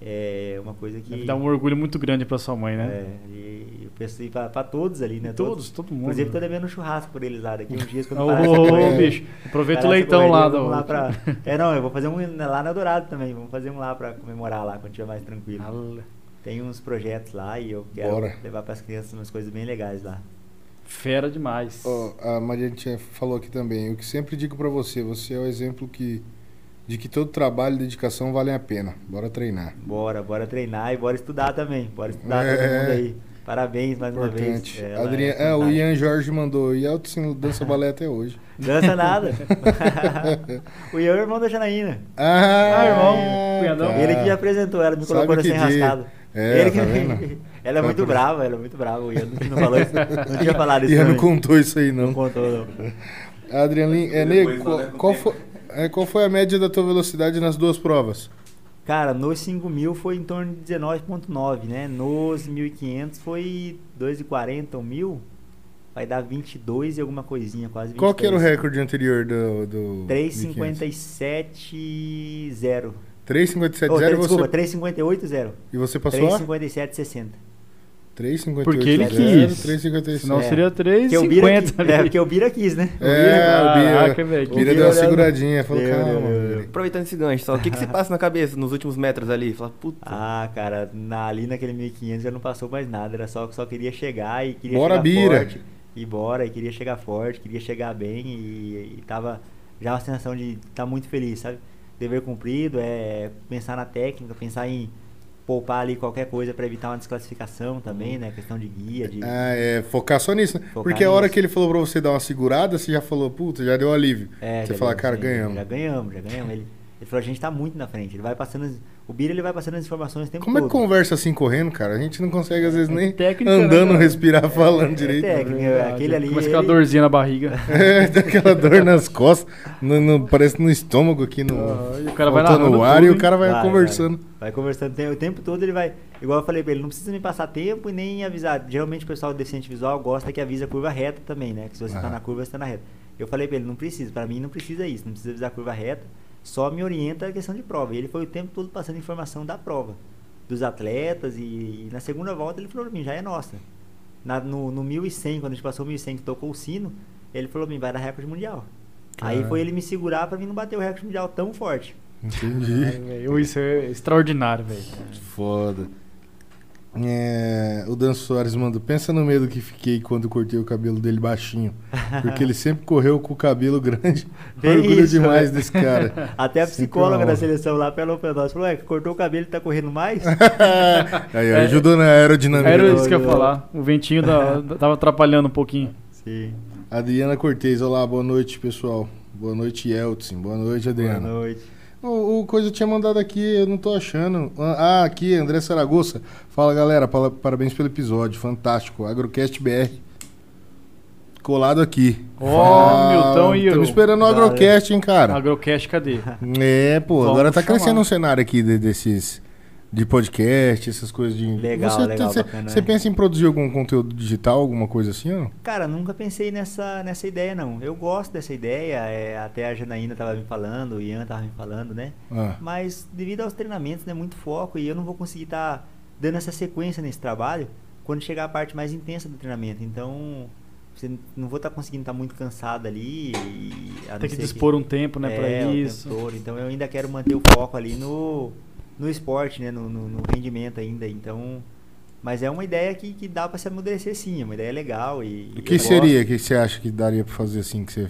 C: é uma coisa que...
A: Deve dar um orgulho muito grande pra sua mãe, né?
C: É, e eu pensei pra, pra todos ali, né?
A: Todos, todo mundo.
C: Inclusive, tô devendo um churrasco por eles lá daqui uns dias quando
A: Ô,
C: parar essa correria-
A: bicho, aproveita o
C: parar essa
A: leitão lá.
C: correria,
A: da-
C: vamos lá pra... É, não, eu vou fazer um lá na Dourado também. Vamos fazer um lá pra comemorar lá, quando tiver mais tranquilo.
A: Ala.
C: Tem uns projetos lá e eu quero
B: Bora.
C: levar pras crianças umas coisas bem legais lá.
A: Fera demais.
B: Ó, a Maria Tia falou aqui também. Eu que sempre digo pra você, você é o exemplo que de que todo trabalho e dedicação valem a pena. Bora treinar.
C: Bora, bora treinar e bora estudar também. Bora estudar
B: É.
C: todo mundo aí. Parabéns mais
B: Importante.
C: uma vez. Ela
B: Adriano,
C: é
B: ah, o
C: fantástica.
B: Ian Jorge mandou. E Elton Sim dança balé até hoje.
C: Dança nada. o Ian é o irmão da Janaína.
B: Ah,
A: Ah, irmão, cunhadão.
B: tá.
C: Ele que me apresentou ela, me
B: Sabe
C: colocou no
B: que
C: sem
B: dia.
C: rascado.
B: É,
C: ele que
B: tá
C: me-
B: vendo?
C: Ela é muito
B: Tá por-
C: brava, ela é muito brava. O Ian não falou isso. Não tinha falado isso.
B: Ian não
C: pra mim.
B: contou isso aí, não.
C: Não contou, não.
B: Adriano, Lin- é,
D: Depois
B: nego,
D: só leva
B: qual,
D: o
B: qual
D: tempo.
B: foi, é, qual foi a média da tua velocidade nas duas provas?
C: Cara, nos 5 mil foi em torno de 19,9, né? Nos 1.500 foi 2,40, um mil. Vai dar 22 e alguma coisinha, quase 23.
B: Qual que era o recorde anterior do... do 1500?
C: 3,57,0.
B: 3,57,0
C: Oh,
B: e
C: três- desculpa,
B: Tá você,
C: 3,58,0,0.
B: e você passou a?
C: 3,57,60.
B: 3,58,0.
A: Porque ele quis.
B: 3,57.
A: Senão
C: é.
A: seria
C: Que o Bira, quis-
A: 3,50 ali.
C: é, porque o Bira quis, né?
B: É, o
A: Caraca,
B: Bira,
A: velho,
B: o
A: que
B: Bira
C: Bira
B: deu uma
C: olhando.
B: seguradinha, falou,
C: Deu,
B: calma.
C: deu, deu.
B: Bira."
D: Aproveitando esse gancho, só, o que, que você passa na cabeça nos últimos metros ali? Fala, puta.
C: Ah, cara, na, ali naquele 1500 já não passou mais nada, era só só queria chegar e queria
B: Bora,
C: chegar
B: Bira.
C: forte. E bora, e queria chegar forte, queria chegar bem e, e tava já uma sensação de estar muito feliz, sabe? Dever cumprido é pensar na técnica, pensar em poupar ali qualquer coisa para evitar uma desclassificação também, né? Questão de guia, de
B: Ah, é, focar só nisso, né?
C: Focar
B: Porque a hora
C: nisso.
B: que ele falou pra você dar uma segurada, você já falou, puta, já deu alívio.
C: É,
B: você
C: já
B: fala,
C: ganhamos,
B: cara,
C: já-
B: ganhamos.
C: Já ganhamos, já ganhamos. Ele, ele falou, a gente tá muito na frente. Ele vai passando. as- O Bira ele vai passando as informações o tempo
B: Como é que
C: todo.
B: conversa assim correndo, cara? A gente não consegue, às vezes, nem
A: técnica, né,
B: andando,
A: cara?
B: respirar, falando direito.
C: É técnica, aquele ali.
A: Começa aquela
C: ele-
A: dorzinha na barriga.
B: É, dá aquela dor nas costas, no- no- parece no estômago aqui, no,
A: Ah, e o cara vai
B: faltando
A: narrando
B: ar
A: tudo,
B: e
A: hein?
B: o cara vai,
C: Vai,
B: conversando.
C: Vai conversando tem- o tempo todo, ele vai. Igual eu falei pra ele, não precisa me passar tempo e nem avisar. Geralmente o pessoal deficiente visual gosta que avisa a curva reta também, né? Que se você tá
B: Aham.
C: na curva, você tá na reta. Eu falei pra ele, não precisa, pra mim não precisa isso, não precisa avisar a curva reta, só me orienta a questão de prova. E ele foi o tempo todo passando informação da prova, dos atletas, e, e na segunda volta ele falou pra mim, já é nossa. Na- no, no 1100, quando a gente passou o 1100 que tocou o sino, ele falou pra mim, vai dar recorde mundial. Aí
B: Caralho.
C: foi ele me segurar pra mim não bater o recorde mundial tão forte.
B: Entendi.
A: Ai, velho, Isso é extraordinário, velho.
B: Foda. É, o Dan Soares mandou. Pensa no medo que fiquei quando cortei o cabelo dele baixinho. Porque ele sempre correu com o cabelo grande.
C: Tem
B: Orgulho
C: isso,
B: demais
C: né?
B: desse cara.
C: Até a
B: Sempre
C: psicóloga
B: uma
C: da
B: honra.
C: seleção lá pelo pra nós falou: Ué, cortou o cabelo e tá correndo mais?
B: Aí,
C: É.
B: ó, ajudou na aerodinâmica.
A: Era isso que eu ia falar. O ventinho da- da- tava atrapalhando um pouquinho.
C: Sim.
B: Adriana Cortez, olá, boa noite, pessoal. Boa noite, Eltsin. Boa noite,
C: Boa
B: Adriana.
C: noite.
B: O, o coisa tinha mandado aqui, eu não tô achando. Ah, aqui, André Saragossa. Fala galera, pala- parabéns pelo episódio, fantástico. Agrocast BR. Colado aqui.
A: Ó, Milton e eu. é.
B: Estamos esperando o
C: Valeu.
B: Agrocast, hein, cara.
A: Agrocast, cadê?
C: Ah,
B: É, pô,
A: Vamos
B: agora tá
A: chamar.
B: crescendo um cenário aqui de- desses. De podcast, essas coisas de.
C: Legal,
B: você,
C: legal,
B: você,
C: bacana,
B: você
C: né?
B: pensa em produzir algum conteúdo digital, alguma coisa assim, ó?
C: Cara, nunca pensei nessa, nessa ideia, não. Eu gosto dessa ideia, é, até a Janaína tava me falando, o Ian tava me falando, né?
B: Ah,
C: Mas devido aos treinamentos, né, muito foco e eu não vou conseguir estar dando essa sequência nesse trabalho quando chegar a parte mais intensa do treinamento. Então, você n- não vou estar conseguindo estar muito cansado ali. E, a não
A: Tem que
C: ser
A: dispor um tempo, né, pra
C: É, o tempo
A: isso.
C: todo. Então eu ainda quero manter o foco ali no, no esporte, né? No, no- no rendimento ainda. Então. Mas é uma ideia que, que dá pra se amadurecer sim, é uma ideia legal e.
B: O
C: e
B: que
C: eu gosto.
B: seria que você acha que daria pra fazer assim, que você,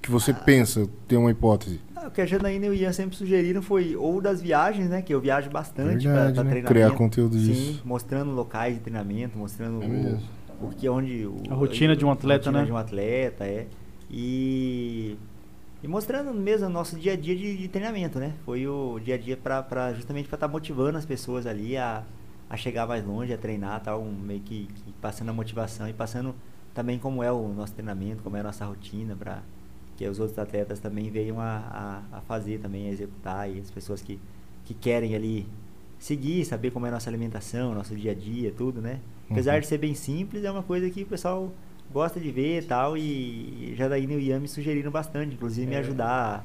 B: que você pensa, tem uma hipótese?
C: Ah, O que a Janaína e o Ian sempre sugeriram foi ou das viagens, né? Que eu viajo bastante pra-
B: Verdade,
C: pra,
B: né?
C: treinamento.
B: Criar conteúdo
C: sim,
B: disso.
C: mostrando locais de treinamento, mostrando
B: É mesmo.
C: o, o que onde. o-
A: A rotina de um atleta,
C: rotina
A: né?
C: de um atleta, é. E, e mostrando mesmo o nosso dia a dia de, de treinamento, né? Foi o dia a dia pra, pra- justamente para estar motivando as pessoas ali a, a chegar mais longe, a treinar, tal, um, meio que, que passando a motivação e passando também como é o nosso treinamento, como é a nossa rotina, para que os outros atletas também venham a, a, a fazer também, a executar, e as pessoas que, que querem ali seguir, saber como é a nossa alimentação, nosso dia a dia, tudo, né? Apesar
B: Uhum.
C: de ser bem simples, é uma coisa que o pessoal gosta de ver e tal, e já daí e o Ian me sugeriram bastante, inclusive
B: É.
C: me ajudar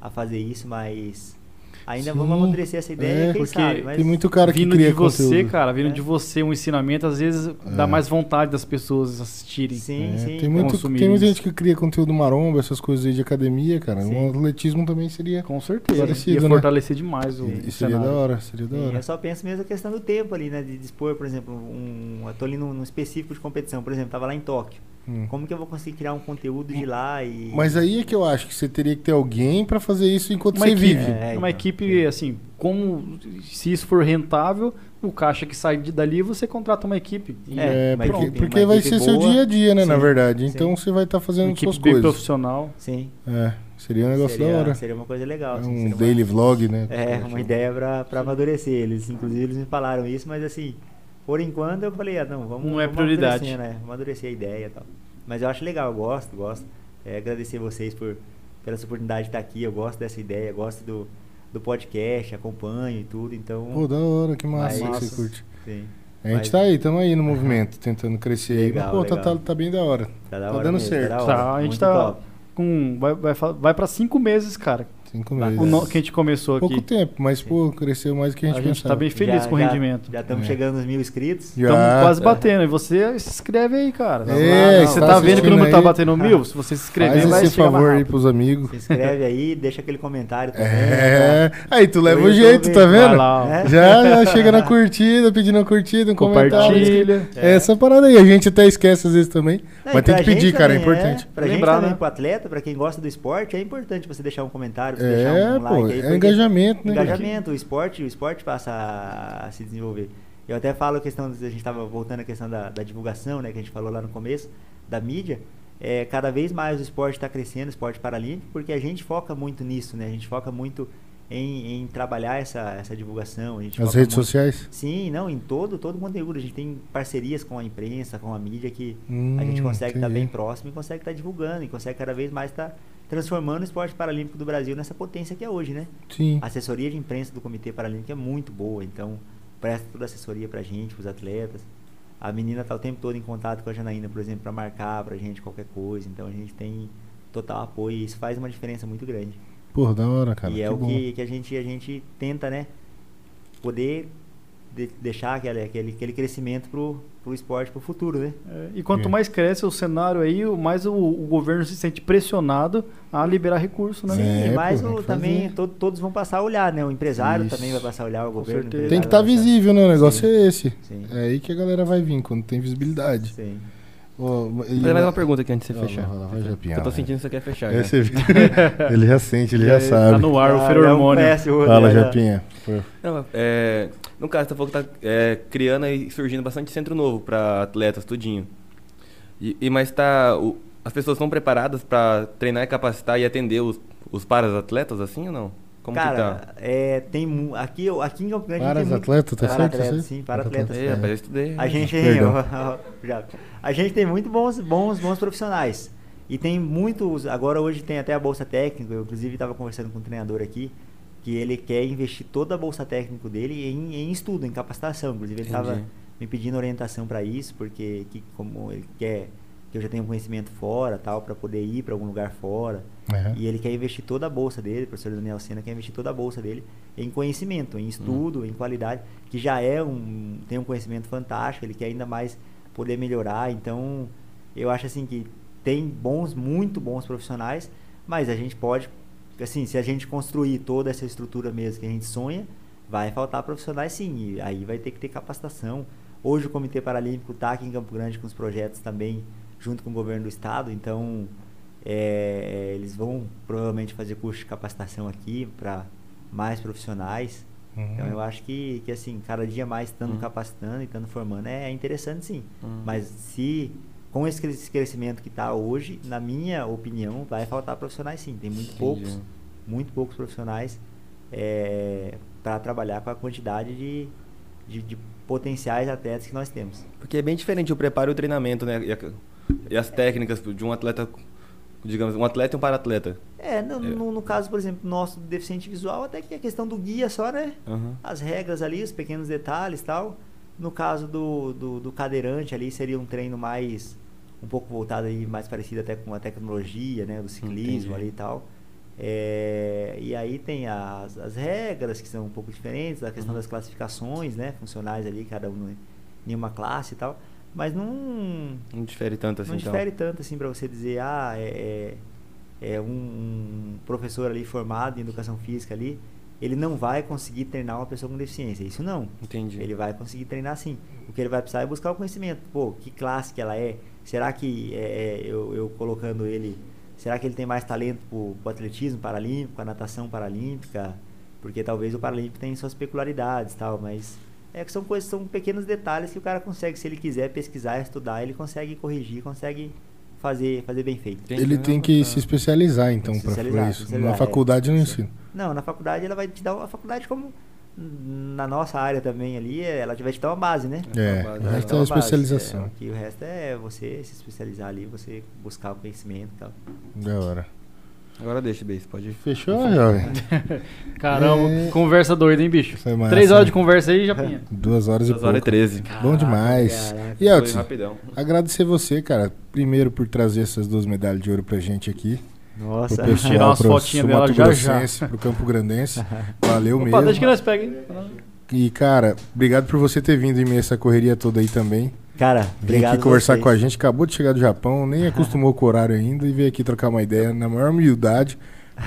C: a, a fazer isso, mas ainda
B: Sim,
C: vamos amadurecer essa ideia,
B: é,
C: quem
A: porque
C: sabe, mas...
B: Tem muito cara que
A: vindo
B: cria
A: de você,
B: conteúdo.
A: cara, vindo
C: É.
A: de você um ensinamento, às vezes
B: É.
A: dá mais vontade das pessoas assistirem.
C: Sim,
B: É,
C: sim.
B: tem, muito,
A: consumir
B: tem muita
A: isso.
B: gente que cria conteúdo maromba, essas coisas aí de academia, cara.
C: Sim.
B: O atletismo também seria.
A: Com certeza.
B: Parecido,
A: Ia
B: né?
A: fortalecer demais o, o
B: E seria da
A: cenário.
B: hora, seria da
C: Sim, assim.
B: hora.
C: É, eu só penso mesmo a questão do tempo ali, né? De dispor, por exemplo, um. Eu tô ali num, num específico de competição, por exemplo, tava lá em Tóquio.
B: Hum.
C: Como que eu vou conseguir criar um conteúdo de lá e.
B: Mas aí é que eu acho que você teria que ter alguém pra fazer isso enquanto
A: Uma
B: você
A: equipe,
B: vive.
C: É, então.
A: uma equipe assim, como se isso for rentável, o caixa que sai de- dali você contrata uma equipe. E
C: É,
B: É,
C: uma
B: porque,
C: equipe-
B: porque
C: uma
B: vai
C: equipe
B: ser seu
C: boa.
B: dia a dia, né, na
C: Sim,
B: verdade.
C: sim.
B: Então você vai estar
A: uma
B: fazendo
A: equipe
B: suas
A: bem
B: coisas.
A: profissional.
C: Sim.
B: É, seria um negócio
C: seria,
B: da hora.
C: Seria uma coisa legal.
B: É
C: assim,
B: um
C: seria uma-
B: daily vlog, né?
C: É, uma ideia pra, pra amadurecer. Eles, inclusive, eles me falaram isso, mas assim, por enquanto eu falei, ah, não, vamos.
A: Não é
C: vamos
A: prioridade.
C: amadurecer, né? Amadurecer a ideia e tal. Mas eu acho legal, eu gosto, gosto. É, agradecer vocês por, pela essa oportunidade de estar aqui. Eu gosto dessa ideia, gosto do, do podcast, acompanho e tudo, então.
B: Pô, da hora, que massa
C: Mas-
B: que você curte.
C: Sim.
B: A gente
C: Mas-
B: tá aí, tamo aí no movimento, tentando crescer aí. Mas,
C: Legal,
B: pô, tá,
C: legal.
B: tá- tá bem da hora.
C: Tá, da
B: Tá
C: hora
B: dando
C: mesmo,
B: certo.
C: da hora.
A: Tá, a gente
C: Muito
A: tá
C: top.
A: com vai, vai, fa- vai para cinco meses, cara.
B: Cinco
C: Bacana.
B: meses.
A: O no- que a gente começou aqui.
B: Pouco tempo, mas, pô, cresceu mais do que a gente,
A: A gente
B: pensava.
A: tá bem feliz com o rendimento.
C: Já estamos
B: É.
C: chegando nos mil inscritos.
B: Já.
A: Estamos quase
D: é.
A: batendo. E você se inscreve aí, cara.
B: É, que
A: você
B: tá
A: tá vendo que o
B: assistindo
A: número tá
B: aí.
A: batendo mil? Se você se inscrever,
B: Faz
A: vai
B: esse
A: chegar mais
B: favor aí
A: rápido.
B: pros amigos.
C: Se inscreve aí, deixa aquele comentário também. né?
B: É, aí tu leva
C: Eu
B: o
C: tô
B: jeito,
C: vendo.
B: tá
A: Vai
B: vendo?
A: lá, ó.
C: É.
B: Já, já chega na curtida, pedindo uma curtida, um comentário.
A: compartilha.
B: É. Essa parada aí, a gente até esquece às vezes também.
C: Não, e
B: mas tem
C: pra
B: que pedir,
C: gente
B: cara, é
C: também,
B: importante.
C: Pra
A: Lembrar,
C: gente também,
A: né?
C: pro atleta, pra quem gosta do esporte, é importante você deixar um comentário, você deixar um
B: É,
C: like.
B: pô,
C: aí,
B: é
C: porque
B: engajamento, né?
C: Engajamento, o esporte, o esporte passa a- a se desenvolver. Eu até falo a questão, a gente estava voltando à questão da, da divulgação, né, que a gente falou lá no começo, da mídia. É, cada vez mais o esporte está crescendo, o esporte paralímpico, porque a gente foca muito nisso, né? A gente foca muito em, em trabalhar essa, essa divulgação. A gente
B: As
C: foca
B: redes
C: muito-
B: sociais.
C: Sim, não, em todo, todo o conteúdo. A gente tem parcerias com a imprensa, com a mídia que a
B: Hum,
C: gente consegue estar
B: entendi.
C: bem próximo e consegue estar divulgando e consegue cada vez mais estar transformando o esporte paralímpico do Brasil nessa potência que é hoje, né?
B: Sim.
C: A assessoria de imprensa do Comitê Paralímpico é muito boa, então presta toda a assessoria pra gente, pros atletas. A menina tá o tempo todo em contato com a Janaína, por exemplo, para marcar pra gente qualquer coisa, então a gente tem total apoio e isso faz uma diferença muito grande
B: Pô, da hora, cara.
C: e
B: que
C: é o
B: bom.
C: que, que a, gente, a gente tenta, né? Poder de- deixar aquele, aquele, aquele crescimento pro, pro esporte, pro futuro, né?
A: É, E quanto
B: É.
A: mais cresce o cenário aí, o mais o, o governo se sente pressionado a liberar recurso, né?
B: Sim. É,
C: e mais
B: pô, tem
C: o,
B: que
C: também
B: fazer.
C: to- todos vão passar a olhar, né? O empresário
B: Isso.
C: também vai passar a olhar, o governo. o
A: certeza.
B: Tem que
C: empresário
B: estar
C: vai passar-
B: visível, né? O negócio
C: Sim.
B: é esse.
C: Sim.
B: É aí que a galera vai vir, quando tem visibilidade.
C: Sim.
B: Ó, ele- é-
D: Mas é mais uma pergunta aqui antes de você
B: Vai lá,
D: fechar.
A: Ah,
B: vai lá, vai, Japinha,
D: eu tô
B: vai.
D: sentindo que você quer fechar.
B: É,
D: já.
B: você viu?
A: É.
B: ele já sente, ele já
A: Tá
B: sabe.
A: no ar o
C: Ah,
A: feromônio.
C: não conhece o outro,
B: Fala,
C: né?
B: Japinha. Pô,
D: Não, é, no caso, você falou que tá é, criando e surgindo bastante centro novo pra atletas, tudinho. E, e mas tá. o- as pessoas estão preparadas pra treinar e capacitar e atender os, os paras atletas, assim ou não? Como que tá?
C: Cara, é, tem, mu- aqui, eu- aqui em Campo Grande
B: Para
C: tem
B: os
C: muito-
B: atletas, tá
C: para
B: certo? isso aí?
C: atletas, sim, para atletas.
D: É, rapaz, eu estudei.
C: A gente,
B: Perdão.
C: já, a gente tem muito bons, bons, bons profissionais. E tem muitos. Agora hoje tem até a Bolsa Técnica. Eu inclusive estava conversando com um treinador aqui, que ele quer investir toda a Bolsa Técnica dele em, em estudo, em capacitação. Inclusive ele estava
D: Entendi.
C: me pedindo orientação para isso, porque que, como ele quer que eu já tenha um conhecimento fora, tal, para poder ir para algum lugar fora.
B: É.
C: E ele quer investir toda a bolsa dele, o professor Daniel Sena quer investir toda a bolsa dele em conhecimento, em estudo, em qualidade, que já é um tem um conhecimento fantástico, ele quer ainda mais poder melhorar. Então, eu acho assim que tem bons, muito bons profissionais, mas a gente pode assim, se a gente construir toda essa estrutura mesmo que a gente sonha, vai faltar profissionais sim, e aí vai ter que ter capacitação. Hoje o Comitê Paralímpico está aqui em Campo Grande com os projetos também junto com o governo do estado, então é, eles vão provavelmente fazer curso de capacitação aqui para mais profissionais.
B: Uhum.
C: Então eu acho que, que assim, cada dia mais estando capacitando e estando formando é, é interessante sim. Mas se com esse cre- esse crescimento que está hoje, na minha opinião, vai faltar profissionais sim. Tem muito poucos, muito poucos profissionais para trabalhar com a quantidade de, de, de potenciais atletas que nós temos.
D: Porque é bem diferente o preparo e o treinamento, né? E, a- e as técnicas de um atleta, digamos, um atleta e um para-atleta.
C: É, no,
D: É.
C: no- no caso, por exemplo, nosso deficiente visual, até que a questão do guia só, né?
D: Aham.
C: As regras ali, os pequenos detalhes e tal. No caso do, do, do cadeirante ali, seria um treino mais, um pouco voltado aí, mais parecido até com a tecnologia, né? Do
D: Entendi.
C: ciclismo ali e tal. É, e aí tem as, as regras que são um pouco diferentes, a questão das classificações, né? Funcionais ali, cada um em uma classe e tal. Mas não,
D: Não difere tanto assim,
C: não
D: então.
C: difere tanto assim para você dizer, ah, é, é, é um, um professor ali formado em educação física ali, ele não vai conseguir treinar uma pessoa com deficiência. Isso não.
D: Entendi.
C: Ele vai conseguir treinar sim. O que ele vai precisar é buscar o conhecimento. Pô, que classe que ela é? Será que é, é, eu, eu colocando ele. Será que ele tem mais talento pro, pro atletismo paralímpico, a natação paralímpica? Porque talvez o paralímpico tem suas peculiaridades e tal, mas. É que são coisas, são pequenos detalhes que o cara consegue, se ele quiser pesquisar, estudar, ele consegue corrigir, consegue fazer, fazer bem feito.
D: Entendi.
B: Ele tem que
D: Ah,
B: se especializar, então,
C: Se
B: pra
C: especializar,
B: pra
C: se
B: isso.
C: especializar,
B: Na
C: é.
B: faculdade não
C: Sim.
B: ensina.
C: Não, na faculdade ela vai te dar uma a faculdade como na nossa área também ali, ela vai te dar uma base, né?
B: É,
D: Vai
B: o
D: dar
B: resto
C: Uma
B: é
C: base,
B: especialização.
C: é, que o resto é você se especializar ali, você buscar o conhecimento e tal.
B: Da hora.
D: Agora deixa, Beis, pode ir.
B: Fechou, jovem?
A: Caramba,
B: É.
A: conversa doida, hein, bicho?
B: Foi massa,
A: Três horas
B: né?
A: de conversa aí, Japinha.
B: Duas horas e
D: 2 horas e
B: pouco.
D: 13.
B: Bom demais.
C: Caraca,
B: E
D: Foi
B: Elton,
D: rapidão.
B: agradecer você, cara, primeiro por trazer essas duas medalhas de ouro pra gente aqui. Pro
C: Nossa,
B: pessoal,
A: tirar umas
B: pro
A: fotinhas dela
B: Mato
A: já,
B: Grossense, Pro Campo Grandense. Valeu
A: Opa, deixa que
B: mesmo.
A: nós peguem.
B: E, cara, obrigado por você ter vindo em meio a essa correria toda aí também.
C: cara,
B: Vem
C: obrigado
B: aqui conversar
C: vocês.
B: com a gente, acabou de chegar do Japão, nem acostumou com o horário ainda e veio aqui trocar uma ideia na maior humildade,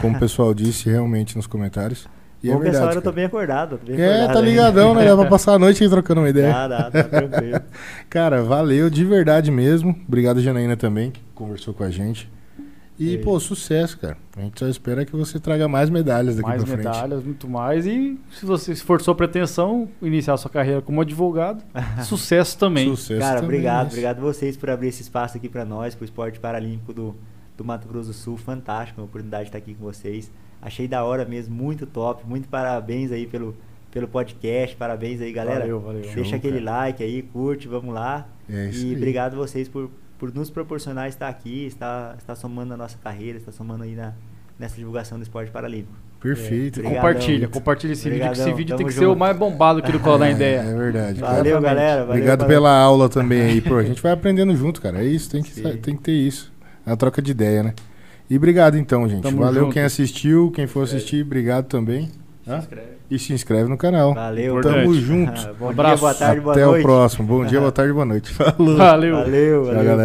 B: como o pessoal disse realmente nos comentários. E é
C: Bom, pessoal,
B: verdade.
C: eu tô
B: cara.
C: bem acordado, tô bem
B: É,
C: acordado
B: tá
C: ainda.
B: ligadão, né? Dá pra passar a noite aí trocando uma ideia.
C: Dá, dá, tá tranquilo.
B: Cara, valeu de verdade mesmo. Obrigado, Janaína, também, que conversou com a gente. E,
C: E-
B: pô, sucesso, cara. A gente só espera que você traga mais medalhas daqui
A: Mais
B: pra frente.
A: medalhas, muito mais. E se você se for sua pretensão, iniciar sua carreira como advogado, sucesso também.
B: Sucesso
C: Cara,
B: também, né?
C: obrigado,
B: mas-
C: obrigado vocês por abrir esse espaço aqui pra nós, pro esporte paralímpico do, do Mato Grosso do Sul. Fantástico, uma oportunidade de estar aqui com vocês. Achei da hora mesmo, muito top. Muito parabéns aí pelo, pelo podcast, parabéns aí, galera.
A: Valeu, valeu.
C: Deixa
B: Show,
C: aquele
B: cara.
C: like aí, curte, vamos lá.
B: É isso
C: e
B: aí.
C: obrigado vocês por, por nos proporcionar estar aqui, estar, estar somando a nossa carreira, estar somando aí na, nessa divulgação do esporte paralímpico.
B: Perfeito.
C: É, obrigado.
A: Compartilha, compartilha esse vídeo, que esse
C: Obrigadão,
A: vídeo tem
C: tamo
A: que ser o
C: junto.
A: mais bombado aqui do Cola da
B: É,
A: Ideia.
B: É verdade. cara.
C: Valeu,
A: Exatamente.
C: galera. Valeu,
B: Obrigado
C: valeu.
B: pela aula também aí, pô. A gente vai aprendendo junto, cara. É isso, tem que,
C: Sim.
B: tem que ter isso. A troca de ideia, né? E obrigado então, gente.
A: Tamo
B: Valeu
A: junto.
B: quem assistiu, quem for assistir, obrigado também. Hã? E se inscreve no canal.
C: Valeu.
A: Importante.
B: Tamo junto.
C: Bom dia,
A: Abraço.
C: boa tarde, boa
B: Até
C: noite.
B: o próximo. Bom dia, boa tarde, boa noite. Falou.
A: Valeu.
C: Valeu,
B: Tchau,
C: valeu.
B: galera.